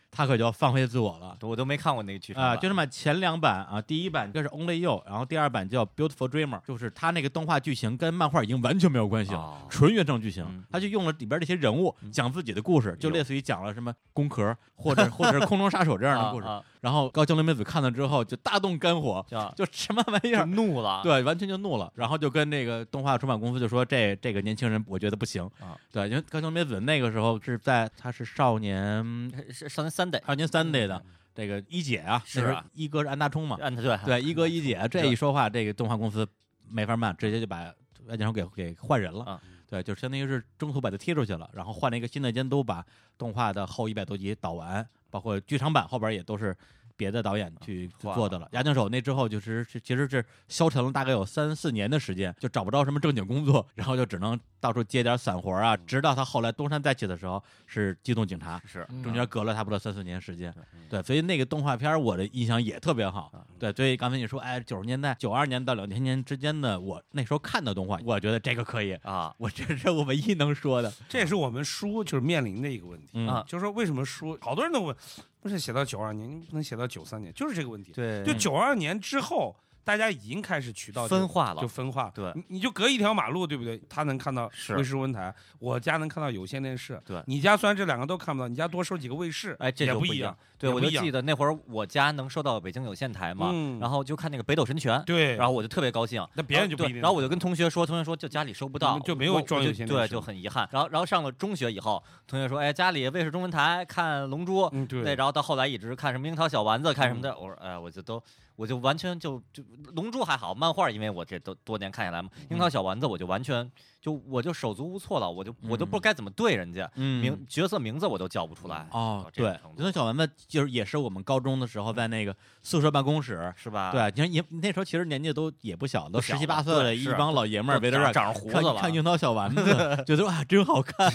Speaker 1: 他可就要放飞自我了。
Speaker 2: 我都没看过那个嗯剧场
Speaker 1: 啊、
Speaker 2: 版
Speaker 1: 就这么前两版啊，第一版就是 Only You，然后第二版叫 Beautiful Dreamer，就是它那个动画剧情跟漫画已经完全没有关系了，
Speaker 2: 哦
Speaker 1: 纯原创剧情，
Speaker 2: 嗯
Speaker 1: 它就用了里边这些人物讲自己的故事，就类似于讲了什么工壳或 者或者是空中杀手这样的故事。
Speaker 2: 啊啊
Speaker 1: 然后高桥留美子看了之后就大动肝火，
Speaker 2: 啊
Speaker 1: 就什么玩意
Speaker 2: 就
Speaker 1: 儿。
Speaker 2: 怒了，
Speaker 1: 对，完全就怒了，然后就跟那个动画出版公司就说这这个年轻人我觉得不行
Speaker 2: 啊，
Speaker 1: 对，因为高桥留美子那个时候是在他是少年
Speaker 2: 对，是上三代
Speaker 1: 少年三类的这个一姐啊，
Speaker 2: 嗯是啊
Speaker 1: 那时候一哥是安大冲
Speaker 4: 啊
Speaker 1: 嘛，
Speaker 2: 按他对
Speaker 1: 对，一哥一姐这一说话，这个动画公司没法办，直接就把外景手给给换人了。
Speaker 2: 啊
Speaker 1: 对，就相当于是中途把他踢出去了，然后换了一个新的监督，把动画的后一百多集导完，包括剧场版后边也都是别的导演去
Speaker 2: 换了
Speaker 1: 做的了。押井守那之后，就是是其实是消沉了大概有三四年的时间，就找不着什么正经工作，然后就只能到处接点散活啊。直到他后来东山再起的时候，是机动警察，
Speaker 2: 是
Speaker 3: 嗯
Speaker 1: 中间隔了差不多三四年时间，对，所以那个动画片儿我的印象也特别
Speaker 2: 嗯
Speaker 1: 好，对，所以刚才你说，哎，九十年代、九二年到两千年之间的，我那时候看的动画，我觉得这个可以，
Speaker 2: 啊
Speaker 1: 我这是我唯一能说的，
Speaker 4: 这也是我们书就是面临的一个问题，
Speaker 1: 嗯
Speaker 2: 啊
Speaker 4: 就是说为什么书好多人都问，不是写到九二年，你不能写到九三年，就是这个问题。
Speaker 2: 对
Speaker 4: 就九二年之后，大家已经开始渠道就
Speaker 2: 分化了
Speaker 4: 就分化。
Speaker 2: 对
Speaker 4: 你你就隔一条马路，对不对？他能看到
Speaker 2: 是
Speaker 4: 卫视温台，我家能看到有线电视。
Speaker 2: 对
Speaker 4: 你家虽然这两个都看不到，你家多收几个卫视，
Speaker 2: 哎，这
Speaker 4: 也
Speaker 2: 就
Speaker 4: 一
Speaker 2: 一
Speaker 4: 样。。
Speaker 2: 对，
Speaker 4: 也
Speaker 2: 我
Speaker 4: 不
Speaker 2: 就
Speaker 4: 一样
Speaker 2: 记得那会儿我家能收到北京有线台嘛，
Speaker 4: 嗯
Speaker 2: 然后就看那个《北斗神拳》，
Speaker 4: 对
Speaker 2: 然后我就特别高兴。
Speaker 4: 那别人就
Speaker 2: 然
Speaker 4: 不
Speaker 2: 后对
Speaker 4: 一定
Speaker 2: 然后我就跟同学说，同学说就家里收不到，
Speaker 4: 就没有
Speaker 2: 我我
Speaker 4: 装有
Speaker 2: 就
Speaker 4: 线电
Speaker 2: 对，
Speaker 4: 视
Speaker 2: 就很遗憾。然后然后上了中学以后，同学说，哎，家里卫视中文台看《龙珠》，
Speaker 4: 嗯，对。
Speaker 2: 对，然后到后来一直看什么樱桃小丸子，看什么的，我说哎，我就都，我就完全就就龙珠还好，漫画因为我这都多年看下来嘛，樱桃小丸子我就完全就我就手足无措了，我就我都不知道该怎么对人家，
Speaker 1: 嗯
Speaker 2: 名角色名字我都叫不出来，
Speaker 1: 哦，
Speaker 2: 这个
Speaker 1: 对
Speaker 2: 程，度
Speaker 1: 那小丸子就是也是我们高中的时候在那个宿舍办公室。
Speaker 2: 是吧？
Speaker 1: 对，你看也那时候其实年纪都也不小，都
Speaker 2: 啊小
Speaker 1: 十
Speaker 2: 了
Speaker 1: 七八岁了，
Speaker 2: 对
Speaker 1: 一
Speaker 2: 是
Speaker 1: 帮老爷们儿
Speaker 2: 都
Speaker 1: 围着这儿
Speaker 2: 长长胡子了
Speaker 1: 看看樱桃小丸 子，觉得哇真好看，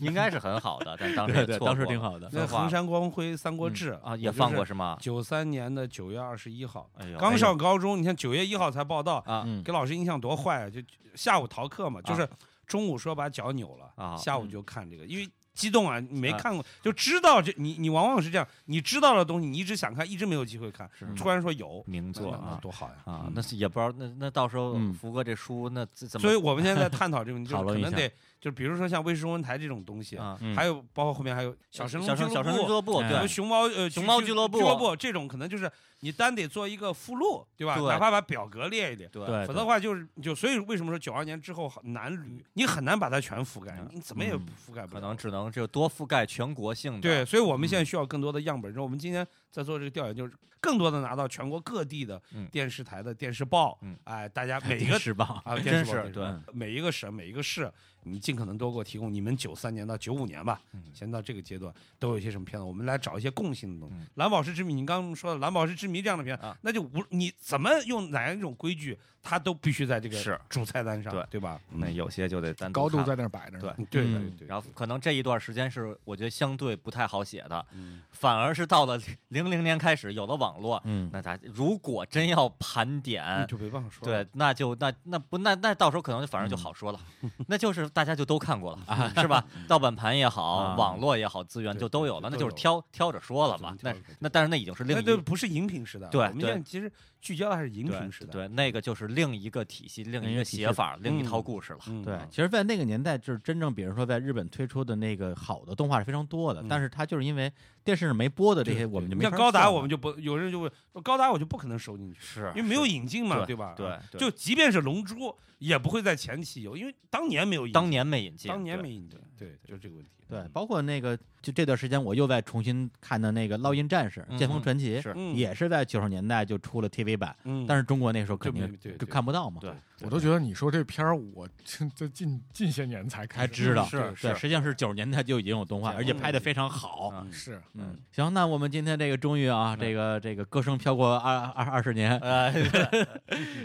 Speaker 2: 应该是很好的，但当 时
Speaker 1: 对
Speaker 2: 也
Speaker 1: 对，
Speaker 2: 错过
Speaker 1: 当时
Speaker 2: 了
Speaker 1: 挺好的。
Speaker 4: 那
Speaker 2: 分化
Speaker 4: 衡山光辉《三国志》
Speaker 2: 啊，也放过是吗？
Speaker 4: 九三年的九月二十一号，
Speaker 2: 哎呦，
Speaker 4: 刚上高中，你看九月一号才报道，
Speaker 2: 啊
Speaker 1: 嗯
Speaker 4: 给老师印象多坏啊！就下午逃课嘛，就是中午说把脚扭了，
Speaker 2: 啊
Speaker 4: 下午就看这个，因为激动啊，你没看过、就知道这你你往往是这样，你知道的东西，你一直想看，一直没有机会看，突然说有
Speaker 2: 名
Speaker 4: 那
Speaker 2: 作
Speaker 4: 那
Speaker 2: 嗯
Speaker 4: 那
Speaker 2: 啊
Speaker 4: 多好呀！
Speaker 2: 啊，那是也不知道，那那到时候
Speaker 1: 嗯
Speaker 2: 福哥这书 那怎怎么？
Speaker 4: 所以我们现在在探讨这 个问题，就
Speaker 1: 讨
Speaker 4: 是
Speaker 1: 论
Speaker 4: 可
Speaker 1: 一下
Speaker 4: 能得就比如说像卫视中文台这种东西，
Speaker 2: 啊，
Speaker 1: 嗯
Speaker 4: 还有包括后面还有小神
Speaker 2: 神
Speaker 4: 龙
Speaker 2: 小
Speaker 4: 俱
Speaker 2: 神小神龙
Speaker 4: 乐
Speaker 2: 俱乐部，
Speaker 1: 哎
Speaker 4: 什么
Speaker 2: 对，
Speaker 4: 熊猫呃
Speaker 2: 熊猫俱乐部
Speaker 4: 俱乐部这种可能就是你单得做一个附录，对吧？
Speaker 2: 对
Speaker 4: 哪怕把表格列一列，
Speaker 2: 哎对
Speaker 1: 对，
Speaker 4: 否则的话就是就所以为什么说九二年之后很难捋，你很难把它全覆盖
Speaker 2: 嗯，
Speaker 4: 你怎么也覆盖不
Speaker 2: 可
Speaker 4: 了。
Speaker 2: 能只能就多覆盖全国性的，嗯
Speaker 4: 对，所以我们现在需要更多的样本。然后我们今天在做这个调研，就是更多的拿到全国各地的
Speaker 2: 嗯
Speaker 4: 电视台的电视报，
Speaker 2: 嗯
Speaker 4: 哎，大家每一个
Speaker 1: 时报
Speaker 4: 啊，电
Speaker 2: 哎真
Speaker 4: 视报
Speaker 2: 是
Speaker 4: 电视报
Speaker 2: 对，
Speaker 4: 每一个省每一个市，你尽可能多给我提供你们九三年到九五年吧，
Speaker 2: 嗯
Speaker 4: 先到这个阶段都有一些什么片子，我们来找一些共性的东西。蓝宝石之谜》，你刚刚说的《蓝宝石之谜》这样的片，
Speaker 2: 嗯啊
Speaker 4: 那就无你怎么用哪一种规矩，它都必须在这
Speaker 2: 是
Speaker 4: 个主菜单上，
Speaker 2: 对
Speaker 4: 对吧？嗯
Speaker 2: 那有些就得单独
Speaker 3: 高度
Speaker 2: 看
Speaker 3: 在那儿摆着呢。
Speaker 2: 对
Speaker 4: 对
Speaker 1: 嗯
Speaker 4: 对对，
Speaker 2: 然后可能这一段时间是我觉得相对不太好写的，
Speaker 4: 嗯
Speaker 2: 反而是到了零零年开始有了网络，
Speaker 1: 嗯
Speaker 2: 那咱如果真要盘
Speaker 4: 你
Speaker 2: 点，
Speaker 4: 就没办法说了
Speaker 2: 呃对，那就那那不那那到时候可能就反正就好说了，那就是大家就都看过了，是吧？盗版盘也好，
Speaker 1: 啊
Speaker 2: 网络也好，资源就都有了，
Speaker 4: 对
Speaker 2: 那
Speaker 4: 对
Speaker 2: 就是挑挑着说了嘛。
Speaker 4: 挑
Speaker 2: 那
Speaker 4: 着说
Speaker 2: 那但是那已经是另
Speaker 4: 那
Speaker 2: 一
Speaker 4: 就不是荧屏时代了，
Speaker 2: 对
Speaker 4: 我们
Speaker 2: 对
Speaker 4: 现在其实聚焦的还是荧屏时代，
Speaker 2: 对，那个就是另一个体系、另
Speaker 1: 另
Speaker 2: 一
Speaker 1: 一个
Speaker 2: 个
Speaker 1: 体系
Speaker 2: 写法、另一套
Speaker 4: 嗯
Speaker 2: 故事了。
Speaker 4: 嗯，
Speaker 1: 对，其实，在那个年代，就是真正，比如说在日本推出的那个好的动画是非常多的，
Speaker 4: 嗯
Speaker 1: 但是它就是因为电视上没播的这些，我们就没
Speaker 4: 像
Speaker 1: 法
Speaker 4: 高达，
Speaker 1: 算
Speaker 4: 我们就不有人就问高达，我就不可能收进去，
Speaker 2: 是
Speaker 4: 因为没有引进嘛，
Speaker 2: 对
Speaker 4: 对吧？
Speaker 2: 对对
Speaker 4: 就即便是龙珠，也不会在前期有，因为当年没有引进，
Speaker 2: 当年没引进，
Speaker 4: 当年
Speaker 2: 对
Speaker 4: 没引进，对，就这个问题。
Speaker 1: 对，包括那个就这段时间，我又在重新看的那个《烙印战士》
Speaker 2: 嗯
Speaker 1: 《剑锋传奇》
Speaker 2: 是
Speaker 4: 嗯
Speaker 1: 也是在九十年代就出了 TV 版，
Speaker 4: 嗯
Speaker 1: 但是中国那时候肯
Speaker 4: 就没对
Speaker 1: 定
Speaker 4: 对
Speaker 1: 就看不到嘛，
Speaker 2: 对
Speaker 3: 我都觉得你说这片儿，我这近近些年才
Speaker 1: 才
Speaker 3: 开始
Speaker 1: 知道。
Speaker 2: 是
Speaker 1: 对，
Speaker 2: 是
Speaker 1: 实际上是九十年代就已经有动画，而且
Speaker 4: 嗯
Speaker 1: 拍的非常好。
Speaker 2: 嗯
Speaker 3: 是
Speaker 1: 嗯，行，那我们今天这个终于啊，
Speaker 4: 嗯
Speaker 1: 这个这个歌声飘过二二二十年，
Speaker 2: 呃，
Speaker 4: 嗯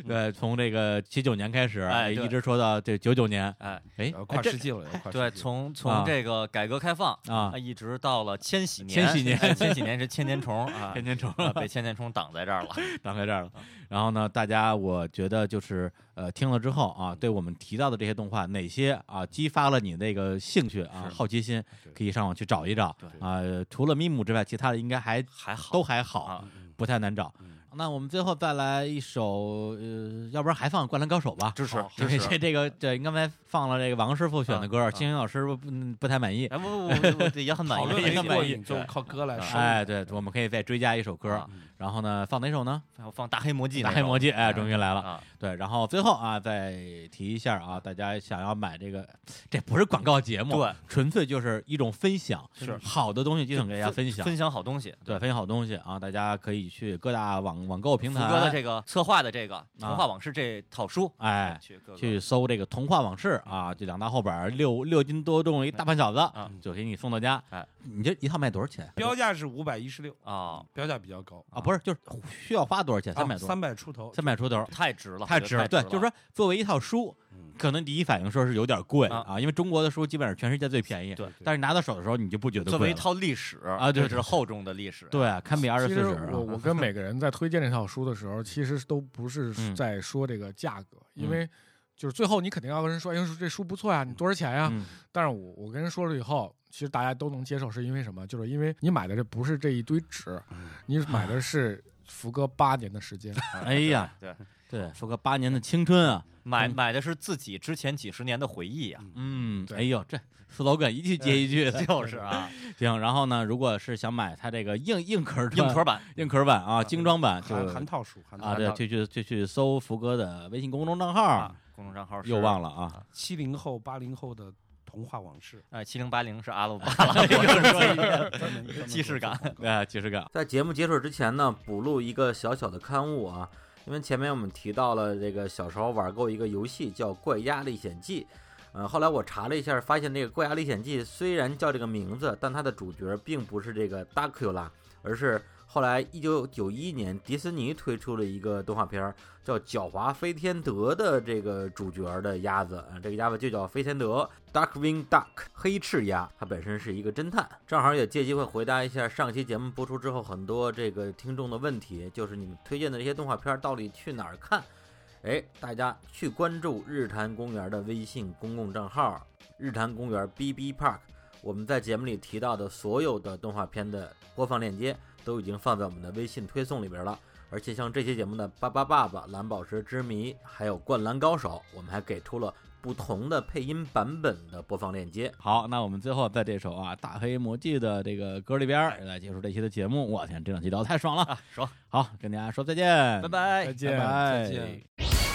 Speaker 1: 对，从这个七九年开始，
Speaker 2: 哎对
Speaker 1: 一直说到这九九年，
Speaker 2: 哎，
Speaker 1: 哎，
Speaker 4: 呃跨
Speaker 1: 哎这
Speaker 4: 世纪了，要跨世纪
Speaker 2: 对，
Speaker 4: 了
Speaker 2: 从
Speaker 1: 啊
Speaker 2: 从这个改革开放
Speaker 4: 哎
Speaker 1: 啊
Speaker 2: 一直到了千禧年，
Speaker 1: 千禧年
Speaker 2: 哎 千禧年是千年虫 啊，
Speaker 1: 天天成
Speaker 2: 啊被千年虫 挡在这儿了。
Speaker 1: 挡在这儿了。啊然后呢，大家我觉得就是呃，听了之后啊，对我们提到的这些动画，哪些啊激发了你那个兴趣啊、好奇心，可以上网去找一找
Speaker 2: 对。
Speaker 1: 啊、除了咪姆之外，其他的应该 还
Speaker 2: 还好
Speaker 1: 都还好，
Speaker 2: 啊
Speaker 1: 不太难找。那我们最后再来一首，呃，要不然还放《灌篮高手》吧，
Speaker 2: 支持
Speaker 1: 因为
Speaker 2: 支持
Speaker 1: 这这个这刚才放了这个王师傅选的歌，
Speaker 2: 啊
Speaker 1: 星云老师不嗯不不太满意。
Speaker 2: 哎，不不不不，不也很满
Speaker 4: 讨
Speaker 2: 意，
Speaker 4: 论
Speaker 2: 也
Speaker 4: 没
Speaker 2: 很
Speaker 4: 过
Speaker 2: 满意
Speaker 4: 瘾，。就靠歌来说。
Speaker 1: 哎，对，我们可以再追加一首歌
Speaker 2: 啊，
Speaker 1: 然后呢，放哪首呢？
Speaker 2: 对，放大黑魔记那
Speaker 1: 大黑
Speaker 2: 种，
Speaker 1: 魔记，哎，终于来了。
Speaker 2: 啊，
Speaker 1: 对，然后最后啊，再提一下啊，大家想要买这个，这不是广告节目，
Speaker 2: 对，
Speaker 1: 纯粹就是一种分享，
Speaker 2: 是
Speaker 1: 好的东西就想给大家分享，
Speaker 2: 分享好东西。
Speaker 1: 对，分享好东西啊，大家可以去各大网网购平
Speaker 2: 福
Speaker 1: 台，啊
Speaker 2: 哥的这个策划的这个《童话往事》这套书，
Speaker 1: 哎
Speaker 2: 去各个
Speaker 1: 去搜这个《童话往事》啊，这两大厚本儿，六六斤多重一大胖小子，
Speaker 2: 啊
Speaker 1: 就给你送到家。
Speaker 2: 哎，
Speaker 1: 你这一套卖多少钱？
Speaker 4: 标价是五百一十六，
Speaker 2: 啊，
Speaker 4: 标价比较高，啊
Speaker 1: 啊，不是，就是需要花多少钱？三百多，
Speaker 4: 三百出头，
Speaker 1: 三百出头。
Speaker 2: 太值了，
Speaker 1: 太
Speaker 2: 我觉
Speaker 1: 值
Speaker 2: 得
Speaker 1: 了，
Speaker 2: 太
Speaker 1: 对，
Speaker 2: 值
Speaker 1: 就是说作为一套书，可能第一反应说是有点贵
Speaker 2: 啊
Speaker 1: 啊，因为中国的书基本上全世界最便宜，
Speaker 2: 对对
Speaker 1: 但是拿到手的时候你就不觉得
Speaker 2: 作为
Speaker 1: 贵
Speaker 2: 一
Speaker 1: 了，
Speaker 2: 套历史
Speaker 1: 啊对
Speaker 2: 这是厚重的历史，
Speaker 1: 对，堪比二十
Speaker 3: 其
Speaker 1: 四
Speaker 3: 实
Speaker 1: 史
Speaker 3: 我
Speaker 1: 啊。
Speaker 3: 我跟每个人在推荐这套书的时候，其实都不是
Speaker 1: 嗯
Speaker 3: 在说这个价格，因为就是最后你肯定要跟人说，哎，这书不错呀，你多少钱呀？
Speaker 1: 嗯
Speaker 3: 但是我我跟人说了以后，其实大家都能接受，是因为什么？就是因为你买的这不是这一堆纸，你买的是福哥八年的时间。
Speaker 1: 哎呀，
Speaker 2: 啊对，
Speaker 1: 对，说个八年的青春啊，
Speaker 2: 买
Speaker 11: 嗯
Speaker 2: 买的是自己之前几十年的回忆啊，
Speaker 1: 嗯，
Speaker 3: 对
Speaker 1: 哎呦，这 slogan 一句接一句的，
Speaker 2: 就是啊，
Speaker 1: 行。然后呢，如果是想买它这个硬硬壳
Speaker 2: 硬
Speaker 1: 版、
Speaker 2: 壳版，
Speaker 1: 硬壳版啊、精装版，就
Speaker 4: 含含套书，含
Speaker 1: 啊，
Speaker 4: 套
Speaker 1: 对，就去就去搜福哥的微信公众账号，，
Speaker 2: 公众账号是
Speaker 1: 又忘了啊，
Speaker 4: 七零后、八零后的童话往 事，
Speaker 2: 哎，七零八零是阿鲁巴 拉，我又说一遍，既视感。
Speaker 1: 哎，即视感。
Speaker 11: 在节目结束之前呢，补录一个小小的刊物啊，因为前面我们提到了这个小时候玩过一个游戏叫《怪鸭历险记》，呃，后来我查了一下，发现这个《怪鸭历险记》虽然叫这个名字，但它的主角并不是这个 Dracula，而是后来一九九一年迪士尼推出了一个动画片儿叫《狡猾飞天德》的这个主角的鸭子，啊，这个鸭子就叫飞天德 （Darkwing Duck） 黑翅鸭，它本身是一个侦探。正好也借机会回答一下上期节目播出之后很多这个听众的问题，就是你们推荐的这些动画片儿到底去哪儿看？哎，大家去关注日坛公园的微信公共账号“日坛公园 BB Park”。我们在节目里提到的所有的动画片的播放链接都已经放在我们的微信推送里边了。而且像这期节目的《巴巴爸爸》《蓝宝石之谜》还有《灌篮高手》，我们还给出了不同的配音版本的播放链接。
Speaker 1: 好，那我们最后在这首啊《大黑魔记》的这个歌里边儿来结束这期的节目。我天，这两期聊得太爽了，
Speaker 2: 爽！
Speaker 1: 好，跟大家说再见，
Speaker 2: 拜拜
Speaker 3: 再见
Speaker 1: 拜拜
Speaker 4: 再见。